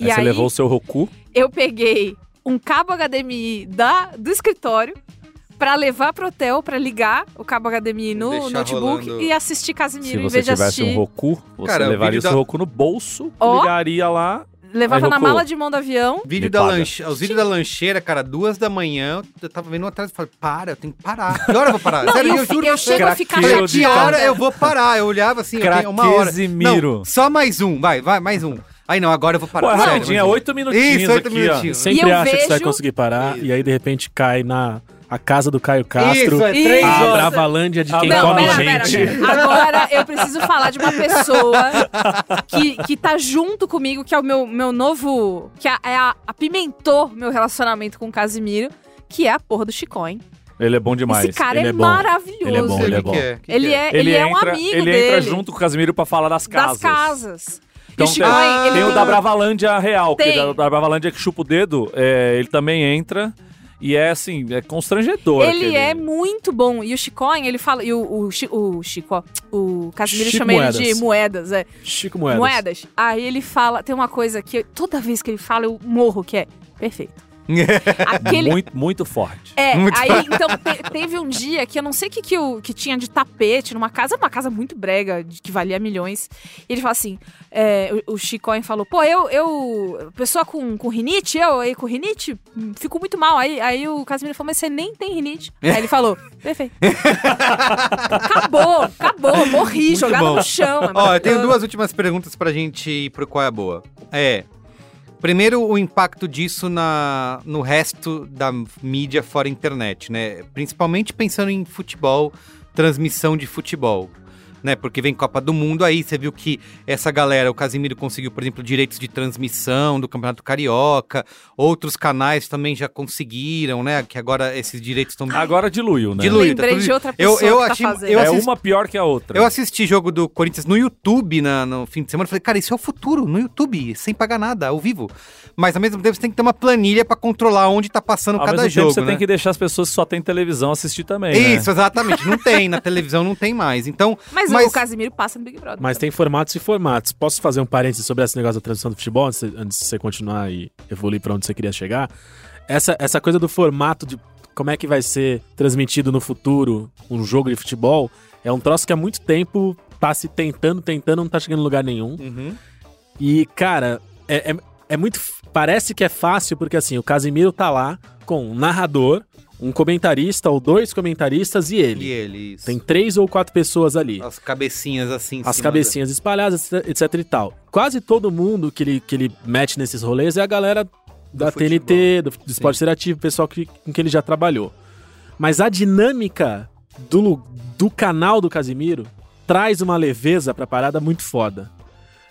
[SPEAKER 4] Aí você levou o seu Roku.
[SPEAKER 2] eu peguei um cabo HDMI da, do escritório pra levar pro hotel, pra ligar o cabo HDMI no
[SPEAKER 1] Deixar
[SPEAKER 2] notebook
[SPEAKER 1] rolando.
[SPEAKER 2] e assistir Casimiro
[SPEAKER 4] Se
[SPEAKER 2] em
[SPEAKER 4] você
[SPEAKER 2] vez de
[SPEAKER 4] tivesse
[SPEAKER 2] assistir.
[SPEAKER 4] um Roku, você
[SPEAKER 1] Cara, o
[SPEAKER 4] levaria
[SPEAKER 1] vídeo
[SPEAKER 4] o seu
[SPEAKER 1] da-
[SPEAKER 4] Roku no bolso,
[SPEAKER 2] Ó.
[SPEAKER 4] ligaria lá.
[SPEAKER 2] Levava
[SPEAKER 3] Ah,
[SPEAKER 4] Aí,
[SPEAKER 2] na
[SPEAKER 4] Rocco,
[SPEAKER 2] mala de mão do avião.
[SPEAKER 1] Vídeo
[SPEAKER 4] Me
[SPEAKER 1] da,
[SPEAKER 4] paga.
[SPEAKER 1] lanche... Os vídeos da lancheira, cara, duas da manhã, eu tava vendo um atrás e falei, para, eu tenho que parar. Que hora eu vou parar?
[SPEAKER 2] Não,
[SPEAKER 1] Sério,
[SPEAKER 2] eu,
[SPEAKER 1] eu,
[SPEAKER 2] fi-
[SPEAKER 1] juro
[SPEAKER 2] eu
[SPEAKER 1] pra você.
[SPEAKER 2] chego a ficar
[SPEAKER 4] Craqueiro
[SPEAKER 1] Falei,
[SPEAKER 4] de
[SPEAKER 1] que
[SPEAKER 2] chateada.
[SPEAKER 1] hora eu vou parar? Eu olhava assim, eu tenho uma hora.
[SPEAKER 4] Craquesimiro.
[SPEAKER 1] Não, só mais um, vai, vai, mais um. Aí não, agora eu vou
[SPEAKER 4] Pô,
[SPEAKER 1] parar.
[SPEAKER 4] é
[SPEAKER 1] Sério,
[SPEAKER 4] rapidinho, é
[SPEAKER 1] mais um.
[SPEAKER 4] oito minutinhos
[SPEAKER 1] Isso, oito
[SPEAKER 4] aqui,
[SPEAKER 1] minutinhos.
[SPEAKER 4] ó.
[SPEAKER 3] Sempre
[SPEAKER 2] E eu
[SPEAKER 3] acha que você vai
[SPEAKER 2] vejo-
[SPEAKER 3] conseguir parar e aí de repente cai na a casa do Caio Castro.
[SPEAKER 1] Isso, é três
[SPEAKER 2] Isso.
[SPEAKER 3] a
[SPEAKER 1] horas.
[SPEAKER 3] Bravalândia de quem
[SPEAKER 4] Não,
[SPEAKER 3] come
[SPEAKER 4] pera,
[SPEAKER 3] gente.
[SPEAKER 2] pera. Agora eu preciso falar de uma pessoa que, que tá junto comigo, que é o meu, meu novo. que a- é a- apimentou meu relacionamento com o Casimiro, que é a porra do Chicó, hein?
[SPEAKER 4] Ele é bom demais.
[SPEAKER 2] Esse cara
[SPEAKER 3] ele
[SPEAKER 2] é,
[SPEAKER 3] é bom.
[SPEAKER 2] maravilhoso.
[SPEAKER 3] Ele é bom,
[SPEAKER 1] Sei
[SPEAKER 3] ele é
[SPEAKER 1] o que
[SPEAKER 3] bom.
[SPEAKER 1] que é, o que
[SPEAKER 2] Ele
[SPEAKER 1] que
[SPEAKER 2] é, ele é um amigo
[SPEAKER 4] ele
[SPEAKER 2] dele.
[SPEAKER 4] entra junto com o Casimiro pra falar das
[SPEAKER 2] das
[SPEAKER 4] casas.
[SPEAKER 2] casas.
[SPEAKER 4] Então
[SPEAKER 2] e o Chico,
[SPEAKER 4] tem-
[SPEAKER 2] hein, ele
[SPEAKER 4] Tem o da Bravalândia real, que
[SPEAKER 2] Tem.
[SPEAKER 4] da, da Bravalândia que chupa o dedo, é, ele também entra. E é assim, é constrangedor.
[SPEAKER 2] Ele
[SPEAKER 4] aquele-
[SPEAKER 2] é muito bom. E o Chicoin, ele fala. E o, o, Chi- o Chico, ó, o Casimiro
[SPEAKER 3] Chico
[SPEAKER 2] chama ele
[SPEAKER 3] Moedas.
[SPEAKER 2] de moedas, é.
[SPEAKER 3] Chico
[SPEAKER 2] Moedas.
[SPEAKER 3] Moedas.
[SPEAKER 2] Aí ele fala. Tem uma coisa que eu- toda vez que ele fala, eu morro, que é perfeito. Aquele.
[SPEAKER 4] É muito, muito forte.
[SPEAKER 2] É,
[SPEAKER 1] muito-
[SPEAKER 2] aí então te- teve um dia que eu não sei o que, que, o- que tinha de tapete numa casa, uma casa muito brega, de, que valia milhões. E ele fala assim: é, o, o Chicoin falou, pô, eu, eu, pessoa com, com rinite, eu aí com rinite, hum, fico muito mal. Aí, aí o Casimiro falou, mas você nem tem rinite. Aí ele falou, perfeito. acabou, acabou, morri,
[SPEAKER 1] Muito
[SPEAKER 2] jogada
[SPEAKER 1] bom.
[SPEAKER 2] no chão. é
[SPEAKER 1] Ó, eu tenho
[SPEAKER 2] maravilhoso.
[SPEAKER 1] duas últimas perguntas pra gente ir pro Qual é a Boa. É. Primeiro, o impacto disso na, no resto da mídia fora internet, né? Principalmente pensando em futebol, transmissão de futebol. Né, porque vem Copa do Mundo aí, você viu que essa galera, o Casimiro conseguiu, por exemplo, direitos de transmissão do Campeonato Carioca, outros canais também já conseguiram, né? Que agora esses direitos estão
[SPEAKER 4] Agora diluiu, né?
[SPEAKER 1] Diluiu. Luísa,
[SPEAKER 2] Lembrei
[SPEAKER 1] tudo-
[SPEAKER 2] de outra
[SPEAKER 1] eu-
[SPEAKER 2] pessoa
[SPEAKER 1] eu
[SPEAKER 2] que tá
[SPEAKER 1] achei-
[SPEAKER 2] fazendo.
[SPEAKER 1] eu
[SPEAKER 4] é
[SPEAKER 1] assisti-
[SPEAKER 4] uma pior que a outra.
[SPEAKER 1] eu assisti jogo do Corinthians no YouTube na- no fim de semana. Falei, cara, isso é o futuro, no YouTube, sem pagar nada, ao vivo. Mas ao mesmo tempo você tem que ter uma planilha pra controlar onde tá passando
[SPEAKER 4] Ao
[SPEAKER 1] cada
[SPEAKER 4] mesmo
[SPEAKER 1] jogo.
[SPEAKER 4] tempo, você
[SPEAKER 1] né?
[SPEAKER 4] tem que deixar as pessoas que só têm televisão assistir também, né?
[SPEAKER 1] Isso, exatamente. Não tem, na televisão não tem mais. Então,
[SPEAKER 2] Mas,
[SPEAKER 1] mas-
[SPEAKER 2] o Casimiro passa no Big Brother.
[SPEAKER 3] Mas tem formatos e formatos. Posso fazer um parênteses sobre esse negócio da transmissão do futebol, antes, antes de você continuar e evoluir pra onde você queria chegar? Essa, essa coisa do formato de como é que vai ser transmitido no futuro um jogo de futebol é um troço que há muito tempo tá se tentando, tentando, não tá chegando em lugar nenhum.
[SPEAKER 4] Uhum.
[SPEAKER 3] E, cara, é, é, é muito. f- Parece que é fácil, porque assim, o Casimiro tá lá com um narrador, um comentarista ou dois comentaristas e ele.
[SPEAKER 1] e eles.
[SPEAKER 3] Tem três ou quatro pessoas ali
[SPEAKER 1] As cabecinhas assim. em
[SPEAKER 3] as
[SPEAKER 1] cima
[SPEAKER 3] cabecinhas espalhadas, etc, etc e tal. Quase todo mundo que ele, que ele mete nesses rolês é a galera da
[SPEAKER 1] futebol.
[SPEAKER 3] TNT, do, do esporte interativo, pessoal que, com que ele já trabalhou. Mas a dinâmica do, lu- do canal do Casimiro traz uma leveza pra parada muito foda.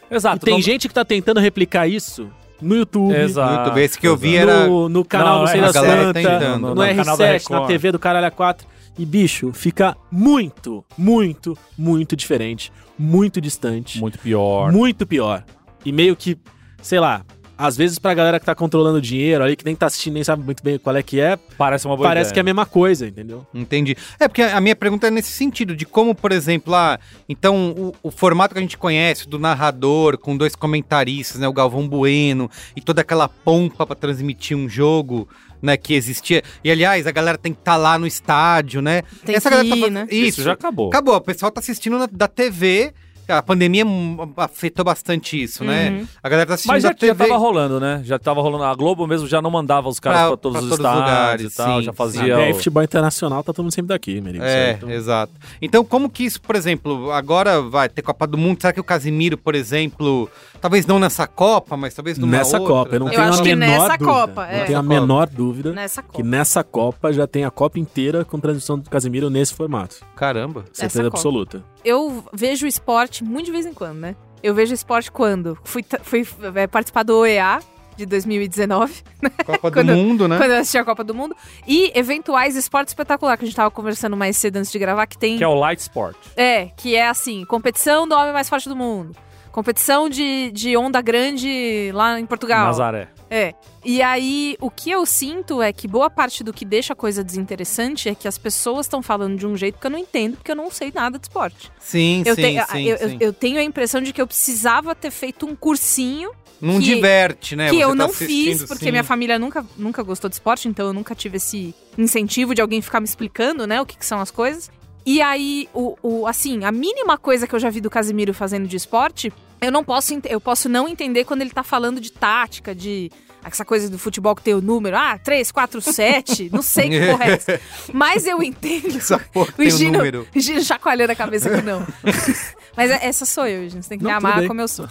[SPEAKER 4] Exato.
[SPEAKER 3] e tem
[SPEAKER 4] Ah, não-
[SPEAKER 3] gente que tá tentando replicar isso no YouTube,
[SPEAKER 1] Da...
[SPEAKER 4] Exato.
[SPEAKER 1] No YouTube. Esse que eu vi
[SPEAKER 3] no,
[SPEAKER 1] era.
[SPEAKER 3] no canal
[SPEAKER 4] Não,
[SPEAKER 3] não,
[SPEAKER 4] é
[SPEAKER 3] sei
[SPEAKER 1] a
[SPEAKER 3] das
[SPEAKER 1] galera tá
[SPEAKER 3] quantas,
[SPEAKER 1] tentando,
[SPEAKER 3] no,
[SPEAKER 4] no canal da
[SPEAKER 3] R7, na
[SPEAKER 4] Record.
[SPEAKER 3] TV do Caralho A4. E, bicho, fica muito, muito, muito diferente. Muito distante.
[SPEAKER 4] Muito pior.
[SPEAKER 3] Muito pior. E meio que, sei lá, às vezes pra galera que tá controlando o dinheiro ali, que nem tá assistindo, nem sabe muito bem qual é que é,
[SPEAKER 4] Parece uma boa
[SPEAKER 3] parece que é a
[SPEAKER 4] ideia.
[SPEAKER 3] mesma coisa, entendeu?
[SPEAKER 1] Entendi. É, porque a minha pergunta é nesse sentido, de como, por exemplo, ah, então o, o formato que a gente conhece do narrador com dois comentaristas, né, o Galvão Bueno e toda aquela pompa pra transmitir um jogo, né, que existia. E aliás, a galera tem que estar lá no estádio, né?
[SPEAKER 2] Tem
[SPEAKER 1] Essa
[SPEAKER 2] que
[SPEAKER 1] galera tá
[SPEAKER 2] ir,
[SPEAKER 1] fazendo-
[SPEAKER 2] né?
[SPEAKER 1] Isso,
[SPEAKER 4] Isso já acabou.
[SPEAKER 1] acabou. O pessoal tá assistindo na- da TV A pandemia hum, afetou bastante isso,
[SPEAKER 2] Uhum.
[SPEAKER 1] né? A galera tá assistindo
[SPEAKER 4] Mas já,
[SPEAKER 1] a TV.
[SPEAKER 4] já tava rolando, né? Já tava rolando. A Globo mesmo já não mandava os caras
[SPEAKER 1] Pra-
[SPEAKER 4] pra, todos
[SPEAKER 1] pra
[SPEAKER 4] os
[SPEAKER 1] todos os
[SPEAKER 4] estados
[SPEAKER 1] lugares,
[SPEAKER 4] e tal.
[SPEAKER 1] sim,
[SPEAKER 4] já
[SPEAKER 1] sim.
[SPEAKER 4] fazia.
[SPEAKER 3] É,
[SPEAKER 4] o-
[SPEAKER 3] futebol internacional tá todo mundo sempre daqui, Merigo.
[SPEAKER 1] É,
[SPEAKER 3] certo?
[SPEAKER 1] exato. Então, como que isso, por exemplo, agora vai ter Copa do Mundo? Será que o Casimiro, por exemplo, talvez não nessa Copa, mas talvez numa
[SPEAKER 3] Nessa
[SPEAKER 1] outra,
[SPEAKER 3] Copa, eu não
[SPEAKER 1] né?
[SPEAKER 3] tenho
[SPEAKER 5] acho
[SPEAKER 3] a
[SPEAKER 5] que
[SPEAKER 3] menor
[SPEAKER 5] nessa
[SPEAKER 3] dúvida.
[SPEAKER 5] Copa, é.
[SPEAKER 3] Não tenho a
[SPEAKER 1] Nessa Copa.
[SPEAKER 3] menor dúvida
[SPEAKER 5] Nessa
[SPEAKER 3] que
[SPEAKER 5] Copa.
[SPEAKER 3] nessa Copa já tem a Copa inteira com transmissão do Casimiro nesse formato.
[SPEAKER 1] Caramba.
[SPEAKER 3] Certeza
[SPEAKER 5] Copa.
[SPEAKER 3] absoluta.
[SPEAKER 2] eu vejo esporte muito de vez em quando, né? Eu vejo esporte quando? Fui, tra- fui é, participar do OEA de 2019,
[SPEAKER 1] Copa do
[SPEAKER 2] Quando-
[SPEAKER 1] Mundo, né?
[SPEAKER 2] quando eu assisti a Copa do Mundo. E eventuais esporte espetacular, que a gente tava conversando mais cedo antes de gravar, que tem.
[SPEAKER 4] Que é o Light Sport.
[SPEAKER 2] É, que é assim, competição do homem mais forte do mundo. Competição de, de onda grande lá em Portugal.
[SPEAKER 4] Nazaré.
[SPEAKER 2] É. E aí, o que eu sinto é que boa parte do que deixa a coisa desinteressante é que as pessoas estão falando de um jeito que eu não entendo, porque eu não sei nada de esporte.
[SPEAKER 1] Sim,
[SPEAKER 2] eu,
[SPEAKER 1] sim,
[SPEAKER 2] tenho- ah,
[SPEAKER 1] sim.
[SPEAKER 2] eu, eu-
[SPEAKER 1] sim.
[SPEAKER 2] eu tenho a impressão de que eu precisava ter feito um cursinho
[SPEAKER 1] não
[SPEAKER 2] que-
[SPEAKER 1] diverte, né?
[SPEAKER 2] que
[SPEAKER 1] Você
[SPEAKER 2] eu
[SPEAKER 1] tá
[SPEAKER 2] não
[SPEAKER 1] assistindo,
[SPEAKER 2] fiz, porque
[SPEAKER 1] sim.
[SPEAKER 2] minha família nunca, nunca gostou de esporte, então eu nunca tive esse incentivo de alguém ficar me explicando, né, o que, que são as coisas. E aí, o, o, assim, a mínima coisa que eu já vi do Casimiro fazendo de esporte, eu não posso, ent- eu posso não entender quando ele tá falando de tática, de essa coisa do futebol que tem o número, ah, 3, 4, 7, não sei que porra é essa. Mas eu entendo.
[SPEAKER 1] Essa porra
[SPEAKER 2] O
[SPEAKER 1] tem um
[SPEAKER 2] Gino,
[SPEAKER 1] número.
[SPEAKER 2] o Gino chacoalhando a cabeça que não. Mas é- essa sou eu, Gino. Você tem que
[SPEAKER 3] Não,
[SPEAKER 2] me
[SPEAKER 3] tudo
[SPEAKER 2] amar
[SPEAKER 3] bem.
[SPEAKER 2] como eu sou.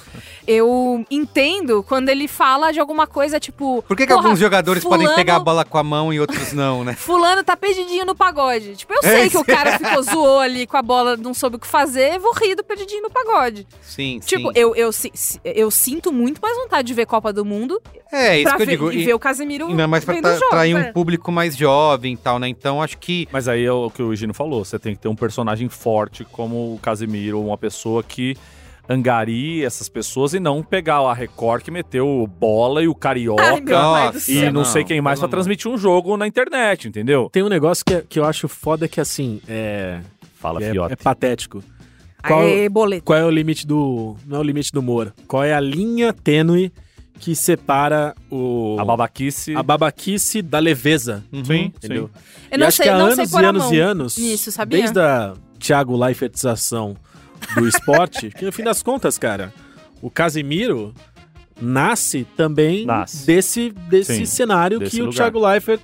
[SPEAKER 2] Eu entendo quando ele fala de alguma coisa tipo.
[SPEAKER 1] Por que, que
[SPEAKER 2] "Porra,
[SPEAKER 1] alguns jogadores podem
[SPEAKER 2] fulano-
[SPEAKER 1] pegar a bola com a mão e outros não, né?
[SPEAKER 2] Fulano tá perdidinho no pagode.
[SPEAKER 3] É
[SPEAKER 2] Tipo, eu sei que o cara ficou zoou ali com a bola, não soube o que fazer, vou rir do perdidinho no pagode.
[SPEAKER 1] Sim,
[SPEAKER 2] Tipo,
[SPEAKER 1] sim.
[SPEAKER 2] eu, eu, si- si- eu sinto muito mais vontade de ver Copa do Mundo
[SPEAKER 1] É, isso
[SPEAKER 2] pra
[SPEAKER 1] que eu
[SPEAKER 2] ver,
[SPEAKER 1] digo.
[SPEAKER 2] e,
[SPEAKER 1] E-
[SPEAKER 2] ver o Casemiro
[SPEAKER 1] Ainda mais pra
[SPEAKER 2] vendo
[SPEAKER 1] tra-
[SPEAKER 2] jogos,
[SPEAKER 1] atrair um
[SPEAKER 2] é.
[SPEAKER 1] público mais jovem e tal, né? Então acho que.
[SPEAKER 4] Mas aí é o que o Gino falou, você tem que ter um personagem forte como o Casimiro, uma pessoa que angarie essas pessoas e não pegar a Record que meteu o bola e o Carioca
[SPEAKER 2] Ai, meu pai do
[SPEAKER 1] Nossa,
[SPEAKER 4] e
[SPEAKER 2] céu.
[SPEAKER 4] não, sei quem mais pra
[SPEAKER 1] pelo amor.
[SPEAKER 4] transmitir um jogo na internet, entendeu?
[SPEAKER 3] Tem um negócio que, é- que eu acho foda que, assim, é,
[SPEAKER 4] Fala,
[SPEAKER 3] é,
[SPEAKER 4] fiote.
[SPEAKER 3] é patético. Qual-
[SPEAKER 2] Aê, boleto.
[SPEAKER 3] Qual é o limite do... Não é o limite do humor. Qual é a linha tênue que separa o...
[SPEAKER 4] A babaquice.
[SPEAKER 3] a babaquice da leveza,
[SPEAKER 4] Sim,
[SPEAKER 3] entendeu?
[SPEAKER 2] Eu
[SPEAKER 3] E
[SPEAKER 2] não
[SPEAKER 3] acho
[SPEAKER 2] sei,
[SPEAKER 3] que há
[SPEAKER 2] não
[SPEAKER 3] anos
[SPEAKER 2] sei
[SPEAKER 3] e
[SPEAKER 2] pôr a
[SPEAKER 3] anos
[SPEAKER 2] mão.
[SPEAKER 3] e anos,
[SPEAKER 2] nisso, sabia?
[SPEAKER 3] desde a Thiago Leifertização do esporte, que no fim das contas, cara, o Casimiro nasce também
[SPEAKER 4] Nasce.
[SPEAKER 3] desse, desse
[SPEAKER 4] Sim,
[SPEAKER 3] cenário
[SPEAKER 4] desse
[SPEAKER 3] que o
[SPEAKER 4] lugar.
[SPEAKER 3] Thiago Leifert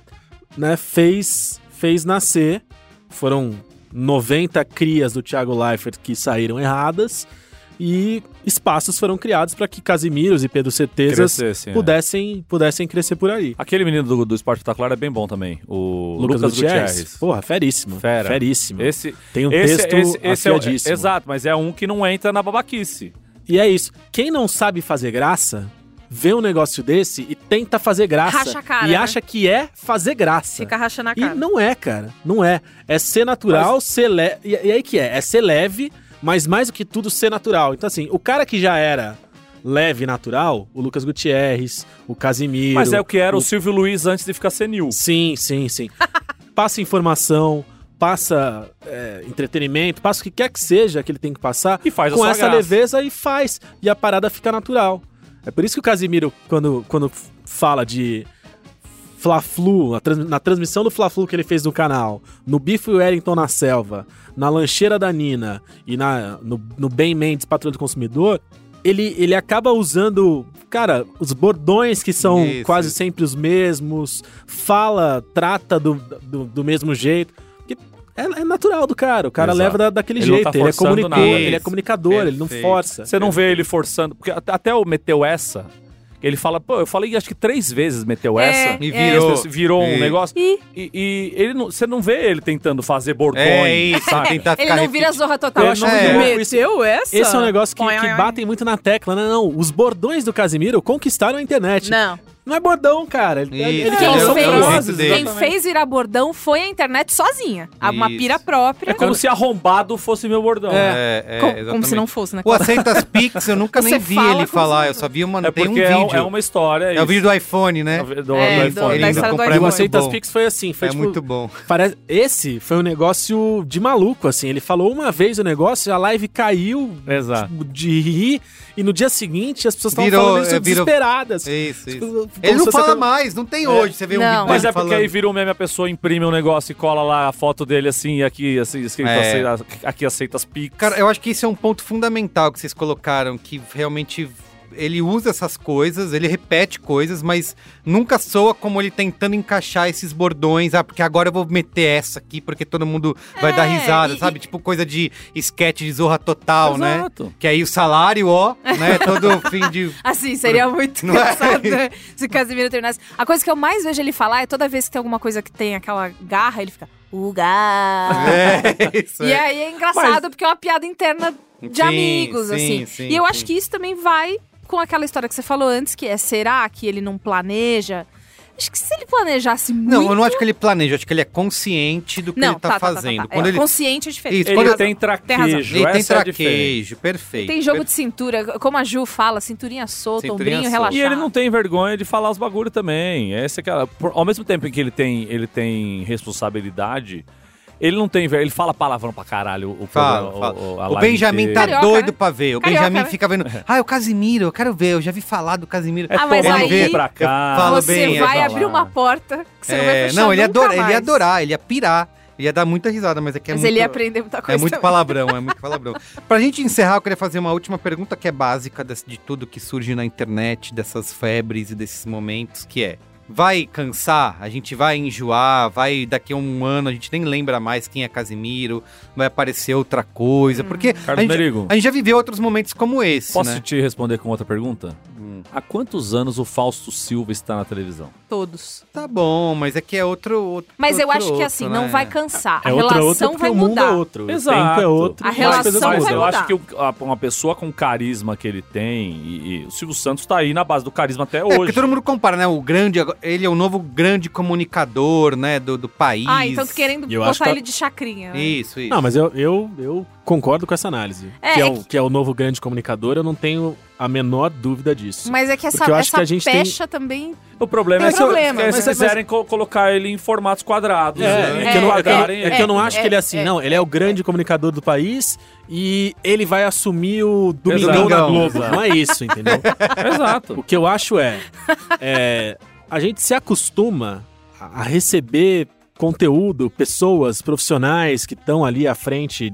[SPEAKER 3] né, fez, fez nascer. Foram 90 crias do Thiago Leifert que saíram erradas e espaços foram criados para que Casimiros e Pedro Cetezas
[SPEAKER 4] Crescesse, é.
[SPEAKER 3] pudessem, pudessem crescer por aí.
[SPEAKER 4] Aquele menino do, do Esporte Espetacular é bem bom também. O
[SPEAKER 3] Lucas,
[SPEAKER 4] Lucas,
[SPEAKER 3] Gutierrez.
[SPEAKER 4] Gutierrez.
[SPEAKER 3] Porra, feríssimo.
[SPEAKER 4] Fera.
[SPEAKER 3] Feríssimo.
[SPEAKER 4] Esse,
[SPEAKER 3] Tem um
[SPEAKER 4] esse,
[SPEAKER 3] texto
[SPEAKER 4] esse, esse é o,
[SPEAKER 3] afiadíssimo.
[SPEAKER 4] Exato, mas é um que não entra na babaquice.
[SPEAKER 3] E é isso. Quem não sabe fazer graça, vê um negócio desse e tenta fazer graça.
[SPEAKER 2] Racha a cara,
[SPEAKER 3] e
[SPEAKER 2] né?
[SPEAKER 3] acha que é fazer graça.
[SPEAKER 2] Fica rachando a
[SPEAKER 3] e
[SPEAKER 2] cara.
[SPEAKER 3] não é, cara. Não é. É ser natural, ser leve. E, e aí que é? É ser leve, mas mais do que tudo ser natural. Então, assim, o cara que já era leve e natural, o Lucas Gutierrez, o Casimiro.
[SPEAKER 4] Mas é o que era o,
[SPEAKER 3] o-
[SPEAKER 4] Silvio Luiz antes de ficar senil.
[SPEAKER 3] Sim, sim, sim. passa informação, passa é, entretenimento, passa o que quer que seja que ele tem que passar
[SPEAKER 4] E faz a
[SPEAKER 3] com
[SPEAKER 4] sua
[SPEAKER 3] essa
[SPEAKER 4] graça.
[SPEAKER 3] leveza e faz. E a parada fica natural. É por isso que o Casimiro, quando, quando f- fala de Fla-Flu, a trans- na transmissão do Fla-Flu que ele fez no canal, no Bife Wellington na Selva, na Lancheira da Nina e na, no, no Ben Mendes, Patrulha do Consumidor, ele, ele acaba usando, cara, os bordões que são
[SPEAKER 1] Isso,
[SPEAKER 3] quase
[SPEAKER 1] isso.
[SPEAKER 3] sempre os mesmos, fala, trata do, do, do mesmo jeito. Porque É, é natural do cara, o cara
[SPEAKER 4] Exato.
[SPEAKER 3] leva da, daquele
[SPEAKER 4] Ele não
[SPEAKER 3] jeito. ele,
[SPEAKER 4] tá
[SPEAKER 3] é
[SPEAKER 4] forçando
[SPEAKER 3] comunicador,
[SPEAKER 4] nada.
[SPEAKER 3] ele é
[SPEAKER 1] Isso.
[SPEAKER 3] comunicador, ele não
[SPEAKER 1] Perfeito.
[SPEAKER 3] força.
[SPEAKER 4] Você não vê ele forçando. Porque at- até o meteu essa. Ele fala, pô, eu falei acho que três vezes meteu
[SPEAKER 2] É,
[SPEAKER 4] essa.
[SPEAKER 1] E
[SPEAKER 2] É.
[SPEAKER 1] virou.
[SPEAKER 4] Esse- Virou um
[SPEAKER 1] E-
[SPEAKER 4] negócio.
[SPEAKER 2] Ih.
[SPEAKER 4] E, e ele não, você não vê ele tentando fazer bordões.
[SPEAKER 1] É isso, tentar
[SPEAKER 2] Ele
[SPEAKER 1] ficar
[SPEAKER 2] não vira
[SPEAKER 1] repetindo.
[SPEAKER 2] zorra total.
[SPEAKER 3] Eu acho
[SPEAKER 1] muito
[SPEAKER 2] Ele
[SPEAKER 3] louco isso.
[SPEAKER 2] meteu essa?
[SPEAKER 3] Esse é um negócio que,
[SPEAKER 5] Oi,
[SPEAKER 3] que
[SPEAKER 5] oi, oi.
[SPEAKER 3] batem muito na tecla, né? Não, os bordões do Casimiro conquistaram a internet.
[SPEAKER 2] Não.
[SPEAKER 3] Não é bordão, cara. Ele,
[SPEAKER 1] Isso,
[SPEAKER 3] ele um
[SPEAKER 1] é
[SPEAKER 2] Quem,
[SPEAKER 1] o
[SPEAKER 3] são
[SPEAKER 1] jeito
[SPEAKER 2] fez,
[SPEAKER 1] dele.
[SPEAKER 3] frases,
[SPEAKER 2] quem
[SPEAKER 3] exatamente.
[SPEAKER 2] fez virar bordão foi a internet sozinha. A- Uma
[SPEAKER 1] Isso.
[SPEAKER 2] pira própria.
[SPEAKER 4] É como se arrombado fosse meu bordão.
[SPEAKER 1] É, é,
[SPEAKER 2] Co- como,
[SPEAKER 1] exatamente.
[SPEAKER 2] se não fosse, né?
[SPEAKER 1] O Aceitas Pix, eu nunca nem
[SPEAKER 2] Você
[SPEAKER 1] vi
[SPEAKER 2] fala
[SPEAKER 1] ele
[SPEAKER 2] como
[SPEAKER 1] falar,
[SPEAKER 2] se-
[SPEAKER 1] eu só vi uma,
[SPEAKER 4] É
[SPEAKER 1] tem um
[SPEAKER 4] porque
[SPEAKER 1] vídeo.
[SPEAKER 4] é, um-
[SPEAKER 1] É,
[SPEAKER 4] é uma história.
[SPEAKER 1] o vídeo do iPhone, né?
[SPEAKER 4] do, do,
[SPEAKER 2] É,
[SPEAKER 4] do
[SPEAKER 2] do-
[SPEAKER 4] iPhone.
[SPEAKER 2] da
[SPEAKER 1] Ele
[SPEAKER 2] história do
[SPEAKER 1] comprar é
[SPEAKER 3] o
[SPEAKER 2] iPhone.
[SPEAKER 1] muito
[SPEAKER 3] Aceitas
[SPEAKER 1] bom.
[SPEAKER 3] Pix foi assim, foi
[SPEAKER 1] é
[SPEAKER 3] tipo,
[SPEAKER 1] muito bom.
[SPEAKER 3] parece- esse foi um negócio de maluco, assim. Ele falou uma vez o negócio, a live caiu
[SPEAKER 4] Exato.
[SPEAKER 3] tipo, de rir, e no dia seguinte as pessoas estavam
[SPEAKER 1] Virou,
[SPEAKER 3] falando isso
[SPEAKER 1] é, virou-
[SPEAKER 3] desesperadas.
[SPEAKER 1] Isso, isso.
[SPEAKER 3] Tipo,
[SPEAKER 1] Ele não
[SPEAKER 4] se
[SPEAKER 1] fala
[SPEAKER 4] você-
[SPEAKER 1] mais, não tem hoje. Você vê um
[SPEAKER 2] Não.
[SPEAKER 1] vídeo
[SPEAKER 4] É. Mas
[SPEAKER 1] dele
[SPEAKER 4] é porque
[SPEAKER 1] falando.
[SPEAKER 4] aí vira um meme, a pessoa imprime um negócio e cola lá a foto dele assim, e aqui, assim, escrito
[SPEAKER 1] É.
[SPEAKER 4] aceita, aqui aceita as pics.
[SPEAKER 1] Cara, eu acho que isso é um ponto fundamental que vocês colocaram, que realmente ele usa essas coisas, ele repete coisas, mas nunca soa como ele tentando encaixar esses bordões. Ah, porque agora eu vou meter essa aqui, porque todo mundo vai
[SPEAKER 2] É,
[SPEAKER 1] dar risada,
[SPEAKER 2] e-
[SPEAKER 1] sabe? Tipo coisa de esquete de zorra total, né?
[SPEAKER 4] Exato.
[SPEAKER 1] Que aí o salário, ó, né? Todo fim de.
[SPEAKER 2] Assim, seria muito
[SPEAKER 1] Não é?
[SPEAKER 2] engraçado né? se o Casimiro terminasse. A coisa que eu mais vejo ele falar é toda vez que tem alguma coisa que tem aquela garra, ele fica. Uga!
[SPEAKER 1] É, isso
[SPEAKER 2] E
[SPEAKER 1] é.
[SPEAKER 2] aí é engraçado porque é uma piada interna de
[SPEAKER 1] Sim,
[SPEAKER 2] amigos,
[SPEAKER 1] sim,
[SPEAKER 2] assim.
[SPEAKER 1] sim,
[SPEAKER 2] e eu
[SPEAKER 1] sim.
[SPEAKER 2] acho que isso também vai com aquela história que você falou antes, que é será que ele não planeja? Acho que se ele planejasse muito.
[SPEAKER 1] Não, eu não acho que ele planeja, eu acho que ele é consciente do que
[SPEAKER 2] Não,
[SPEAKER 1] ele tá,
[SPEAKER 2] tá, tá, tá, tá.
[SPEAKER 1] fazendo.
[SPEAKER 2] É,
[SPEAKER 1] Quando ele
[SPEAKER 2] Consciente é diferente.
[SPEAKER 1] Isso,
[SPEAKER 4] Ele
[SPEAKER 1] quando eu-
[SPEAKER 4] tem
[SPEAKER 2] Tem razão.
[SPEAKER 4] traquejo,
[SPEAKER 1] Ele tem
[SPEAKER 4] essa é a diferença.
[SPEAKER 1] traquejo, perfeito.
[SPEAKER 2] Tem jogo de cintura, como a Ju fala, cinturinha solta,
[SPEAKER 1] Cinturinha
[SPEAKER 2] ombrinho
[SPEAKER 1] solta.
[SPEAKER 2] relaxado.
[SPEAKER 4] E ele não tem vergonha de falar os bagulho também. Esse é cara, por- ao mesmo tempo em que ele tem, ele tem responsabilidade, ele não tem ver- ele fala palavrão pra caralho o,
[SPEAKER 1] Fala,
[SPEAKER 4] programa-
[SPEAKER 1] fala.
[SPEAKER 4] o, a
[SPEAKER 1] O,
[SPEAKER 4] live
[SPEAKER 1] Benjamin tá
[SPEAKER 4] inteira.
[SPEAKER 2] Carioca,
[SPEAKER 1] doido
[SPEAKER 2] né?
[SPEAKER 1] pra ver. O
[SPEAKER 2] Carioca,
[SPEAKER 1] Benjamin
[SPEAKER 2] né?
[SPEAKER 1] fica vendo. Ah, é o Casimiro, eu quero ver. Eu já vi falar do Casimiro.
[SPEAKER 4] É
[SPEAKER 2] Ah, mas
[SPEAKER 4] tomar no
[SPEAKER 2] aí-
[SPEAKER 4] cu pra cá.
[SPEAKER 1] Fala
[SPEAKER 2] você
[SPEAKER 1] bem,
[SPEAKER 2] vai
[SPEAKER 4] é,
[SPEAKER 2] abrir
[SPEAKER 4] fala.
[SPEAKER 2] uma porta que você não vai
[SPEAKER 1] É,
[SPEAKER 2] fechar
[SPEAKER 1] ele, ia
[SPEAKER 2] nunca
[SPEAKER 1] adora- ele
[SPEAKER 2] mais.
[SPEAKER 1] ia adorar, ele ia pirar. Ele ia dar muita risada, mas é que é
[SPEAKER 2] Mas
[SPEAKER 1] muito...
[SPEAKER 2] ele ia aprender muita coisa
[SPEAKER 1] É muito
[SPEAKER 2] também.
[SPEAKER 1] palavrão, é muito palavrão. Pra gente encerrar, eu queria fazer uma última pergunta que é básica desse- de tudo que surge na internet, dessas febres e desses momentos, que é... Vai cansar? A gente vai enjoar? Vai daqui a um ano, a gente nem lembra mais quem é Casimiro? Vai aparecer outra coisa? Porque
[SPEAKER 2] Hum.
[SPEAKER 1] assim, a
[SPEAKER 4] Carlos
[SPEAKER 1] gente,
[SPEAKER 4] Merigo,
[SPEAKER 1] a gente já viveu outros momentos como esse,
[SPEAKER 4] posso
[SPEAKER 1] né?
[SPEAKER 4] te responder com outra pergunta?
[SPEAKER 1] Hum.
[SPEAKER 4] Há quantos anos o Fausto Silva está na televisão?
[SPEAKER 2] Todos.
[SPEAKER 1] Tá bom, mas é que é outro... outro
[SPEAKER 2] Mas eu
[SPEAKER 1] outro-
[SPEAKER 2] acho que assim,
[SPEAKER 1] outro,
[SPEAKER 2] não
[SPEAKER 1] né?
[SPEAKER 2] vai cansar.
[SPEAKER 3] É
[SPEAKER 2] a
[SPEAKER 3] outra,
[SPEAKER 2] relação
[SPEAKER 3] outra, porque
[SPEAKER 2] vai
[SPEAKER 3] o mundo
[SPEAKER 2] mudar.
[SPEAKER 3] é outro.
[SPEAKER 4] Exato.
[SPEAKER 3] O tempo é outro.
[SPEAKER 2] A
[SPEAKER 3] as
[SPEAKER 2] relação
[SPEAKER 3] coisas
[SPEAKER 2] vai
[SPEAKER 4] mas
[SPEAKER 3] mudam.
[SPEAKER 4] eu
[SPEAKER 2] mudar.
[SPEAKER 4] acho que o- a- uma pessoa com o carisma que ele tem, e, e o Silvio Santos tá aí na base do carisma até
[SPEAKER 1] É,
[SPEAKER 4] hoje.
[SPEAKER 1] porque todo mundo compara, né? O grande, agora- ele é o novo grande comunicador, né? Do, do país.
[SPEAKER 2] Ah, então tu querendo
[SPEAKER 3] Eu acho
[SPEAKER 2] botar
[SPEAKER 3] que-
[SPEAKER 2] ele de chacrinha. né?
[SPEAKER 1] Isso, isso.
[SPEAKER 3] Não, mas eu, eu, eu concordo com essa análise.
[SPEAKER 2] É,
[SPEAKER 3] que, é
[SPEAKER 2] é
[SPEAKER 3] o, que... é o novo grande comunicador, eu não tenho a menor dúvida disso.
[SPEAKER 2] Mas é que essa,
[SPEAKER 3] Porque eu acho
[SPEAKER 2] essa
[SPEAKER 3] que a gente tem-
[SPEAKER 2] pecha também.
[SPEAKER 4] O problema
[SPEAKER 2] Tem
[SPEAKER 4] é se, eu-
[SPEAKER 2] problema,
[SPEAKER 4] é se
[SPEAKER 2] mas-
[SPEAKER 4] quiserem co- colocar ele em formatos quadrados.
[SPEAKER 3] É,
[SPEAKER 4] né?
[SPEAKER 3] é que eu não, é que eu-
[SPEAKER 4] Quadrarem,
[SPEAKER 3] é que eu não
[SPEAKER 2] é,
[SPEAKER 3] acho que ele é assim,
[SPEAKER 2] é,
[SPEAKER 3] não. Ele é o grande comunicador do país e ele vai assumir o Domingão
[SPEAKER 4] Exato.
[SPEAKER 3] da
[SPEAKER 1] Domingão.
[SPEAKER 3] Globo. Não é isso, entendeu? O
[SPEAKER 4] Exato.
[SPEAKER 3] que eu acho é, é, a gente se acostuma a a receber conteúdo, pessoas, profissionais que estão ali à frente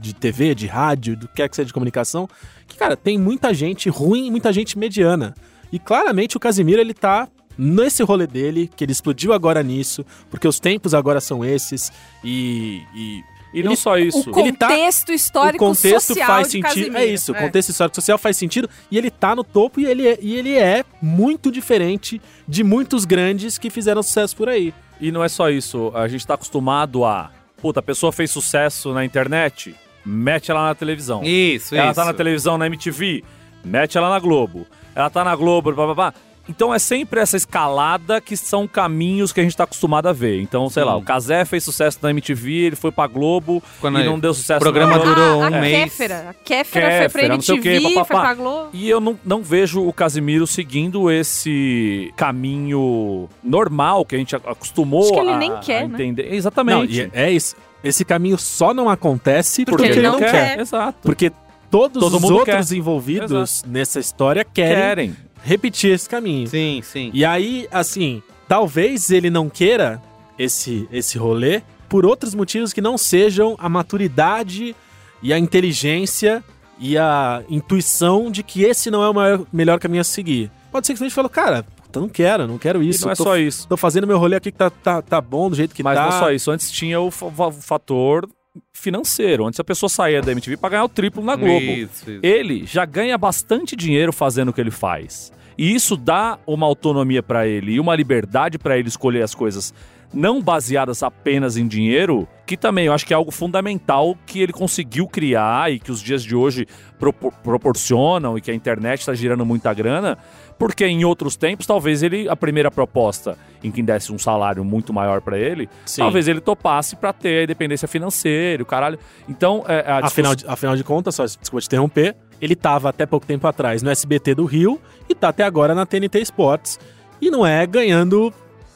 [SPEAKER 3] de TV, de rádio, do que quer que seja de comunicação, que, cara, tem muita gente ruim, e muita gente mediana. E claramente o Casimiro, ele tá nesse rolê dele, que ele explodiu agora nisso, porque os tempos agora são esses, e- e
[SPEAKER 4] E não
[SPEAKER 3] Ele-
[SPEAKER 4] só isso.
[SPEAKER 2] O
[SPEAKER 3] Ele tá-
[SPEAKER 2] contexto histórico
[SPEAKER 3] o contexto
[SPEAKER 2] social
[SPEAKER 3] faz
[SPEAKER 2] de
[SPEAKER 3] sentido.
[SPEAKER 2] Casimiro.
[SPEAKER 3] É isso, o contexto histórico social faz sentido e ele tá no topo e ele, é, e ele é muito diferente de muitos grandes que fizeram sucesso por aí.
[SPEAKER 4] E não é só isso, a gente tá acostumado a. Puta, a pessoa fez sucesso na internet, mete ela na televisão.
[SPEAKER 1] Isso,
[SPEAKER 4] ela
[SPEAKER 1] isso.
[SPEAKER 4] tá na televisão na MTV, mete ela na Globo. Ela tá na Globo, blá blá blá. Então é sempre essa escalada que são caminhos que a gente tá acostumado a ver. Então, sei lá, o Casé fez sucesso na MTV, ele foi pra Globo
[SPEAKER 1] Quando
[SPEAKER 4] e não deu
[SPEAKER 1] o
[SPEAKER 4] sucesso
[SPEAKER 1] programa
[SPEAKER 4] na Globo.
[SPEAKER 1] durou um
[SPEAKER 2] a
[SPEAKER 1] mês.
[SPEAKER 2] Kéfera. A Kéfera, foi pra
[SPEAKER 4] Kéfera, não sei o
[SPEAKER 2] MTV,
[SPEAKER 4] quê, papapá.
[SPEAKER 2] foi pra Globo.
[SPEAKER 4] E eu não, não vejo o Casimiro seguindo esse caminho normal que a gente acostumou
[SPEAKER 2] Acho que ele
[SPEAKER 4] a,
[SPEAKER 2] nem
[SPEAKER 4] a
[SPEAKER 2] quer, né?
[SPEAKER 4] entender.
[SPEAKER 3] Não,
[SPEAKER 4] Exatamente.
[SPEAKER 3] e é isso. Esse caminho só não acontece porque,
[SPEAKER 2] ele não quer.
[SPEAKER 4] Exato.
[SPEAKER 3] Porque todos
[SPEAKER 4] Todo
[SPEAKER 3] os
[SPEAKER 4] mundo
[SPEAKER 3] outros envolvidos nessa história querem
[SPEAKER 4] Querem.
[SPEAKER 3] repetir esse caminho.
[SPEAKER 1] Sim, sim.
[SPEAKER 3] E aí, assim, talvez ele não queira esse, esse rolê por outros motivos que não sejam a maturidade e a inteligência e a intuição de que esse não é o maior- melhor caminho a seguir. Pode ser que simplesmente fale, cara, puta, não quero, não quero
[SPEAKER 4] Isso,
[SPEAKER 3] isso.
[SPEAKER 4] não é
[SPEAKER 3] tô,
[SPEAKER 4] só isso.
[SPEAKER 3] tô fazendo meu rolê aqui que tá, tá, tá bom do jeito que
[SPEAKER 4] Mas
[SPEAKER 3] tá.
[SPEAKER 4] não é só isso. Antes tinha o fa- fa- fator financeiro. Antes a pessoa saía da MTV pra ganhar o triplo na Globo.
[SPEAKER 1] Isso, isso.
[SPEAKER 4] Ele já ganha bastante dinheiro fazendo o que ele faz. E isso dá uma autonomia pra ele e uma liberdade pra ele escolher as coisas não baseadas apenas em dinheiro, que também eu acho que é algo fundamental que ele conseguiu criar e que os dias de hoje propor- proporcionam e que a internet está girando muita grana, porque em outros tempos talvez ele a primeira proposta em que desse um salário muito maior pra ele,
[SPEAKER 3] Sim.
[SPEAKER 4] talvez ele topasse pra ter a independência financeira, o caralho. Então, é, a
[SPEAKER 3] Afinal,
[SPEAKER 4] discussão-
[SPEAKER 3] de- afinal de contas, só desculpa te interromper, ele tava até pouco tempo atrás no SBT do Rio e tá até agora na TNT Sports. E não é ganhando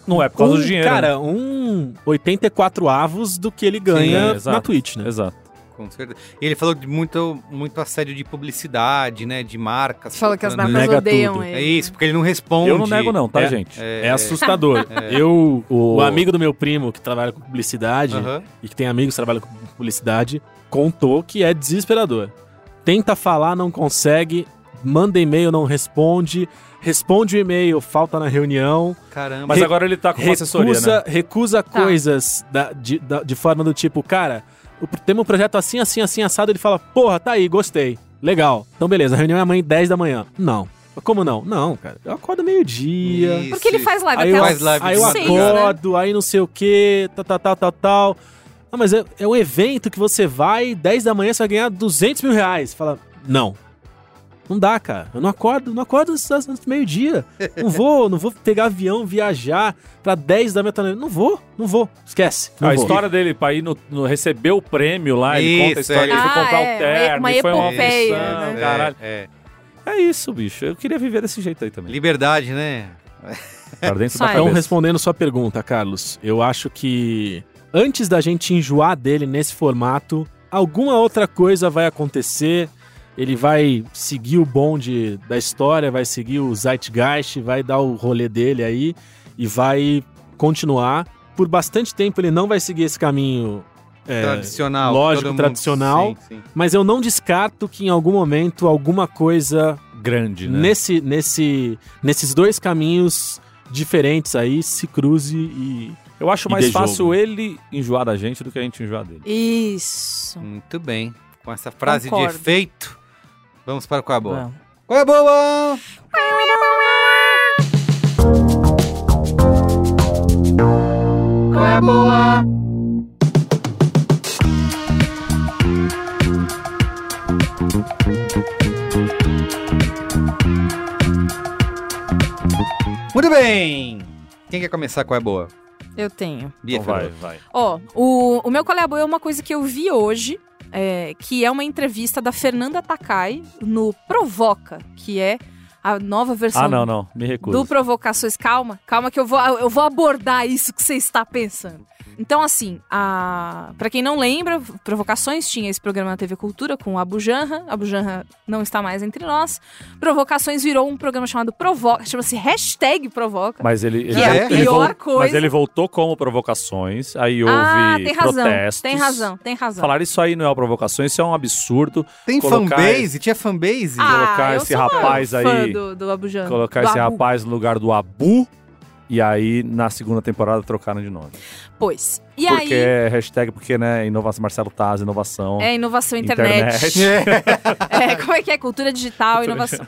[SPEAKER 4] não é por causa
[SPEAKER 3] um,
[SPEAKER 4] do dinheiro. né?
[SPEAKER 3] Cara, um 84 avos do que ele ganha
[SPEAKER 4] Sim, é, exato.
[SPEAKER 3] na Twitch, né?
[SPEAKER 4] Exato.
[SPEAKER 1] com certeza. E ele falou de muito, muito assédio de publicidade, né? De marcas.
[SPEAKER 2] Falou que as
[SPEAKER 1] colocando-
[SPEAKER 2] marcas
[SPEAKER 3] Nega
[SPEAKER 2] odeiam
[SPEAKER 3] tudo.
[SPEAKER 2] ele.
[SPEAKER 1] É isso, porque ele não responde.
[SPEAKER 4] Eu não nego, não, tá,
[SPEAKER 3] É.
[SPEAKER 4] gente?
[SPEAKER 3] É assustador. Eu, É. o... amigo do meu primo que trabalha com publicidade
[SPEAKER 1] Aham.
[SPEAKER 3] e que tem amigos que trabalham com publicidade contou que é desesperador. Tenta falar, não consegue, manda e-mail, não responde, responde o e-mail, falta na reunião,
[SPEAKER 1] Caramba.
[SPEAKER 4] Mas agora ele tá com uma assessoria, né?
[SPEAKER 3] recusa, recusa coisas da- de, da- de forma do tipo, cara, o- temos um projeto assim, assim, assim, assado, ele fala, porra, tá aí, gostei, legal. Então beleza, a reunião é amanhã 10 da manhã. Não. Como não? Não, cara. Eu acordo meio-dia.
[SPEAKER 1] Isso.
[SPEAKER 2] Porque ele faz live
[SPEAKER 3] Aí
[SPEAKER 2] até
[SPEAKER 3] eu-
[SPEAKER 2] as
[SPEAKER 1] faz live
[SPEAKER 3] Aí eu
[SPEAKER 1] Sim,
[SPEAKER 2] seis,
[SPEAKER 1] né?
[SPEAKER 3] acordo, aí não sei o que, tal, tal, tal, tal, tal. Ah, mas é, é um evento que você vai, 10 da manhã você vai ganhar 200 mil reais. Fala, não. Não dá, cara. Eu não acordo, não acordo antes das- antes do meio-dia. Não vou, não vou pegar avião, viajar pra 10 da manhã. tá na- Não vou, não vou. Esquece. não
[SPEAKER 4] a
[SPEAKER 3] vou.
[SPEAKER 4] história dele pra ir no, no- receber o prêmio lá, ele conta a
[SPEAKER 1] Isso,
[SPEAKER 4] história,
[SPEAKER 1] é.
[SPEAKER 4] ele foi
[SPEAKER 2] Ah,
[SPEAKER 4] comprar
[SPEAKER 2] é,
[SPEAKER 4] o terno,
[SPEAKER 2] uma
[SPEAKER 4] e foi uma
[SPEAKER 2] epopeia, né?
[SPEAKER 4] opção,
[SPEAKER 1] É,
[SPEAKER 4] caralho.
[SPEAKER 1] é.
[SPEAKER 4] É isso, bicho. Eu queria viver desse jeito aí também.
[SPEAKER 1] Liberdade, né?
[SPEAKER 4] Pra dentro
[SPEAKER 2] Sai.
[SPEAKER 4] da
[SPEAKER 3] Então,
[SPEAKER 4] cabeça.
[SPEAKER 3] respondendo sua pergunta, Carlos, eu acho que antes da gente enjoar dele nesse formato, alguma outra coisa vai acontecer. Ele vai seguir o bonde da história, vai seguir o Zeitgeist, vai dar o rolê dele aí e vai continuar. Por bastante tempo ele não vai seguir esse caminho. é,
[SPEAKER 1] tradicional.
[SPEAKER 3] lógico,
[SPEAKER 1] todo mundo-
[SPEAKER 3] tradicional.
[SPEAKER 1] Sim, sim.
[SPEAKER 3] mas eu não descarto que em algum momento alguma coisa
[SPEAKER 4] grande, né?
[SPEAKER 3] nesse, nesse, nesses dois caminhos diferentes aí se cruze e
[SPEAKER 4] Eu acho
[SPEAKER 3] E
[SPEAKER 4] mais
[SPEAKER 3] de jogo.
[SPEAKER 4] fácil ele enjoar da gente do que a gente enjoar dele.
[SPEAKER 2] Isso.
[SPEAKER 1] Muito bem. Com essa frase
[SPEAKER 2] Concordo.
[SPEAKER 1] de efeito, vamos para o Qual é a Boa. Qual é a Boa? Qual é a Boa? Muito bem! Quem quer começar com a boa?
[SPEAKER 2] Eu tenho.
[SPEAKER 3] é
[SPEAKER 1] Bia Ferreira.
[SPEAKER 4] Então vai.
[SPEAKER 2] Ó, o, o meu colabo é uma coisa que eu vi hoje, é, que é uma entrevista da Fernanda Takai no Provoca, que é a nova versão
[SPEAKER 4] Ah, não, não. Me recuso.
[SPEAKER 2] do Provocações. Calma, calma que eu vou, eu vou abordar isso que você está pensando. Então, assim, a... para quem não lembra, Provocações tinha esse programa na TV Cultura com o Abu Janra. Abu Janra não está mais entre nós. Provocações virou um programa chamado Provoca, chama-se hashtag Provoca.
[SPEAKER 4] Mas ele, ele,
[SPEAKER 2] Que é a
[SPEAKER 4] ele
[SPEAKER 2] pior
[SPEAKER 4] vol- Mas
[SPEAKER 2] coisa.
[SPEAKER 4] ele voltou como provocações, aí houve
[SPEAKER 2] ah, tem razão.
[SPEAKER 4] protestos.
[SPEAKER 2] Tem razão, tem razão.
[SPEAKER 4] Falar isso aí não é uma provocação, isso é um absurdo.
[SPEAKER 1] Tem
[SPEAKER 4] Colocar-
[SPEAKER 1] fanbase? Tinha fanbase?
[SPEAKER 4] colocar
[SPEAKER 2] Ah, eu
[SPEAKER 4] esse
[SPEAKER 2] sou uma
[SPEAKER 4] rapaz
[SPEAKER 2] fã
[SPEAKER 4] aí-
[SPEAKER 2] Do, do Abujamra.
[SPEAKER 4] Colocar
[SPEAKER 2] Do
[SPEAKER 4] esse
[SPEAKER 2] Abu.
[SPEAKER 4] rapaz no lugar do Abu, e aí na segunda temporada trocaram de nome.
[SPEAKER 2] Pois. E
[SPEAKER 4] porque, é
[SPEAKER 2] aí.
[SPEAKER 4] hashtag, porque, né, inovação, Marcelo Taz, inovação.
[SPEAKER 2] É inovação internet. É, como é que é? Cultura digital, inovação.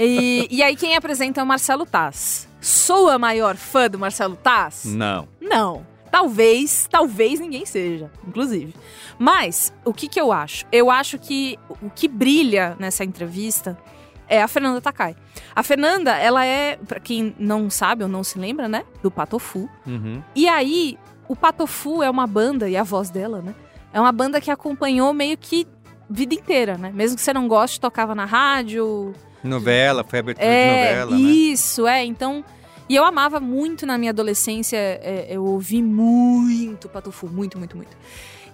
[SPEAKER 2] E, e aí quem apresenta é o Marcelo Taz. Sou a maior fã do Marcelo Taz?
[SPEAKER 1] Não.
[SPEAKER 2] Não. Talvez, talvez ninguém seja, inclusive. Mas, o que, que eu acho? Eu acho que o que brilha nessa entrevista é a Fernanda Takai. A Fernanda, ela é, pra quem não sabe ou não se lembra, né? Do Patofu.
[SPEAKER 1] Uhum.
[SPEAKER 2] E aí, o Patofu é uma banda, e a voz dela, né? É uma banda que acompanhou meio que vida inteira, né? Mesmo que você não goste, tocava na rádio.
[SPEAKER 1] Novela, foi abertura
[SPEAKER 2] É,
[SPEAKER 1] de novela, né?
[SPEAKER 2] isso, é. Então. E eu amava muito na minha adolescência, é, eu ouvi muito Patofu, muito, muito, muito.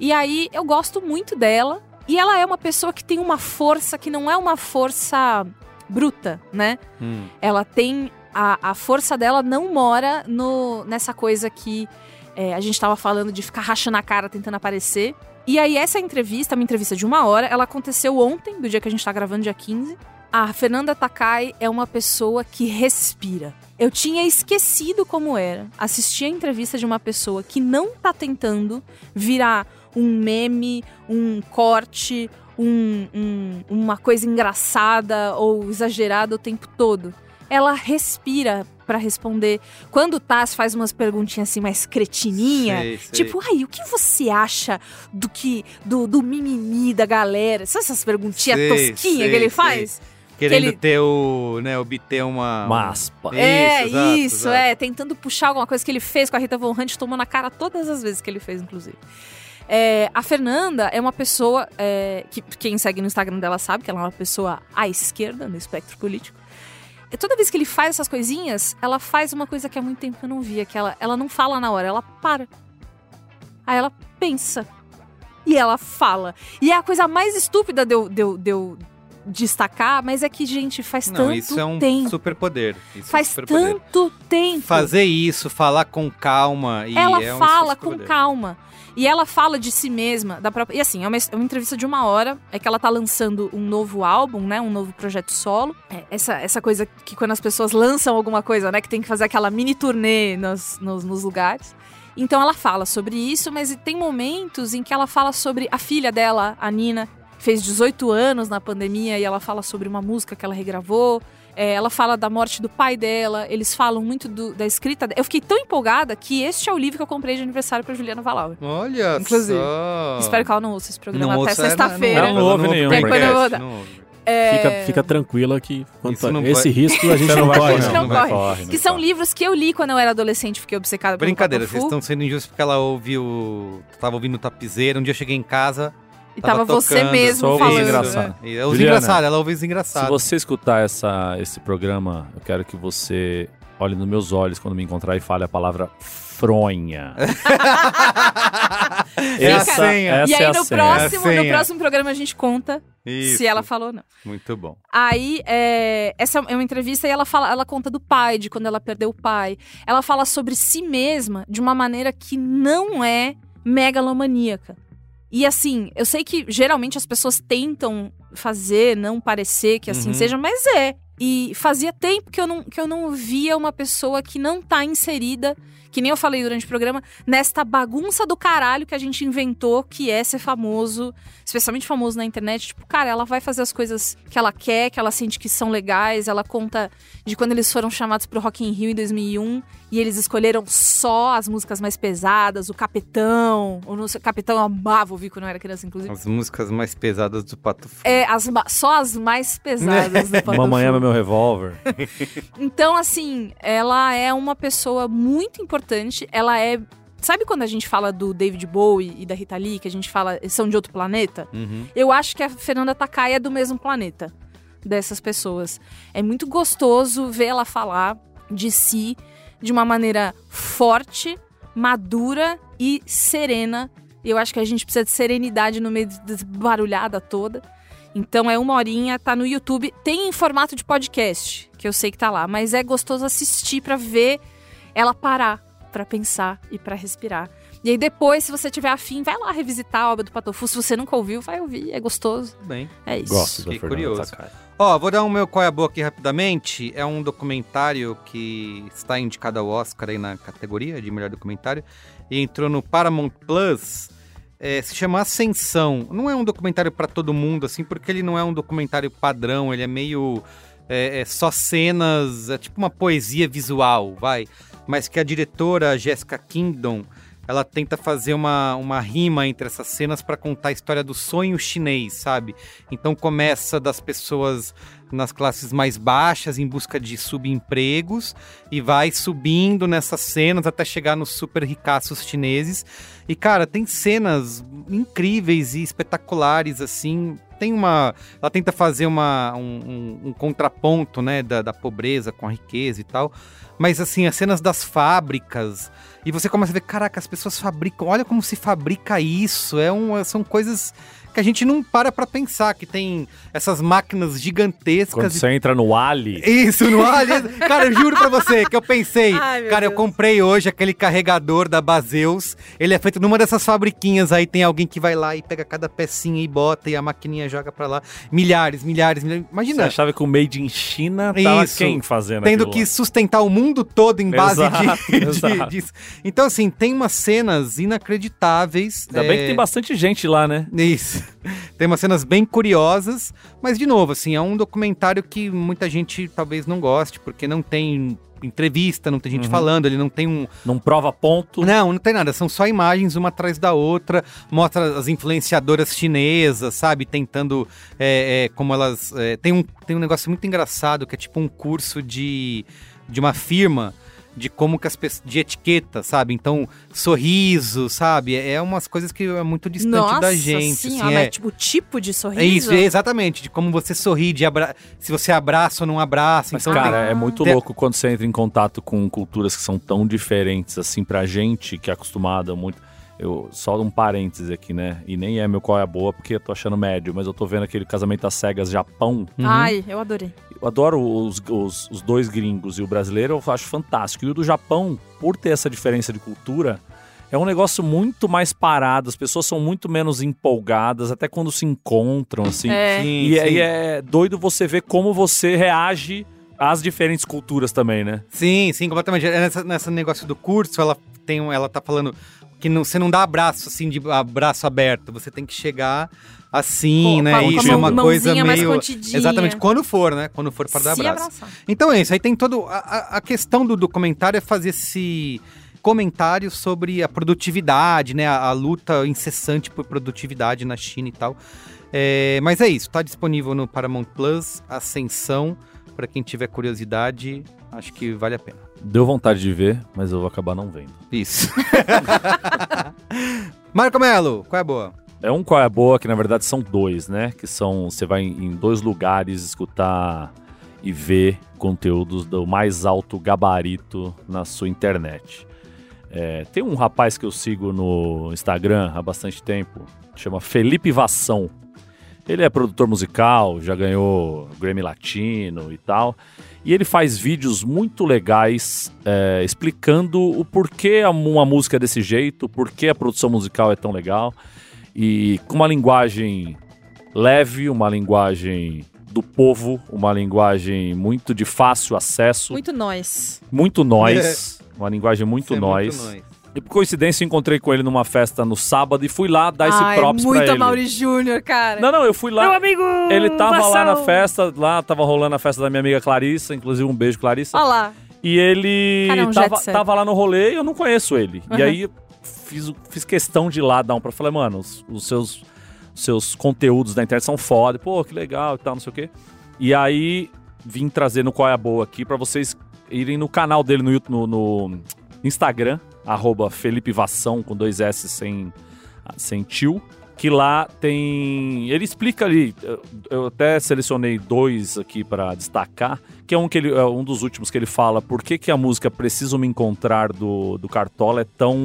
[SPEAKER 2] E aí eu gosto muito dela. E ela é uma pessoa que tem uma força que não é uma força bruta, né?
[SPEAKER 1] Hum.
[SPEAKER 2] ela tem a, a força dela não mora no nessa coisa que é, a gente tava falando de ficar rachando a cara tentando aparecer. E aí essa entrevista, uma entrevista de uma hora, ela aconteceu ontem, do dia que a gente tá gravando, dia 15. A Fernanda Takai é uma pessoa que respira. Eu tinha esquecido como era assistir a entrevista de uma pessoa que não tá tentando virar um meme, um corte, um- um- uma coisa engraçada ou exagerada o tempo todo. Ela respira pra responder. Quando o Taz faz umas perguntinhas assim mais cretininha,
[SPEAKER 1] Sei, sei.
[SPEAKER 2] Tipo, aí, o que você acha do que do, do mimimi da galera? Sabe essas perguntinhas
[SPEAKER 1] Sei,
[SPEAKER 2] tosquinhas
[SPEAKER 1] sei,
[SPEAKER 2] que ele
[SPEAKER 1] sei.
[SPEAKER 2] faz?
[SPEAKER 1] Querendo
[SPEAKER 2] Aquele-
[SPEAKER 1] ter o. né, obter uma.
[SPEAKER 4] Uma aspa.
[SPEAKER 1] Isso,
[SPEAKER 2] é,
[SPEAKER 1] exato,
[SPEAKER 2] isso,
[SPEAKER 1] exato.
[SPEAKER 2] é. Tentando puxar alguma coisa que ele fez com a Rita Von Hunt, tomou na cara todas as vezes que ele fez, inclusive. É, a Fernanda é uma pessoa é, que quem segue no Instagram dela sabe que ela é uma pessoa à esquerda no espectro político. E toda vez que ele faz essas coisinhas, ela faz uma coisa que há muito tempo eu não via, que ela, ela não fala na hora, ela para. Aí ela pensa. e ela fala. E é a coisa mais estúpida de eu, de eu- de eu destacar, mas é que, gente, faz
[SPEAKER 1] Não,
[SPEAKER 2] tanto
[SPEAKER 1] isso é um
[SPEAKER 2] tempo.
[SPEAKER 1] superpoder. Isso é um
[SPEAKER 2] Faz
[SPEAKER 1] superpoder.
[SPEAKER 2] tanto tempo.
[SPEAKER 1] Fazer isso, falar com calma. E
[SPEAKER 2] ela
[SPEAKER 1] é um
[SPEAKER 2] fala com
[SPEAKER 1] superpoder.
[SPEAKER 2] calma. E ela fala de si mesma, da própria. E assim, é uma, é uma entrevista de uma hora. É que ela tá lançando um novo álbum, né? Um novo projeto solo. É, essa, essa coisa que quando as pessoas lançam alguma coisa, né? Que tem que fazer aquela mini turnê nos, nos, nos lugares. Então ela fala sobre isso, mas tem momentos em que ela fala sobre a filha dela, a Nina, que fez 18 anos na pandemia, e ela fala sobre uma música que ela regravou. É, ela fala da morte do pai dela, eles falam muito do- da escrita. de- Eu fiquei tão empolgada que este é o livro que eu comprei de aniversário pra Juliana Valauer.
[SPEAKER 1] Olha
[SPEAKER 2] Inclusive.
[SPEAKER 1] só.
[SPEAKER 2] Espero que ela não ouça esse programa
[SPEAKER 1] Ah. não
[SPEAKER 2] até
[SPEAKER 1] ouça-
[SPEAKER 2] sexta-feira. É,
[SPEAKER 4] não, não. houve nenhum
[SPEAKER 1] podcast,
[SPEAKER 2] Depois eu vou dar.
[SPEAKER 1] não né? houve.
[SPEAKER 3] Fica, fica tranquila que quanto
[SPEAKER 1] Isso
[SPEAKER 3] a-
[SPEAKER 1] não
[SPEAKER 3] esse
[SPEAKER 1] vai-
[SPEAKER 3] risco a gente não
[SPEAKER 2] vai
[SPEAKER 3] corre.
[SPEAKER 2] correr,
[SPEAKER 3] não.
[SPEAKER 2] não. corre. Que são livros que eu li quando eu era adolescente, fiquei obcecada pelo
[SPEAKER 1] Brincadeira, vocês
[SPEAKER 2] Papafu,
[SPEAKER 1] estão sendo injustos porque ela ouviu. Tava ouvindo tapizeira. Um dia eu cheguei em casa.
[SPEAKER 2] E tava,
[SPEAKER 1] tocando,
[SPEAKER 2] você
[SPEAKER 4] só
[SPEAKER 2] mesmo
[SPEAKER 4] ouvi
[SPEAKER 2] falando.
[SPEAKER 4] engraçado.
[SPEAKER 1] É, e é os
[SPEAKER 4] Juliana,
[SPEAKER 1] engraçados, ela ouve os
[SPEAKER 4] Se
[SPEAKER 1] engraçados.
[SPEAKER 4] você escutar essa, esse programa, eu quero que você olhe nos meus olhos quando me encontrar e fale a palavra fronha.
[SPEAKER 1] é a
[SPEAKER 2] Fica-
[SPEAKER 1] senha.
[SPEAKER 4] Essa
[SPEAKER 2] e aí
[SPEAKER 4] é a
[SPEAKER 2] no,
[SPEAKER 4] senha.
[SPEAKER 1] É a
[SPEAKER 2] próximo, no
[SPEAKER 1] senha.
[SPEAKER 2] próximo programa a gente conta
[SPEAKER 1] Isso,
[SPEAKER 2] se ela falou ou não.
[SPEAKER 1] Muito bom.
[SPEAKER 2] Aí, é, essa é uma entrevista e ela fala, ela conta do pai, de quando ela perdeu o pai. Ela fala sobre si mesma de uma maneira que não é megalomaníaca. E assim, eu sei que geralmente as pessoas tentam fazer, não parecer que assim
[SPEAKER 1] Uhum.
[SPEAKER 2] seja, mas é. E fazia tempo que eu, não, que eu não via uma pessoa que não tá inserida, que nem eu falei durante o programa, nesta bagunça do caralho que a gente inventou, que é ser famoso, especialmente famoso na internet, tipo, cara, ela vai fazer as coisas que ela quer, que ela sente que são legais, ela conta de quando eles foram chamados pro Rock in Rio em 2001 e eles escolheram só as músicas mais pesadas, o Capitão, o não sei- Capitão eu amava ouvir quando eu era criança, inclusive.
[SPEAKER 1] As músicas mais pesadas do Pato Fu.
[SPEAKER 2] É, as, ma- só as mais pesadas do Pantofo.
[SPEAKER 4] Mamãe ama meu revólver.
[SPEAKER 2] Então, assim, ela é uma pessoa muito importante. Ela é. Sabe quando a gente fala do David Bowie e da Rita Lee, que a gente fala eles são de outro planeta?
[SPEAKER 1] Uhum.
[SPEAKER 2] Eu acho que a Fernanda Takai é do mesmo planeta dessas pessoas. É muito gostoso ver ela falar de si de uma maneira forte, madura e serena. E Eu acho que a gente precisa de serenidade no meio dessa barulhada toda. Então é uma horinha, tá no YouTube. Tem em formato de podcast, que eu sei que tá lá, mas é gostoso assistir pra ver ela parar, pra pensar e pra respirar. E aí depois, se você tiver afim, vai lá revisitar a obra do Patofu. Se você nunca ouviu, vai ouvir, é gostoso.
[SPEAKER 1] Tudo bem.
[SPEAKER 2] É isso.
[SPEAKER 4] Gosto da
[SPEAKER 1] Fiquei
[SPEAKER 4] Fernanda
[SPEAKER 1] curioso.
[SPEAKER 4] Takai.
[SPEAKER 1] Ó, vou dar um meu qual é a boa aqui rapidamente. É um documentário que está indicado ao Oscar aí na categoria de melhor documentário e entrou no Paramount Plus. É, se chama Ascensão. Não é um documentário para todo mundo, assim, porque ele não é um documentário padrão, ele é meio. É, é só cenas, é tipo uma poesia visual, vai. Mas que a diretora Jessica Kingdom ela tenta fazer uma, uma rima entre essas cenas para contar a história do sonho chinês, sabe? Então começa das pessoas nas classes mais baixas em busca de subempregos e vai subindo nessas cenas até chegar nos super ricaços chineses. E cara, tem cenas incríveis e espetaculares assim. Tem uma, ela tenta fazer uma, um, um- um contraponto, né, da, da pobreza com a riqueza e tal. Mas assim, as cenas das fábricas e você começa a ver, caraca, as pessoas fabricam. Olha como se fabrica isso. É um, são coisas que a gente não para pra pensar que tem essas máquinas
[SPEAKER 4] Quando
[SPEAKER 1] gigantescas e
[SPEAKER 4] você entra no Ali,
[SPEAKER 1] isso, no Alien. Cara, eu juro pra você que eu pensei.
[SPEAKER 2] Ai, meu
[SPEAKER 1] cara, eu
[SPEAKER 2] Deus.
[SPEAKER 1] comprei hoje aquele carregador da Baseus. Ele é feito numa dessas fabriquinhas aí. Tem alguém que vai lá e pega cada pecinha e bota e a maquininha joga pra lá. Milhares, milhares, milhares.
[SPEAKER 4] você
[SPEAKER 1] Imagina.
[SPEAKER 4] achava que o Made in China tava
[SPEAKER 1] Isso.
[SPEAKER 4] quem fazendo
[SPEAKER 1] Tendo
[SPEAKER 4] aquilo
[SPEAKER 1] que
[SPEAKER 4] lá?
[SPEAKER 1] sustentar o mundo todo em base
[SPEAKER 4] Exato,
[SPEAKER 1] de, de-
[SPEAKER 4] exato.
[SPEAKER 1] disso. Então, assim, tem umas cenas inacreditáveis.
[SPEAKER 4] Ainda bem que
[SPEAKER 1] é,
[SPEAKER 4] tem bastante gente lá, né?
[SPEAKER 1] isso. Tem umas cenas bem curiosas, mas de novo, assim, é um documentário que muita gente talvez não goste, porque não tem entrevista, não tem gente
[SPEAKER 4] Uhum.
[SPEAKER 1] falando, ele não tem um,
[SPEAKER 4] Não prova ponto.
[SPEAKER 1] não, não tem nada. São só imagens uma atrás da outra. Mostra as influenciadoras chinesas, sabe? Tentando. é, é, como elas. é, tem, um, tem um negócio muito engraçado que é tipo um curso de, de uma firma de como que as pessoas. de etiqueta, sabe? Então, sorriso, sabe? É, é umas coisas que é muito distante
[SPEAKER 2] Nossa
[SPEAKER 1] da gente.
[SPEAKER 2] senhora,
[SPEAKER 1] assim,
[SPEAKER 2] mas
[SPEAKER 1] é.
[SPEAKER 2] tipo, o tipo de sorriso?
[SPEAKER 1] É isso, é exatamente, de como você sorri, de abra... se você abraça ou não abraça.
[SPEAKER 4] Mas,
[SPEAKER 1] então
[SPEAKER 4] cara,
[SPEAKER 1] tem-
[SPEAKER 4] é muito
[SPEAKER 1] tem-
[SPEAKER 4] louco quando você entra em contato com culturas que são tão diferentes, assim, pra gente, que é acostumada muito. Eu, só um parêntese aqui, né? E nem é meu qual é a boa, porque eu tô achando médio, mas eu tô vendo aquele casamento às cegas Japão.
[SPEAKER 1] Uhum.
[SPEAKER 2] Ai, eu adorei.
[SPEAKER 4] Eu adoro os, os, os dois gringos e o brasileiro, eu acho fantástico. E o do Japão, por ter essa diferença de cultura, é um negócio muito mais parado, as pessoas são muito menos empolgadas, até quando se encontram, assim.
[SPEAKER 2] É.
[SPEAKER 1] Sim,
[SPEAKER 4] E, é-
[SPEAKER 1] sim.
[SPEAKER 4] e é doido você ver como você reage às diferentes culturas também, né?
[SPEAKER 1] Sim, sim, completamente. É Nessa, nesse negócio do curso, ela tem um- ela tá falando que não, você não dá abraço assim de abraço aberto, você tem que chegar assim,
[SPEAKER 2] Com-
[SPEAKER 1] né?
[SPEAKER 2] com a- com a
[SPEAKER 1] Isso é uma
[SPEAKER 2] mão-
[SPEAKER 1] coisa
[SPEAKER 2] mãozinha mais
[SPEAKER 1] meio
[SPEAKER 2] contidinha.
[SPEAKER 1] exatamente quando for, né? Quando for para dar
[SPEAKER 2] Se
[SPEAKER 1] abraço.
[SPEAKER 2] abraçar.
[SPEAKER 1] Então é isso, aí tem todo a, a- a questão do documentário é fazer esse comentário sobre a produtividade, né, a, a luta incessante por produtividade na China e tal. É, mas é isso, tá disponível no Paramount Plus, Ascensão, para quem tiver curiosidade, acho que vale a pena.
[SPEAKER 4] Deu vontade de ver, mas eu vou acabar não vendo.
[SPEAKER 1] Isso. Marco Melo, qual é a boa?
[SPEAKER 4] É um qual é a boa, que na verdade são dois, né? Que são. Você vai em em dois lugares escutar e ver conteúdos do mais alto gabarito na sua internet. É, tem um rapaz que eu sigo no Instagram há bastante tempo, chama Felipe Vação. Ele é produtor musical, já ganhou Grammy Latino e tal. E ele faz vídeos muito legais é, explicando o porquê a- uma música é desse jeito, por que a produção musical é tão legal e com uma linguagem leve, uma linguagem do povo, uma linguagem muito de fácil acesso, muito,
[SPEAKER 2] Muito nós.
[SPEAKER 4] nós, uma linguagem muito
[SPEAKER 1] Você é
[SPEAKER 4] nós. E por coincidência eu encontrei com ele numa festa no sábado e fui lá dar esse
[SPEAKER 2] Ai,
[SPEAKER 4] props pra
[SPEAKER 2] muito
[SPEAKER 4] ele.
[SPEAKER 2] a Mauri Júnior, cara.
[SPEAKER 4] Não, não, eu fui lá.
[SPEAKER 5] Meu amigo!
[SPEAKER 4] Ele tava lá na
[SPEAKER 5] Vassal.
[SPEAKER 4] festa, lá tava rolando a festa da minha amiga Clarissa, inclusive um beijo Clarissa.
[SPEAKER 2] Olha lá.
[SPEAKER 4] E ele
[SPEAKER 2] Cara, é um jet
[SPEAKER 4] tava,
[SPEAKER 2] set.
[SPEAKER 4] tava lá no rolê e eu não conheço ele. E
[SPEAKER 2] Uhum.
[SPEAKER 4] aí fiz, o- fiz questão de ir lá dar um pra falar, mano, os, os seus, os seus conteúdos da internet são foda, pô, que legal e tal, não sei o quê. E aí vim trazer no Qual é a Boa aqui pra vocês irem no canal dele no, Yout- no, no Instagram, arroba Felipe Vação, com dois S sem, sem tio. Que lá tem. Ele explica ali. eu- Eu até selecionei dois aqui pra destacar que é um, que ele, é um dos últimos que ele fala por que, que a música Preciso Me Encontrar do, do Cartola é tão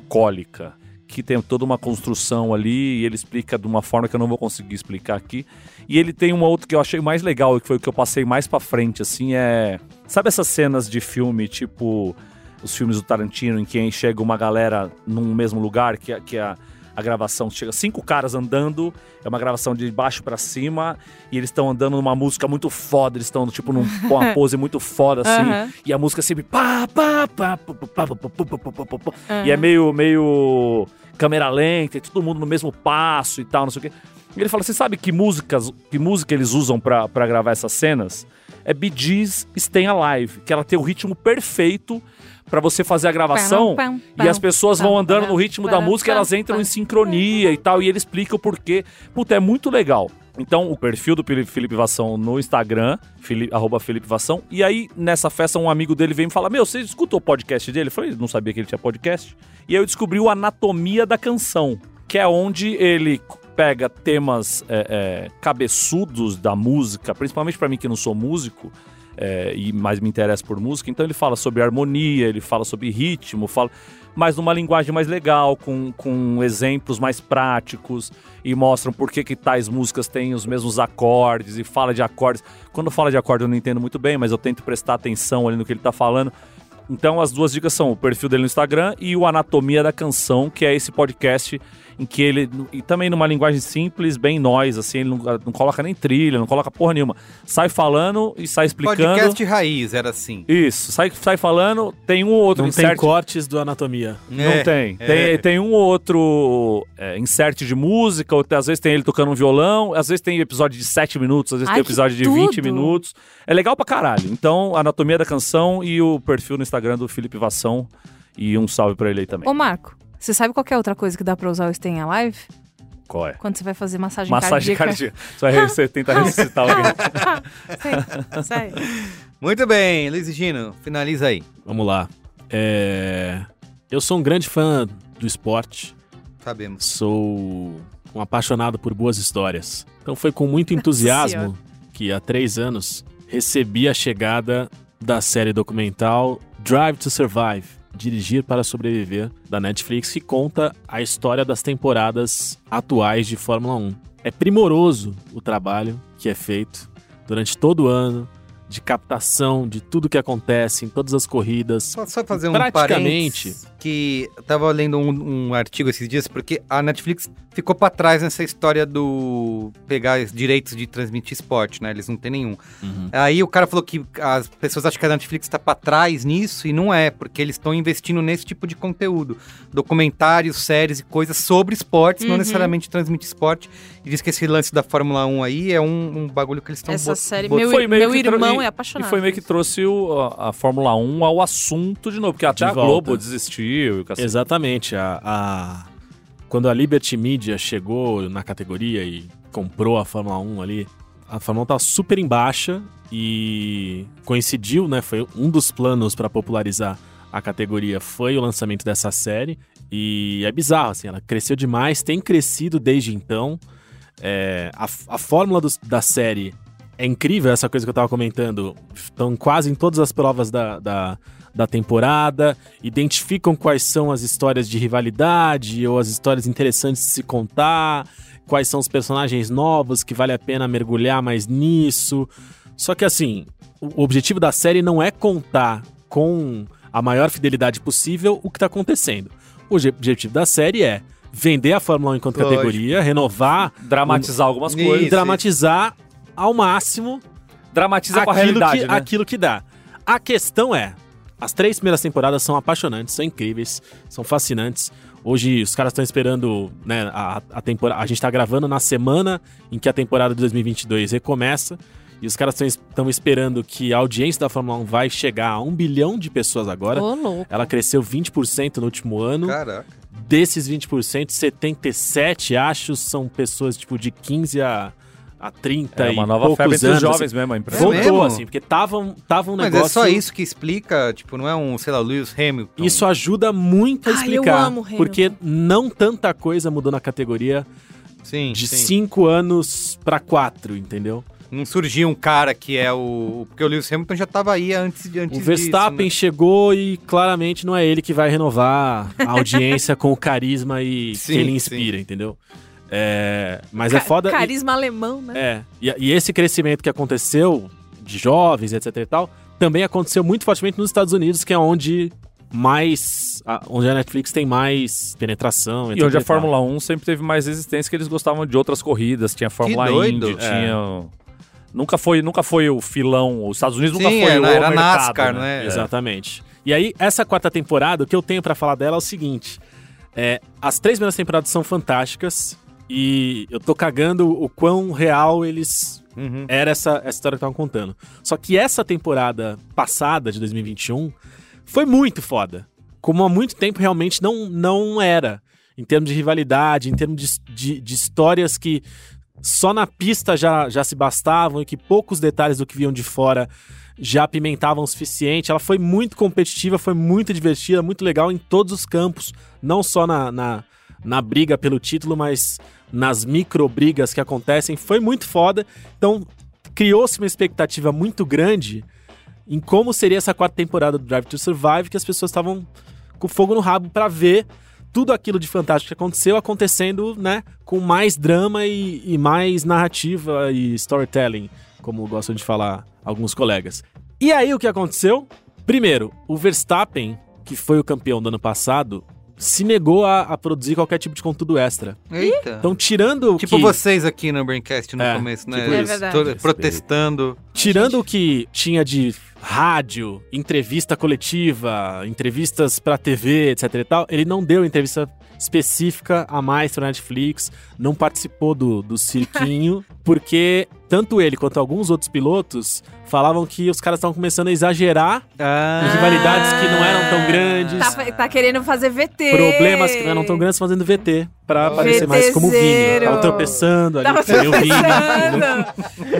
[SPEAKER 4] melancólica. Que tem toda uma construção ali e ele explica de uma forma que eu não vou conseguir explicar aqui. E ele tem uma outra que eu achei mais legal e que foi o que eu passei mais pra frente, assim, é... Sabe essas cenas de filme, tipo os filmes do Tarantino, em que chega uma galera num mesmo lugar, que, a- que a, a gravação chega cinco caras andando, é uma gravação de baixo pra cima, e eles estão andando numa música muito foda, eles estão, tipo, num- com uma pose muito foda, assim,
[SPEAKER 2] Aham.
[SPEAKER 4] e a música sempre pá, pá, pá, pá, pá, pá, pá, pá, pá, pá, pá, pá, pá. E é meio, meio câmera lenta, e todo mundo no mesmo passo e tal, não sei o quê. E ele fala, você sabe que músicas, que música eles usam pra, pra gravar essas cenas? É Bee Gees Stay Alive, que ela tem o ritmo perfeito pra você fazer a gravação
[SPEAKER 2] Pam, pam,
[SPEAKER 4] e as
[SPEAKER 2] pam.
[SPEAKER 4] pessoas vão andando no ritmo da
[SPEAKER 2] pam,
[SPEAKER 4] música, elas
[SPEAKER 2] pam,
[SPEAKER 4] entram
[SPEAKER 2] pam.
[SPEAKER 4] em sincronia e tal, e ele explica o porquê. Puta, é muito legal. Então, o perfil do Fili- Felipe Vação no Instagram, Fili- arroba Felipe Vação. E aí, nessa festa, um amigo dele veio me falar: Meu, você escutou o podcast dele? Eu falei: Não sabia que ele tinha podcast. E aí eu descobri o Anatomia da Canção, que é onde ele pega temas é, é, cabeçudos da música, principalmente pra mim que não sou músico, é, e mais me interessa por música. Então ele fala sobre harmonia, ele fala sobre ritmo, fala, mas numa linguagem mais legal, com, com exemplos mais práticos e mostram por que, que tais músicas têm os mesmos acordes e fala de acordes. Quando fala de acorde eu não entendo muito bem, mas eu tento prestar atenção ali no que ele tá falando. Então as duas dicas são o perfil dele no Instagram e o Anatomia da Canção, que é esse podcast em que ele e também numa linguagem simples, bem nós, assim, ele não, não coloca nem trilha, não coloca porra nenhuma. Sai falando e sai explicando.
[SPEAKER 1] Podcast raiz era assim.
[SPEAKER 4] Isso, sai, sai falando, tem um ou outro
[SPEAKER 3] Não tem
[SPEAKER 4] insert.
[SPEAKER 3] cortes do anatomia.
[SPEAKER 4] Não tem.
[SPEAKER 3] é.
[SPEAKER 4] Tem, tem um ou outro é, insert de música, ou, tem- às vezes tem ele tocando um violão, às vezes tem episódio de 7 minutos, às vezes
[SPEAKER 2] Ai,
[SPEAKER 4] tem
[SPEAKER 2] que
[SPEAKER 4] episódio de
[SPEAKER 2] tudo!
[SPEAKER 4] 20 minutos. É legal pra caralho. Então, a Anatomia da Canção e o perfil no Instagram do Felipe Vação. E um salve pra ele aí também.
[SPEAKER 2] Ô, Marco, você sabe qual que é outra coisa que dá pra usar o Stay Alive?
[SPEAKER 4] Qual é?
[SPEAKER 2] Quando você vai fazer massagem,
[SPEAKER 4] Massagem
[SPEAKER 2] cardíaca.
[SPEAKER 4] cardíaca. Você, vai, você tenta ressuscitar alguém.
[SPEAKER 2] Sei, sei.
[SPEAKER 1] Muito bem, Luiz e Gino, finaliza aí.
[SPEAKER 3] Vamos lá. É, Eu sou um grande fã do esporte.
[SPEAKER 1] Sabemos.
[SPEAKER 3] Sou um apaixonado por boas histórias. Então foi com muito entusiasmo que há três anos recebi a chegada da série documental Drive to Survive, Dirigir para Sobreviver, da Netflix, que conta a história das temporadas atuais de Fórmula 1. É primoroso o trabalho que é feito durante todo o ano, de captação de tudo que acontece em todas as corridas.
[SPEAKER 1] Só, só fazer um
[SPEAKER 3] Praticamente.
[SPEAKER 1] parênteses, que eu tava lendo um, um artigo esses dias, porque a Netflix ficou pra trás nessa história do pegar os direitos de transmitir esporte, né? Eles não têm nenhum. Aí o cara falou que as pessoas acham que a Netflix tá pra trás nisso, e não é, porque eles estão investindo nesse tipo de conteúdo. Documentários, séries e coisas sobre esportes, não
[SPEAKER 2] Uhum.
[SPEAKER 1] necessariamente transmitir esporte. E diz que esse lance da Fórmula 1 aí é um, um bagulho que eles estão
[SPEAKER 2] Essa série.
[SPEAKER 1] bot-
[SPEAKER 2] Meu,
[SPEAKER 4] foi meio
[SPEAKER 2] meu
[SPEAKER 4] que tro-
[SPEAKER 2] irmão
[SPEAKER 4] e-
[SPEAKER 2] é
[SPEAKER 4] E
[SPEAKER 2] apaixonado.
[SPEAKER 4] foi meio que trouxe o- a, a Fórmula 1 ao assunto de novo, porque até
[SPEAKER 3] De
[SPEAKER 4] a Globo
[SPEAKER 3] volta.
[SPEAKER 4] desistiu e o cacete.
[SPEAKER 3] Exatamente. A, a- Quando a Liberty Media chegou na categoria e comprou a Fórmula 1 ali, a Fórmula 1 tava super em baixa e coincidiu, né? Foi um dos planos para popularizar a categoria foi o lançamento dessa série. E é bizarro, assim, ela cresceu demais, tem crescido desde então. É, a, a fórmula dos- da série é incrível, essa coisa que eu tava comentando. Estão quase em todas as provas da, da, da temporada, identificam quais são as histórias de rivalidade ou as histórias interessantes de se contar, quais são os personagens novos que vale a pena mergulhar mais nisso. Só que assim, o objetivo da série não é contar com a maior fidelidade possível o que tá acontecendo. O obje- objetivo da série é vender a Fórmula 1 enquanto
[SPEAKER 1] Lógico.
[SPEAKER 3] categoria, renovar
[SPEAKER 4] Dramatizar algumas
[SPEAKER 1] Isso.
[SPEAKER 4] coisas.
[SPEAKER 3] e dramatizar ao máximo
[SPEAKER 4] Dramatiza com a
[SPEAKER 3] aquilo,
[SPEAKER 4] realidade,
[SPEAKER 3] que,
[SPEAKER 4] né?
[SPEAKER 3] aquilo que dá. A questão é, as três primeiras temporadas são apaixonantes, são incríveis, são fascinantes. Hoje os caras estão esperando, né, a, a temporada, a gente tá gravando na semana em que a temporada de 2022 recomeça. E os caras estão esperando que a audiência da Fórmula 1 vai chegar a um bilhão de pessoas agora.
[SPEAKER 2] Ô, louco.
[SPEAKER 3] Ela cresceu 20% no último ano.
[SPEAKER 1] Caraca.
[SPEAKER 3] Desses 20%, 77, acho, são pessoas tipo de 15 a, a 30
[SPEAKER 4] É
[SPEAKER 3] e
[SPEAKER 4] uma nova febre
[SPEAKER 3] Tá poucos
[SPEAKER 4] entre os
[SPEAKER 3] anos.
[SPEAKER 4] jovens mesmo, a empresa.
[SPEAKER 1] É mesmo?
[SPEAKER 3] Voltou, assim, porque tava, tava um
[SPEAKER 1] Mas
[SPEAKER 3] negócio...
[SPEAKER 1] é só isso que explica, tipo, não é um, sei lá, Lewis Hamilton.
[SPEAKER 3] Isso ajuda muito a
[SPEAKER 2] Ai, eu
[SPEAKER 3] explicar.
[SPEAKER 2] amo Hamilton.
[SPEAKER 3] porque não tanta coisa mudou na categoria
[SPEAKER 1] Sim,
[SPEAKER 3] de
[SPEAKER 1] sim.
[SPEAKER 3] 5 anos pra 4, entendeu?
[SPEAKER 1] Não surgiu um cara que é o. Porque o Lewis Hamilton já tava aí antes de antes
[SPEAKER 3] o Verstappen
[SPEAKER 1] disso, né?
[SPEAKER 3] chegou e claramente não é ele que vai renovar a audiência com o carisma e
[SPEAKER 1] Sim,
[SPEAKER 3] que ele inspira, entendeu? É, mas é
[SPEAKER 2] Ca-
[SPEAKER 3] foda. e-
[SPEAKER 2] Carisma alemão, né?
[SPEAKER 3] É, e, e esse crescimento que aconteceu de jovens, etc e tal, também aconteceu muito fortemente nos Estados Unidos, que é onde mais. a- onde a Netflix tem mais penetração, etc.
[SPEAKER 4] E onde a
[SPEAKER 3] tal.
[SPEAKER 4] Fórmula 1 sempre teve mais resistência, que eles gostavam de outras corridas. Tinha a Fórmula
[SPEAKER 1] doido.
[SPEAKER 4] Indy,
[SPEAKER 1] É.
[SPEAKER 4] tinha... Nunca foi, nunca foi o filão. Os Estados Unidos
[SPEAKER 1] Sim,
[SPEAKER 4] nunca foi
[SPEAKER 1] é,
[SPEAKER 4] o
[SPEAKER 1] não, era
[SPEAKER 4] mercado,
[SPEAKER 1] NASCAR,
[SPEAKER 4] é.
[SPEAKER 1] né?
[SPEAKER 3] Exatamente. E aí, essa quarta temporada, o que eu tenho pra falar dela é o seguinte: é, as três primeiras temporadas são fantásticas e eu tô cagando o quão real eles.
[SPEAKER 1] né? Uhum.
[SPEAKER 3] Era essa, essa história que estavam contando. Só que essa temporada passada, de 2021, foi muito foda. Como há muito tempo realmente não, não era. Em termos de rivalidade, em termos de, de- de histórias que só na pista já, já se bastavam e que poucos detalhes do que viam de fora já apimentavam o suficiente. Ela foi muito competitiva, foi muito divertida, muito legal em todos os campos. Não só na, na, na briga pelo título, mas nas micro brigas que acontecem. Foi muito foda. Então, criou-se uma expectativa muito grande em como seria essa quarta temporada do Drive to Survive, que as pessoas estavam com fogo no rabo pra ver tudo aquilo de fantástico que aconteceu acontecendo, né, com mais drama e, e mais narrativa e storytelling, como gostam de falar alguns colegas. E aí o que aconteceu? Primeiro, o Verstappen, que foi o campeão do ano passado, se negou a, a produzir qualquer tipo de conteúdo extra.
[SPEAKER 1] Eita.
[SPEAKER 3] Então, tirando o
[SPEAKER 1] tipo
[SPEAKER 3] que...
[SPEAKER 1] vocês aqui no Braincast no
[SPEAKER 3] É,
[SPEAKER 1] começo, né?
[SPEAKER 3] tipo
[SPEAKER 2] É isso. verdade.
[SPEAKER 1] Todo- protestando.
[SPEAKER 3] Tirando o que tinha de rádio, entrevista coletiva, entrevistas pra TV, etc e tal, ele não deu entrevista específica a mais pra Netflix, não participou do, do cirquinho, porque tanto ele quanto alguns outros pilotos falavam que os caras estavam começando a exagerar
[SPEAKER 1] Ah.
[SPEAKER 3] em rivalidades que não eram tão
[SPEAKER 1] É,
[SPEAKER 3] grandes,
[SPEAKER 2] Tá, tá querendo fazer VT.
[SPEAKER 3] problemas que não eram tão grandes, fazendo VT, pra
[SPEAKER 1] Oh.
[SPEAKER 3] parecer mais como o Vini.
[SPEAKER 2] VTzeiro.
[SPEAKER 3] Tava tropeçando ali,
[SPEAKER 2] Tava
[SPEAKER 3] que seria o Vini. né?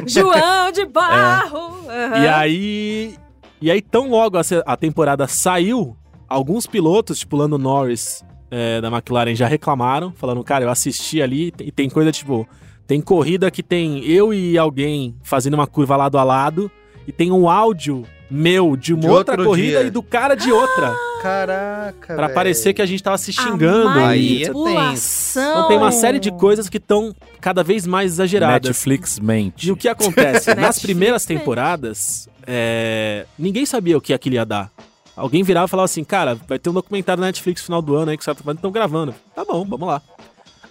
[SPEAKER 2] Pensando. João de Barro.
[SPEAKER 3] É. E aí. E aí, tão logo a, se- a temporada saiu, alguns pilotos, tipo Lando Norris é, da McLaren, já reclamaram, falando, cara, eu assisti ali e tem- e tem coisa tipo. Tem corrida que tem eu e alguém fazendo uma curva lado a lado, e tem um áudio meu de uma
[SPEAKER 1] De
[SPEAKER 3] outra
[SPEAKER 1] outro
[SPEAKER 3] corrida
[SPEAKER 1] dia. Ah,
[SPEAKER 3] e do cara de outra.
[SPEAKER 1] Caraca,
[SPEAKER 3] Pra
[SPEAKER 1] velho.
[SPEAKER 3] parecer que a gente tava se
[SPEAKER 2] Ah,
[SPEAKER 3] xingando.
[SPEAKER 1] Amado.
[SPEAKER 3] ali.
[SPEAKER 1] Aí é
[SPEAKER 2] manipulação.
[SPEAKER 3] Então tem uma série de coisas que estão cada vez mais exageradas.
[SPEAKER 4] Netflix mente.
[SPEAKER 3] E o que acontece? Nas
[SPEAKER 2] Netflix,
[SPEAKER 3] primeiras
[SPEAKER 2] né?
[SPEAKER 3] temporadas, é, ninguém sabia o que aquilo ia dar. Alguém virava e falava assim, cara, vai ter um documentário na Netflix no final do ano aí que os caras estão gravando. Tá bom, vamos lá.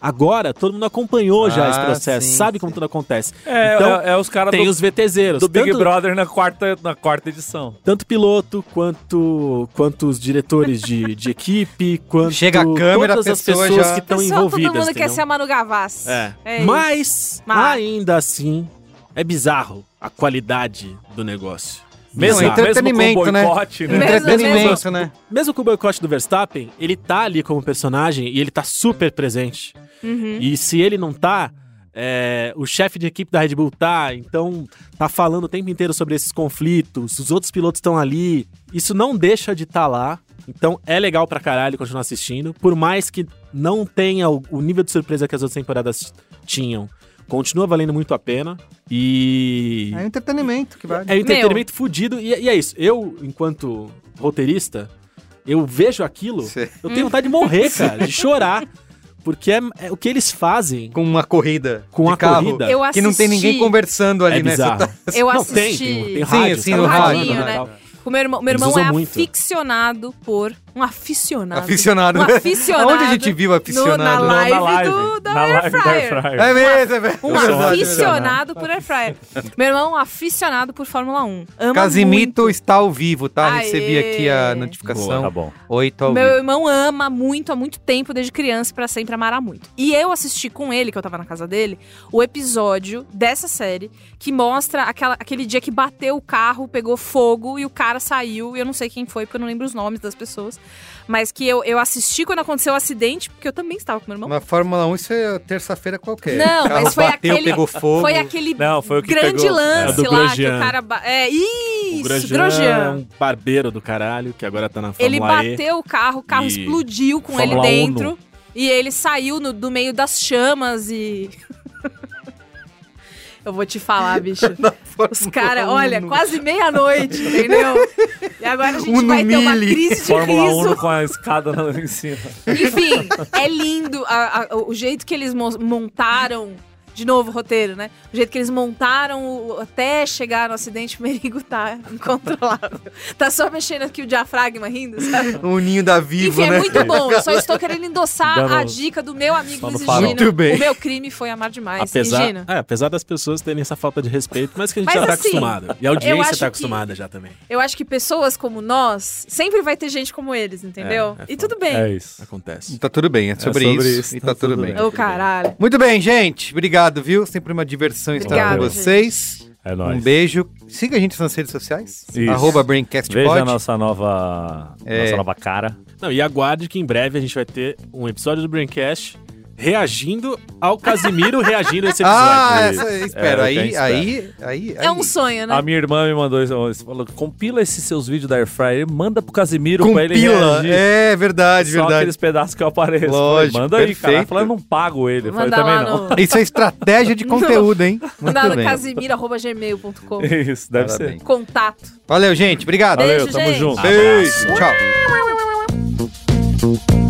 [SPEAKER 3] Agora, todo mundo acompanhou já
[SPEAKER 1] Ah,
[SPEAKER 3] esse processo,
[SPEAKER 1] sim,
[SPEAKER 3] sabe
[SPEAKER 1] sim.
[SPEAKER 3] como tudo acontece.
[SPEAKER 4] É,
[SPEAKER 3] Então,
[SPEAKER 4] é, é os caras
[SPEAKER 3] Tem
[SPEAKER 4] do,
[SPEAKER 3] os VTZeros,
[SPEAKER 4] do Big
[SPEAKER 3] tanto,
[SPEAKER 4] Brother na quarta, na quarta edição.
[SPEAKER 3] tanto piloto quanto, quanto os diretores de, de equipe, quanto
[SPEAKER 1] Chega a câmera,
[SPEAKER 3] todas
[SPEAKER 1] a
[SPEAKER 3] as
[SPEAKER 1] pessoa
[SPEAKER 3] pessoas
[SPEAKER 1] já-
[SPEAKER 3] que estão
[SPEAKER 5] Pessoal,
[SPEAKER 3] envolvidas.
[SPEAKER 5] todo mundo quer
[SPEAKER 3] entendeu?
[SPEAKER 5] ser a Manu Gavassi.
[SPEAKER 3] É.
[SPEAKER 5] É
[SPEAKER 3] Mas,
[SPEAKER 5] Mas-
[SPEAKER 3] ainda assim, é bizarro a qualidade do negócio.
[SPEAKER 4] Mesmo,
[SPEAKER 5] então-
[SPEAKER 3] Bizarro.
[SPEAKER 4] mesmo com
[SPEAKER 1] entretenimento, né?
[SPEAKER 4] boicote, né?
[SPEAKER 2] assim,
[SPEAKER 5] Mesmo-
[SPEAKER 3] assim,
[SPEAKER 1] Entretenimento, né?
[SPEAKER 3] Mesmo com o boicote do Verstappen, ele tá ali como personagem e ele tá super presente.
[SPEAKER 5] Uhum.
[SPEAKER 3] E se ele não tá, é, o chefe de equipe da Red Bull tá, então tá falando o tempo inteiro sobre esses conflitos, os outros pilotos estão ali. Isso não deixa de estar lá. Então é legal pra caralho continuar assistindo. Por mais que não tenha o, o nível de surpresa que as outras temporadas tinham, continua valendo muito a pena. E.
[SPEAKER 1] É entretenimento que vale.
[SPEAKER 3] É um entretenimento fudido e, e é isso. Eu, enquanto roteirista, eu vejo aquilo,
[SPEAKER 1] Cê-
[SPEAKER 3] eu tenho vontade de morrer, cara, de chorar. Porque é, é o que eles fazem.
[SPEAKER 1] Com uma corrida.
[SPEAKER 3] Com
[SPEAKER 1] de
[SPEAKER 3] uma
[SPEAKER 1] carro,
[SPEAKER 3] corrida.
[SPEAKER 2] Eu
[SPEAKER 1] Que não tem
[SPEAKER 2] assisti-
[SPEAKER 1] ninguém conversando ali,
[SPEAKER 3] é
[SPEAKER 1] né? Você
[SPEAKER 3] bizarro.
[SPEAKER 1] tá-
[SPEAKER 2] Eu
[SPEAKER 3] Não,
[SPEAKER 2] assisti
[SPEAKER 3] tem,
[SPEAKER 1] um
[SPEAKER 3] tem, tem
[SPEAKER 2] o
[SPEAKER 3] rádio.
[SPEAKER 1] sim,
[SPEAKER 3] tá
[SPEAKER 1] no
[SPEAKER 3] no
[SPEAKER 1] rádio,
[SPEAKER 3] né,
[SPEAKER 1] né?
[SPEAKER 3] tal.
[SPEAKER 2] meu irmão. Meu
[SPEAKER 3] Eles
[SPEAKER 2] irmão é
[SPEAKER 3] usam muito.
[SPEAKER 2] aficionado por. Um aficionado.
[SPEAKER 1] Aficionado. né?
[SPEAKER 2] Um aficionado.
[SPEAKER 1] Onde a gente viu
[SPEAKER 2] No, na
[SPEAKER 1] aficionado?
[SPEAKER 4] Não,
[SPEAKER 2] live, do, da
[SPEAKER 4] na
[SPEAKER 2] Air
[SPEAKER 4] live da
[SPEAKER 2] Fryer.
[SPEAKER 4] Air Fryer.
[SPEAKER 1] É mesmo, é mesmo.
[SPEAKER 2] Um
[SPEAKER 4] Eu sou um
[SPEAKER 2] aficionado por air fryer. Meu irmão é um aficionado por Fórmula 1. Ama
[SPEAKER 1] Casimito está ao vivo, tá?
[SPEAKER 2] Aê.
[SPEAKER 1] Recebi aqui a
[SPEAKER 4] Boa, tá
[SPEAKER 1] notificação.
[SPEAKER 4] bom.
[SPEAKER 1] Oito ao
[SPEAKER 2] muito. Meu
[SPEAKER 1] vivo.
[SPEAKER 2] irmão ama muito há muito tempo, desde criança, pra sempre amará muito. E eu assisti com ele, que eu tava na casa dele, o episódio dessa série que mostra aquela- aquele dia que bateu o carro, pegou fogo e o cara saiu. E eu não sei quem foi, porque eu não lembro os nomes das pessoas. Mas que eu, eu assisti quando aconteceu o acidente, porque eu também estava com meu irmão.
[SPEAKER 1] Na Fórmula 1 isso é terça-feira qualquer.
[SPEAKER 2] Não,
[SPEAKER 1] O carro
[SPEAKER 2] mas foi
[SPEAKER 1] bateu,
[SPEAKER 2] aquele-
[SPEAKER 1] pegou fogo.
[SPEAKER 2] Foi aquele
[SPEAKER 4] Não, foi o que
[SPEAKER 2] grande
[SPEAKER 4] pegou.
[SPEAKER 3] É,
[SPEAKER 2] lance lá
[SPEAKER 3] do
[SPEAKER 2] que
[SPEAKER 3] Grosjean.
[SPEAKER 2] o cara. ba- É, isso,
[SPEAKER 3] O Grosjean, é
[SPEAKER 2] Grosjean.
[SPEAKER 3] um barbeiro do caralho, que agora tá na Fórmula
[SPEAKER 2] Ele bateu o carro, o carro
[SPEAKER 3] E-
[SPEAKER 2] explodiu com
[SPEAKER 4] Fórmula um
[SPEAKER 2] ele
[SPEAKER 4] Uno.
[SPEAKER 2] dentro. E ele saiu no- do meio das chamas e. Eu vou te falar, bicho. Os caras, olha, quase meia-noite, entendeu? E agora a gente
[SPEAKER 1] Uno
[SPEAKER 2] vai ter uma
[SPEAKER 1] mille.
[SPEAKER 2] crise de
[SPEAKER 4] Um
[SPEAKER 1] é
[SPEAKER 4] Fórmula
[SPEAKER 2] riso.
[SPEAKER 4] 1 com a escada na- em cima.
[SPEAKER 2] Enfim, é lindo a- a- o jeito que eles mo- montaram. De novo, o roteiro, né? O jeito que eles montaram o- até chegar no acidente, o Merigo tá incontrolável. tá só mexendo aqui o diafragma rindo, sabe?
[SPEAKER 1] O um ninho da Vivo,
[SPEAKER 2] Enfim,
[SPEAKER 1] né?
[SPEAKER 2] é muito bom. Eu Só estou querendo endossar
[SPEAKER 4] Dando-
[SPEAKER 2] a dica do meu amigo
[SPEAKER 4] Só no
[SPEAKER 2] Luiz
[SPEAKER 4] farol.
[SPEAKER 2] Gino.
[SPEAKER 1] Muito bem.
[SPEAKER 2] O meu crime foi amar demais. E,
[SPEAKER 3] Apesar,
[SPEAKER 2] Gino,
[SPEAKER 3] é, apesar das pessoas terem essa falta de respeito, mas que a gente
[SPEAKER 2] Mas
[SPEAKER 3] já tá
[SPEAKER 2] assim,
[SPEAKER 3] acostumado. E a
[SPEAKER 2] eu
[SPEAKER 3] audiência
[SPEAKER 2] acho
[SPEAKER 3] tá
[SPEAKER 2] que-
[SPEAKER 3] acostumada já também.
[SPEAKER 2] eu acho que pessoas como nós, sempre vai ter gente como eles, entendeu?
[SPEAKER 3] É, é
[SPEAKER 2] e tudo
[SPEAKER 4] É
[SPEAKER 2] bem.
[SPEAKER 4] isso.
[SPEAKER 3] Acontece.
[SPEAKER 1] Tá tudo bem, é sobre,
[SPEAKER 4] sobre
[SPEAKER 1] isso,
[SPEAKER 4] isso,
[SPEAKER 1] E tá,
[SPEAKER 4] tá
[SPEAKER 1] tudo,
[SPEAKER 4] tudo
[SPEAKER 1] bem.
[SPEAKER 4] bem.
[SPEAKER 2] Ô, caralho.
[SPEAKER 1] Muito bem, gente. Obrigado, viu? Sempre uma diversão estar
[SPEAKER 2] Obrigada,
[SPEAKER 1] com
[SPEAKER 2] gente.
[SPEAKER 1] vocês.
[SPEAKER 4] É nóis.
[SPEAKER 1] Um beijo. Siga a gente nas redes sociais.
[SPEAKER 4] Isso.
[SPEAKER 1] Arroba BraincastPod.
[SPEAKER 4] Veja a nossa nova,
[SPEAKER 1] É.
[SPEAKER 4] nossa nova cara.
[SPEAKER 3] Não, e aguarde que em breve a gente vai ter um episódio do Braincast reagindo ao Casimiro reagindo a esse episódio.
[SPEAKER 1] Ah,
[SPEAKER 4] Isso.
[SPEAKER 1] essa, espera.
[SPEAKER 4] É,
[SPEAKER 1] aí,
[SPEAKER 4] eu tenho
[SPEAKER 1] aí, aí,
[SPEAKER 2] É um sonho, né?
[SPEAKER 4] A minha irmã me mandou isso. Falou, compila esses seus vídeos da Air Fryer, manda pro Casimiro pra ele
[SPEAKER 1] Compila.
[SPEAKER 4] reagir.
[SPEAKER 1] É verdade,
[SPEAKER 4] Só
[SPEAKER 1] verdade.
[SPEAKER 4] aqueles pedaços que eu apareço. Eu falei,
[SPEAKER 1] Lógico,
[SPEAKER 4] manda aí, cara. Ela
[SPEAKER 1] perfeito.
[SPEAKER 4] falou, eu não pago ele. Eu falei,
[SPEAKER 2] Manda
[SPEAKER 4] também
[SPEAKER 2] lá
[SPEAKER 4] não.
[SPEAKER 2] no.
[SPEAKER 1] Isso é estratégia de conteúdo, hein?
[SPEAKER 2] Manda lá
[SPEAKER 1] Muito
[SPEAKER 2] no
[SPEAKER 1] bem.
[SPEAKER 2] casimiro.gmail.com.
[SPEAKER 4] Isso, deve ser.
[SPEAKER 1] Parabéns.
[SPEAKER 2] Contato.
[SPEAKER 1] Valeu, gente. Obrigado.
[SPEAKER 2] Beijo,
[SPEAKER 4] Valeu, tamo
[SPEAKER 2] gente.
[SPEAKER 4] junto.
[SPEAKER 1] Beijo. Tchau.